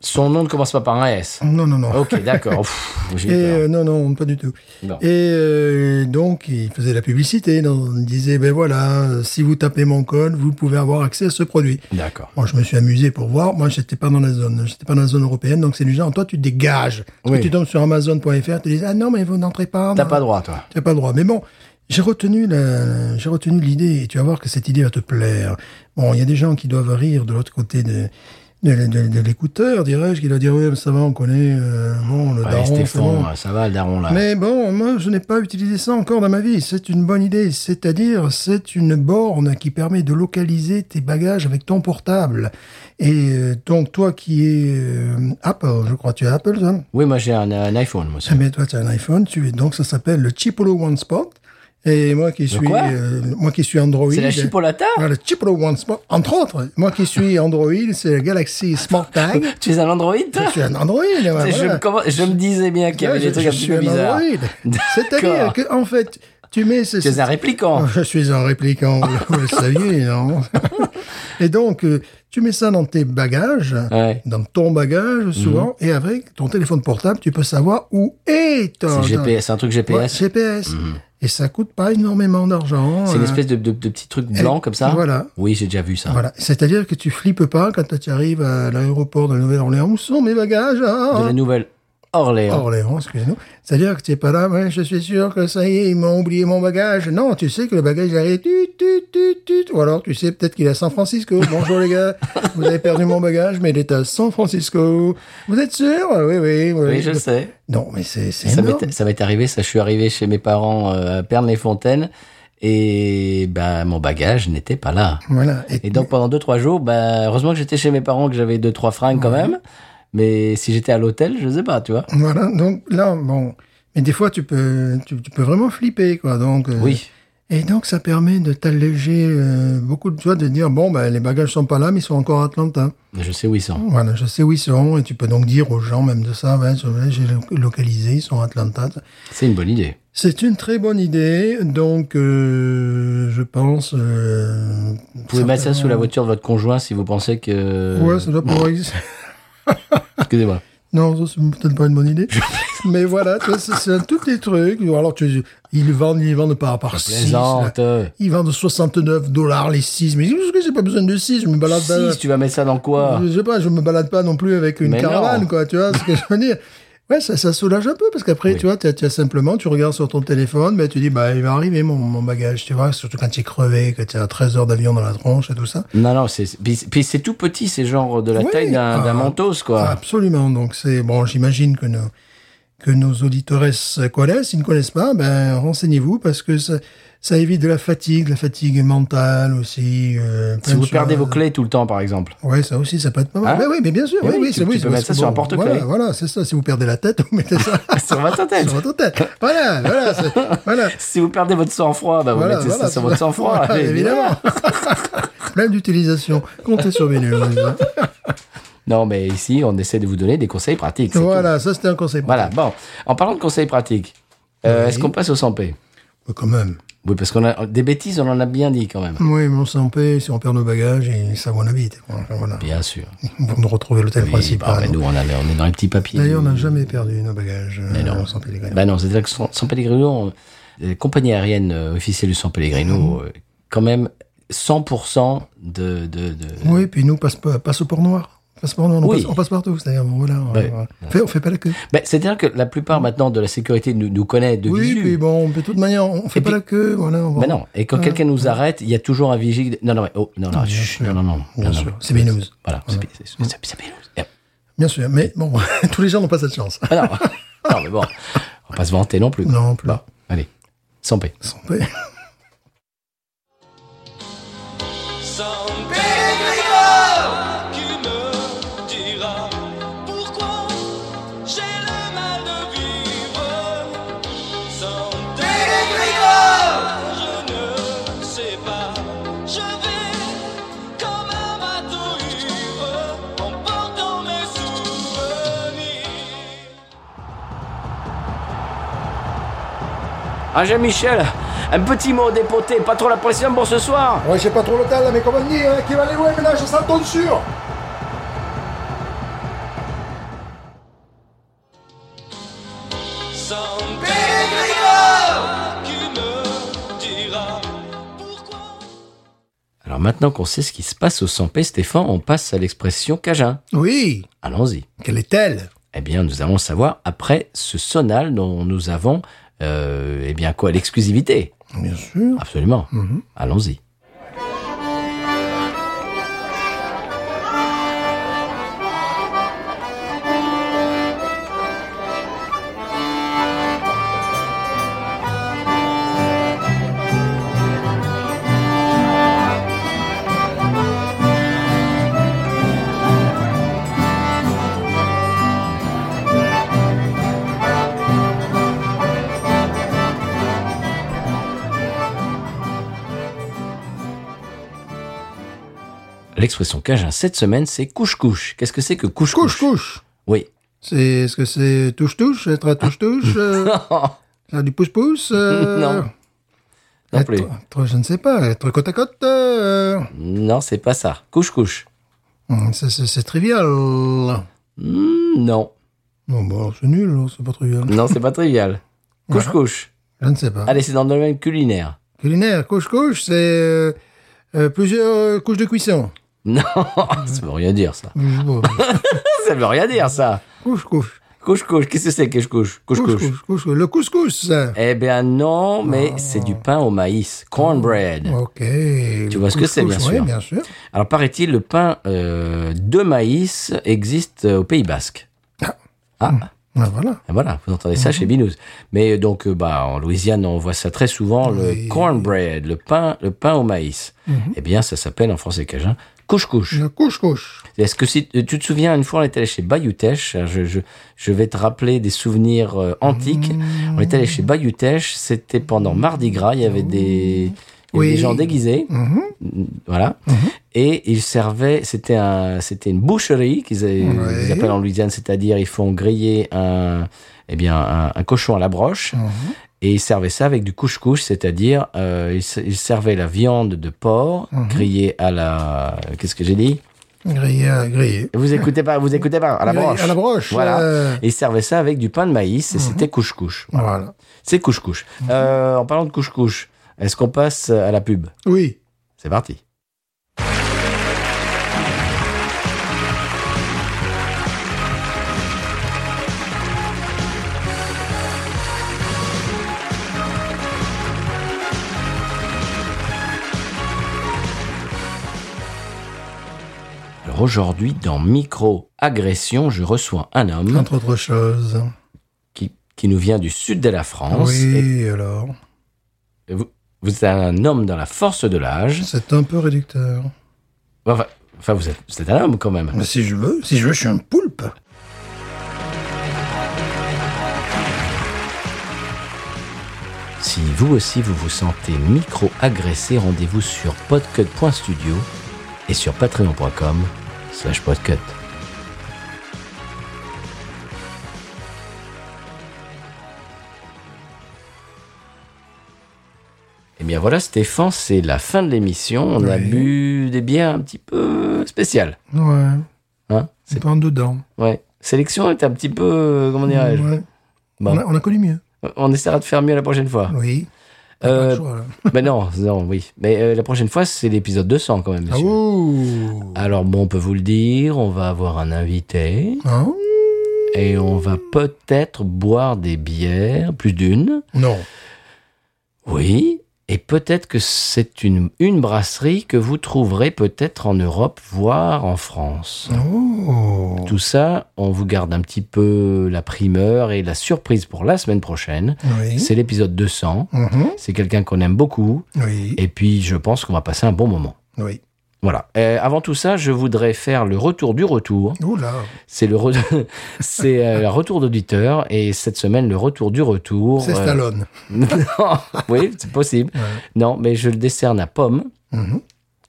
Speaker 1: Son nom ne commence pas par un S.
Speaker 2: Non, non, non.
Speaker 1: Ok, d'accord. Pff, j'ai
Speaker 2: Et
Speaker 1: peur.
Speaker 2: euh, non, non, pas du tout.
Speaker 1: Non.
Speaker 2: Et euh, donc, il faisait la publicité. donc il disait, ben voilà, euh, si vous tapez mon code, vous pouvez avoir accès à ce produit.
Speaker 1: D'accord.
Speaker 2: Moi, je me suis amusé pour voir. Moi, j'étais pas dans la zone, j'étais pas dans la zone européenne. Donc, c'est du genre, toi, tu te dégages. Parce
Speaker 1: Oui.
Speaker 2: que tu tombes sur Amazon.fr, tu dis, ah non, mais vous n'entrez pas.
Speaker 1: T'as
Speaker 2: non.
Speaker 1: pas droit, toi.
Speaker 2: Tu n'as pas le droit. Mais bon, j'ai retenu la- j'ai retenu l'idée et tu vas voir que cette idée va te plaire. Bon, il y a des gens qui doivent rire de l'autre côté de, de, de- de l'écouteur, dirais-je, qui doivent dire, oui, mais ça va, on connaît, euh, bon, le
Speaker 1: Ouais,
Speaker 2: daron, c'est
Speaker 1: Stéphane,
Speaker 2: bon.
Speaker 1: ça va, le daron, là.
Speaker 2: Mais bon, moi, je n'ai pas utilisé ça encore dans ma vie. C'est une bonne idée. C'est-à-dire, c'est une borne qui permet de localiser tes bagages avec ton portable. Et euh, donc, toi qui es euh, Apple, je crois, tu es Apple, toi
Speaker 1: Oui, moi, j'ai un, un iPhone, moi aussi.
Speaker 2: ah, mais toi, tu as un iPhone, tu es donc ça s'appelle le Chipolo One Spot. Et moi qui suis,
Speaker 1: quoi
Speaker 2: euh, moi qui suis Android.
Speaker 1: C'est la chipolata
Speaker 2: Ah, le Chipolo One Spot, entre autres. Moi qui suis Android, c'est la Galaxy Smart Tag.
Speaker 1: Tu es un Android, toi
Speaker 2: je suis un Android. ouais,
Speaker 1: Tu sais, je,
Speaker 2: voilà.
Speaker 1: me commence- je me disais bien qu'il y avait
Speaker 2: Ouais,
Speaker 1: des
Speaker 2: je-
Speaker 1: trucs
Speaker 2: je
Speaker 1: un petit
Speaker 2: suis
Speaker 1: peu bizarres.
Speaker 2: Android. C'est-à-dire
Speaker 1: D'accord.
Speaker 2: que en fait, tu mets ce-
Speaker 1: Tu es un hein. répliquant.
Speaker 2: Oh, Je suis un répliquant, vous le saviez, non Et donc, euh, tu mets ça dans tes bagages,
Speaker 1: Ouais. Mhm.
Speaker 2: dans ton bagage souvent, et avec ton téléphone portable, tu peux savoir où est ton...
Speaker 1: C'est GPS, c'est un truc
Speaker 2: Ouais,
Speaker 1: GPS.
Speaker 2: GPS. Et ça coûte pas énormément d'argent.
Speaker 1: Mhm. c'est une
Speaker 2: euh,
Speaker 1: espèce de, de, de petit truc blanc comme ça.
Speaker 2: voilà.
Speaker 1: Oui, j'ai déjà vu ça.
Speaker 2: Voilà. C'est-à-dire que tu flippes pas quand tu arrives à l'aéroport de la Nouvelle-Orléans. Où sont mes bagages ah,
Speaker 1: De la
Speaker 2: ah,
Speaker 1: Nouvelle-Orléans.
Speaker 2: Orléans, excusez-nous. C'est-à-dire que tu pas là, ouais, je suis sûr que ça y est, ils m'ont oublié mon bagage. Non, tu sais que le bagage, il arrive, tut, tut, tut, tut. Ou alors, tu sais peut-être qu'il est à San Francisco. Bonjour les gars, vous avez perdu mon bagage, mais il est à San Francisco. Vous êtes sûr Oui, oui, oui.
Speaker 1: oui, je sais.
Speaker 2: Non, mais c'est c'est
Speaker 1: Ça
Speaker 2: énorme.
Speaker 1: m'est- ça m'est arrivé, ça. Je suis arrivé chez mes parents euh, à Pernes-les-Fontaines et bah, mon bagage n'était pas là.
Speaker 2: Voilà.
Speaker 1: Et donc pendant 2-3 jours, bah, heureusement que j'étais chez mes parents, que j'avais 2-3 fringues quand même. Mais si j'étais à l'hôtel, je sais pas, tu vois.
Speaker 2: Voilà, donc là, bon. Mais des fois, tu peux, tu, tu peux vraiment flipper, quoi. Donc, euh,
Speaker 1: Oui.
Speaker 2: Et donc, ça permet de t'alléger euh, beaucoup de toi, de dire, bon, ben, les bagages sont pas là, mais ils sont encore à Atlanta.
Speaker 1: Je sais où ils sont.
Speaker 2: Voilà, je sais où ils sont, et tu peux donc dire aux gens, même de ça, ouais, je- ouais, j'ai lo- localisé, ils sont à Atlanta.
Speaker 1: C'est une bonne idée.
Speaker 2: C'est une très bonne idée, donc, euh, je pense. euh,
Speaker 1: Vous pouvez mettre ça sous la voiture de votre conjoint si vous pensez que.
Speaker 2: Ouais, ça doit pouvoir exister.
Speaker 1: Excusez-moi.
Speaker 2: Non, ça, c'est peut-être pas une bonne idée. Mais voilà, tu vois, c'est c'est un tout petit truc. Ou alors, tu, ils vendent, ils vendent par, par 6.
Speaker 1: Plaisante.
Speaker 2: Ils vendent 69 dollars les 6. Mais qu'est-ce que j'ai pas besoin de 6 Je me balade pas.
Speaker 1: Si, tu vas mettre ça dans quoi
Speaker 2: Je sais pas, je me balade pas non plus avec une
Speaker 1: Mais
Speaker 2: caravane,
Speaker 1: non.
Speaker 2: quoi. Tu vois ce que je veux dire Ouais, ça, ça soulage un peu parce qu'après,
Speaker 1: Oui.
Speaker 2: tu vois, tu as, tu as simplement, tu regardes sur ton téléphone, mais tu dis, bah, il va arriver mon, mon bagage, tu vois, surtout quand tu es crevé, que tu as 13 heures d'avion dans la tronche et tout ça.
Speaker 1: Non, non, c'est. Puis, puis c'est tout petit, c'est genre de la
Speaker 2: Oui,
Speaker 1: taille d'un
Speaker 2: ah.
Speaker 1: d'un mentos, quoi.
Speaker 2: Absolument. Donc c'est bon, j'imagine que nos que nos auditeurs connaissent. S'ils ne connaissent pas, ben renseignez-vous parce que ça, ça évite de la fatigue, de la fatigue mentale aussi. euh, plein
Speaker 1: si
Speaker 2: de
Speaker 1: vous
Speaker 2: choses.
Speaker 1: perdez vos clés tout le temps, par exemple.
Speaker 2: Ouais, ça aussi, ça peut être pas mal.
Speaker 1: Hein
Speaker 2: Ben oui, mais bien sûr.
Speaker 1: Eh
Speaker 2: oui,
Speaker 1: oui,
Speaker 2: oui,
Speaker 1: tu-
Speaker 2: c'est
Speaker 1: tu
Speaker 2: oui,
Speaker 1: peux
Speaker 2: c'est
Speaker 1: mettre
Speaker 2: parce
Speaker 1: ça
Speaker 2: que
Speaker 1: sur un
Speaker 2: bon,
Speaker 1: porte-clés.
Speaker 2: Voilà, voilà, c'est ça. Si vous perdez la tête, vous mettez ça
Speaker 1: sur votre tête.
Speaker 2: sur votre tête. Voilà, voilà, c'est- voilà.
Speaker 1: Si vous perdez votre sang-froid, bah, vous
Speaker 2: Voilà,
Speaker 1: mettez
Speaker 2: voilà,
Speaker 1: ça sur votre sang-froid.
Speaker 2: Voilà,
Speaker 1: mais-
Speaker 2: évidemment. Plein d'utilisation. Comptez sur mes hein. numéros.
Speaker 1: Non, mais ici, on essaie de vous donner des conseils pratiques. c'est tout.
Speaker 2: Voilà, ça c'était un conseil.
Speaker 1: Voilà, bon. En parlant de conseils pratiques, euh,
Speaker 2: Oui.
Speaker 1: est-ce qu'on passe au 100p
Speaker 2: Mais Bah, Quand même.
Speaker 1: Oui, parce qu'on a des bêtises, on en a bien dit quand même.
Speaker 2: Oui, mais on s'en paie si on perd nos bagages et ça où on habite. Enfin, voilà.
Speaker 1: Bien sûr.
Speaker 2: Vous nous retrouvez l'hôtel
Speaker 1: Oui, bah, mais
Speaker 2: principal.
Speaker 1: nous, on, avait- on est dans les petits papiers.
Speaker 2: D'ailleurs, on n'a jamais perdu nos bagages. euh,
Speaker 1: non.
Speaker 2: on s'en paie les gars.
Speaker 1: Bah non, c'est-à-dire que San San Pellegrino, euh, la compagnie aérienne euh, officielle du San Pellegrino,
Speaker 2: Ah.
Speaker 1: euh, quand même 100% de... de, de...
Speaker 2: Oui, puis nous, passe, pas- passeport noir. Passeport noir, on,
Speaker 1: Euh, Oui.
Speaker 2: passe, on passe partout. C'est-à-dire, bon, voilà, on,
Speaker 1: Ouais.
Speaker 2: voilà. On fait, on fait pas la queue.
Speaker 1: Bah, c'est-à-dire que la plupart maintenant de la sécurité nous, nous connaît de
Speaker 2: Oui,
Speaker 1: visu.
Speaker 2: puis bon, Euh, de toute manière, on fait
Speaker 1: Et
Speaker 2: pas
Speaker 1: puis-
Speaker 2: la queue. Voilà, on va-
Speaker 1: Bah non, et quand quelqu'un nous arrête, il y a toujours un vigile. Non, non, mais- oh, non, non, chut,
Speaker 2: sûr.
Speaker 1: non, non, non, non,
Speaker 2: Bien
Speaker 1: non.
Speaker 2: sûr. C'est Binous.
Speaker 1: Voilà, c'est- c'est- c'est c'est Binous.
Speaker 2: Bien sûr, mais bon, tous les gens n'ont pas cette chance.
Speaker 1: Ah non. non, mais bon, on va pas se vanter non plus.
Speaker 2: Non, plus.
Speaker 1: Bon, allez, sans paix.
Speaker 2: Sans paix.
Speaker 3: Sans Pégrigor qui me dira pourquoi j'ai le mal de vivre. Sans Pégrigor, je ne sais pas. Je vais comme un bateau ivre en portant mes souvenirs.
Speaker 1: Ah, Jean-Michel, un petit mot dépoté, pas trop la pression pour ce soir.
Speaker 4: Ouais, j'ai pas trop le temps là, mais comment dire, hein, qui va aller loin maintenant, ça tombe sûr
Speaker 3: Sans Pégrigor qui me dira pourquoi.
Speaker 1: Alors maintenant qu'on sait ce qui se passe au sans paix, Stéphane, on passe à l'expression Cajun.
Speaker 2: Oui,
Speaker 1: Allons-y.
Speaker 2: quelle est-elle
Speaker 1: Eh bien, nous allons savoir après ce sonal dont nous avons, euh, eh bien quoi, l'exclusivité.
Speaker 2: Bien sûr.
Speaker 1: Absolument. Allons-y. L'expression Cajun cette semaine, c'est couche-couche. Qu'est-ce que c'est que couche-couche
Speaker 2: Couche, couche.
Speaker 1: Oui.
Speaker 2: C'est, est-ce que c'est touche-touche, être à touche-touche, euh, faire du pouce-pouce euh,
Speaker 1: Non. Non
Speaker 2: être-
Speaker 1: plus.
Speaker 2: être- je ne sais pas, être côte à côte, euh,
Speaker 1: Non, c'est pas ça. Couche-couche.
Speaker 2: hum, c'est, c'est- c'est trivial. Non,
Speaker 1: Hmm, non.
Speaker 2: bon, alors c'est nul, c'est pas trivial.
Speaker 1: Non, c'est pas trivial. Couche-couche.
Speaker 2: Je ne sais pas.
Speaker 1: Allez, c'est dans le domaine culinaire.
Speaker 2: Culinaire, couche-couche, c'est euh, euh, plusieurs euh, couches de cuisson.
Speaker 1: Non, ça veut rien dire, ça.
Speaker 2: Je sais pas.
Speaker 1: Ça veut rien dire, ça.
Speaker 2: Couche-couche.
Speaker 1: Couche-couche. Qu'est-ce que c'est que couche-couche Couche-couche.
Speaker 2: Couche-couche. couche-couche. Le couscous. ça.
Speaker 1: Eh bien, non, mais
Speaker 2: Ah.
Speaker 1: c'est du pain au maïs. Cornbread.
Speaker 2: Ok.
Speaker 1: Tu vois ce que c'est, bien sûr.
Speaker 2: Oui, bien sûr.
Speaker 1: Alors, paraît-il, le pain euh, de maïs existe euh, au Pays Basque.
Speaker 2: Ah. Mhm.
Speaker 1: Ah,
Speaker 2: Ah, voilà.
Speaker 1: Et Voilà, vous entendez ça chez Binous. Mais donc, euh, bah, en Louisiane, on voit ça très souvent, le
Speaker 2: Oui. Mhm.
Speaker 1: cornbread, le pain, le pain au maïs. Eh bien, ça s'appelle en français cajun couche-couche.
Speaker 2: Le couche-couche.
Speaker 1: Est-ce que si euh, tu te souviens, une fois, on était allé chez Bayutech, je, je, je vais te rappeler des souvenirs euh, antiques. On est allé chez Bayutech, c'était pendant Mardi Gras, il y avait des, il y avait
Speaker 2: Oui.
Speaker 1: des gens déguisés.
Speaker 2: Mhm.
Speaker 1: Voilà. Et ils servaient, c'était un, c'était une boucherie qu'ils a-
Speaker 2: Ouais.
Speaker 1: ils appellent en Louisiane, c'est-à-dire ils font griller un, eh bien, un, un cochon à la broche. Et ils servaient ça avec du couche-couche, c'est-à-dire euh, ils, se- ils servaient la viande de porc grillée à la, qu'est-ce que j'ai dit
Speaker 2: Grillé, à- grillé.
Speaker 1: Vous écoutez pas, vous écoutez pas à la
Speaker 2: Grillé
Speaker 1: broche.
Speaker 2: À la broche.
Speaker 1: Voilà.
Speaker 2: euh, Mhm.
Speaker 1: Et ils servaient ça avec du pain de maïs et c'était couche-couche. Voilà.
Speaker 2: voilà.
Speaker 1: C'est couche-couche. Euh, en parlant de couche-couche, est-ce qu'on passe à la pub
Speaker 2: Oui.
Speaker 1: C'est parti. Alors aujourd'hui, dans Micro-agression, je reçois un homme
Speaker 2: Entre autres choses.
Speaker 1: qui, qui nous vient du sud de la
Speaker 2: Ah,
Speaker 1: France.
Speaker 2: oui, alors.
Speaker 1: Et vous, vous êtes un homme dans la force de l'âge.
Speaker 2: C'est un peu réducteur.
Speaker 1: Enfin, enfin, vous, êtes, vous êtes un homme quand même.
Speaker 2: Mais si je veux, si je veux, je suis un poulpe.
Speaker 1: Si vous aussi vous vous sentez micro-agressé, rendez-vous sur podcut.studio et sur patreon.com slash podcut. Eh bien voilà Stéphane, c'est la fin de l'émission. On a
Speaker 2: Oui.
Speaker 1: bu des bières un petit peu spéciales.
Speaker 2: Ouais.
Speaker 1: Hein
Speaker 2: C'est pas en dedans.
Speaker 1: ouais. Sélection est un petit peu, euh, comment dirais-je
Speaker 2: Ouais.
Speaker 1: Bon.
Speaker 2: On, a, on a connu mieux.
Speaker 1: On essaiera de faire mieux la prochaine fois.
Speaker 2: Oui. Pas
Speaker 1: Euh,
Speaker 2: le choix, là.
Speaker 1: Ben non, non, oui. Mais euh, la prochaine fois, c'est l'épisode 200 quand même,
Speaker 2: Ah,
Speaker 1: monsieur.
Speaker 2: ouh.
Speaker 1: Alors bon, on peut vous le dire, on va avoir un invité
Speaker 2: Hein
Speaker 1: et on va peut-être boire des bières, plus d'une.
Speaker 2: Non.
Speaker 1: Oui. Et peut-être que c'est une, une Ah. brasserie que vous trouverez peut-être en Europe, voire en France.
Speaker 2: Oh.
Speaker 1: tout ça, on vous garde un petit peu la primeur et la surprise pour la semaine prochaine.
Speaker 2: Oui.
Speaker 1: C'est l'épisode 200.
Speaker 2: Mhm.
Speaker 1: C'est quelqu'un qu'on aime beaucoup.
Speaker 2: Oui.
Speaker 1: Et puis, je pense qu'on va passer un bon moment.
Speaker 2: Oui.
Speaker 1: Voilà. Euh, avant tout ça, je voudrais faire le retour du retour.
Speaker 2: Oula.
Speaker 1: C'est le re- c'est euh, le retour d'auditeur et cette semaine le retour du retour.
Speaker 2: C'est
Speaker 1: euh,
Speaker 2: Stallone.
Speaker 1: non, oui, c'est possible. Non, mais je le décerne à Pomme.
Speaker 2: Mhm.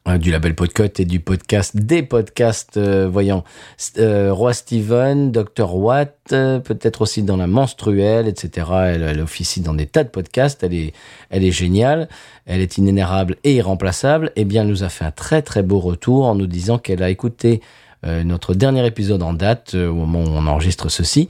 Speaker 1: euh, Du label Podcut et du podcast, des podcasts, euh, voyons, S- euh, Roi Steven, Dr. Watt, euh, peut-être aussi dans la menstruelle, etc. Elle, elle officie dans des tas de podcasts, elle est, elle est géniale, elle est inénarrable et irremplaçable. Eh bien, elle nous a fait un très très beau retour en nous disant qu'elle a écouté euh, notre dernier épisode en date, euh, au moment où on enregistre ceci,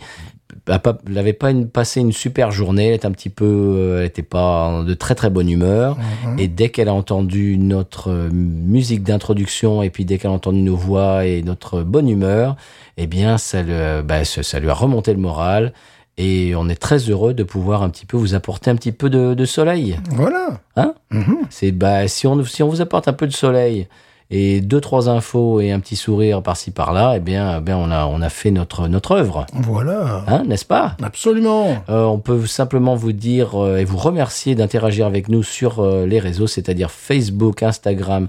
Speaker 1: a pas- l'avait pas une- passé une super journée, elle était un petit peu, euh, elle était pas de très très bonne humeur.
Speaker 2: Mhm. Mmh.
Speaker 1: Et dès qu'elle a entendu notre euh, musique d'introduction et puis dès qu'elle a entendu nos voix et notre bonne humeur, eh bien ça, le, bah, ça, ça lui a remonté le moral. Et on est très heureux de pouvoir un petit peu vous apporter un petit peu de, de soleil.
Speaker 2: Mmh. Voilà.
Speaker 1: Hein
Speaker 2: Mhm.
Speaker 1: C'est bah si on si on vous apporte un peu de soleil et deux trois infos et un petit sourire par-ci par-là, eh bien eh bien on a on a fait notre notre œuvre,
Speaker 2: Voilà.
Speaker 1: hein, n'est-ce pas
Speaker 2: Absolument.
Speaker 1: euh, on peut simplement vous dire euh, et vous remercier d'interagir avec nous sur euh, les réseaux, c'est-à-dire Facebook, Instagram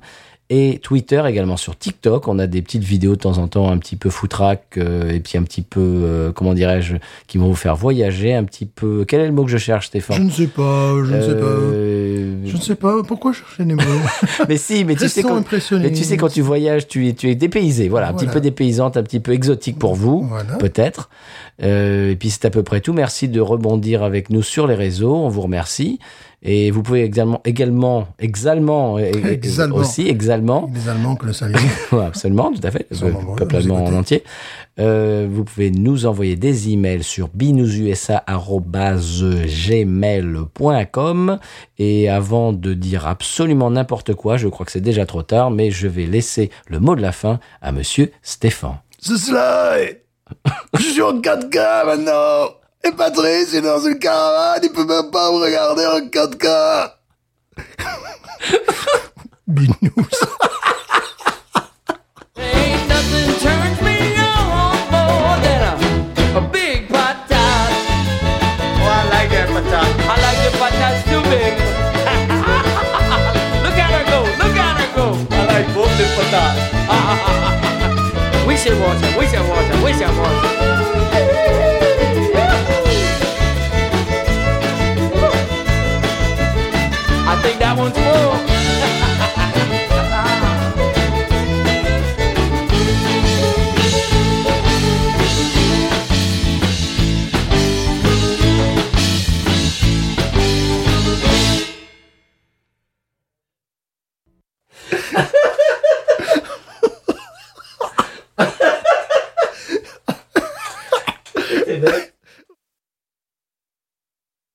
Speaker 1: et Twitter, également sur TikTok. On a des petites vidéos de temps en temps un petit peu foutraque euh, et puis un petit peu, euh, comment dirais-je, qui vont vous faire voyager un petit peu. Quel est le mot que je cherche,
Speaker 2: Je
Speaker 1: Stéphane
Speaker 2: ne sais pas. Je ne sais
Speaker 1: Euh,
Speaker 2: pas. Je ne sais pas. Pourquoi chercher les mots
Speaker 1: Mais si, mais tu sais
Speaker 2: Restons
Speaker 1: quand...
Speaker 2: impressionnés.
Speaker 1: Mais tu sais, quand tu voyages, tu es, tu es dépaysé. Voilà, un petit
Speaker 2: Voilà.
Speaker 1: peu dépaysante, un petit peu exotique pour vous.
Speaker 2: Voilà.
Speaker 1: Hein peut-être. Euh, et puis c'est à peu près tout. Merci de rebondir avec nous sur les réseaux. On vous remercie. Et vous pouvez également, également, exalement, et- et-
Speaker 2: Exalement.
Speaker 1: aussi, exalement,
Speaker 2: Les Allemands que le saluent.
Speaker 1: Ouais, absolument, tout à fait,
Speaker 2: Ils sont
Speaker 1: le
Speaker 2: nombreux,
Speaker 1: peuple
Speaker 2: vous
Speaker 1: allemand en
Speaker 2: écoutez.
Speaker 1: entier. Euh, vous pouvez nous envoyer des emails sur binoususa.gmail.com. Et avant de dire absolument n'importe quoi, je crois que c'est déjà trop tard, mais je vais laisser le mot de la fin à monsieur Stéphane.
Speaker 2: C'est cela et- Je suis en 4K maintenant Et Patrice est dans une caravane, il peut même pas me regarder en 4K Binous
Speaker 3: Ain't nothing turns me on more than a, a big patat. Oh, I like that patat. I like the patats too big. look at her go, look at her go. I like both the patats. we should watch her, we should watch her, we should watch her. I think that one's full.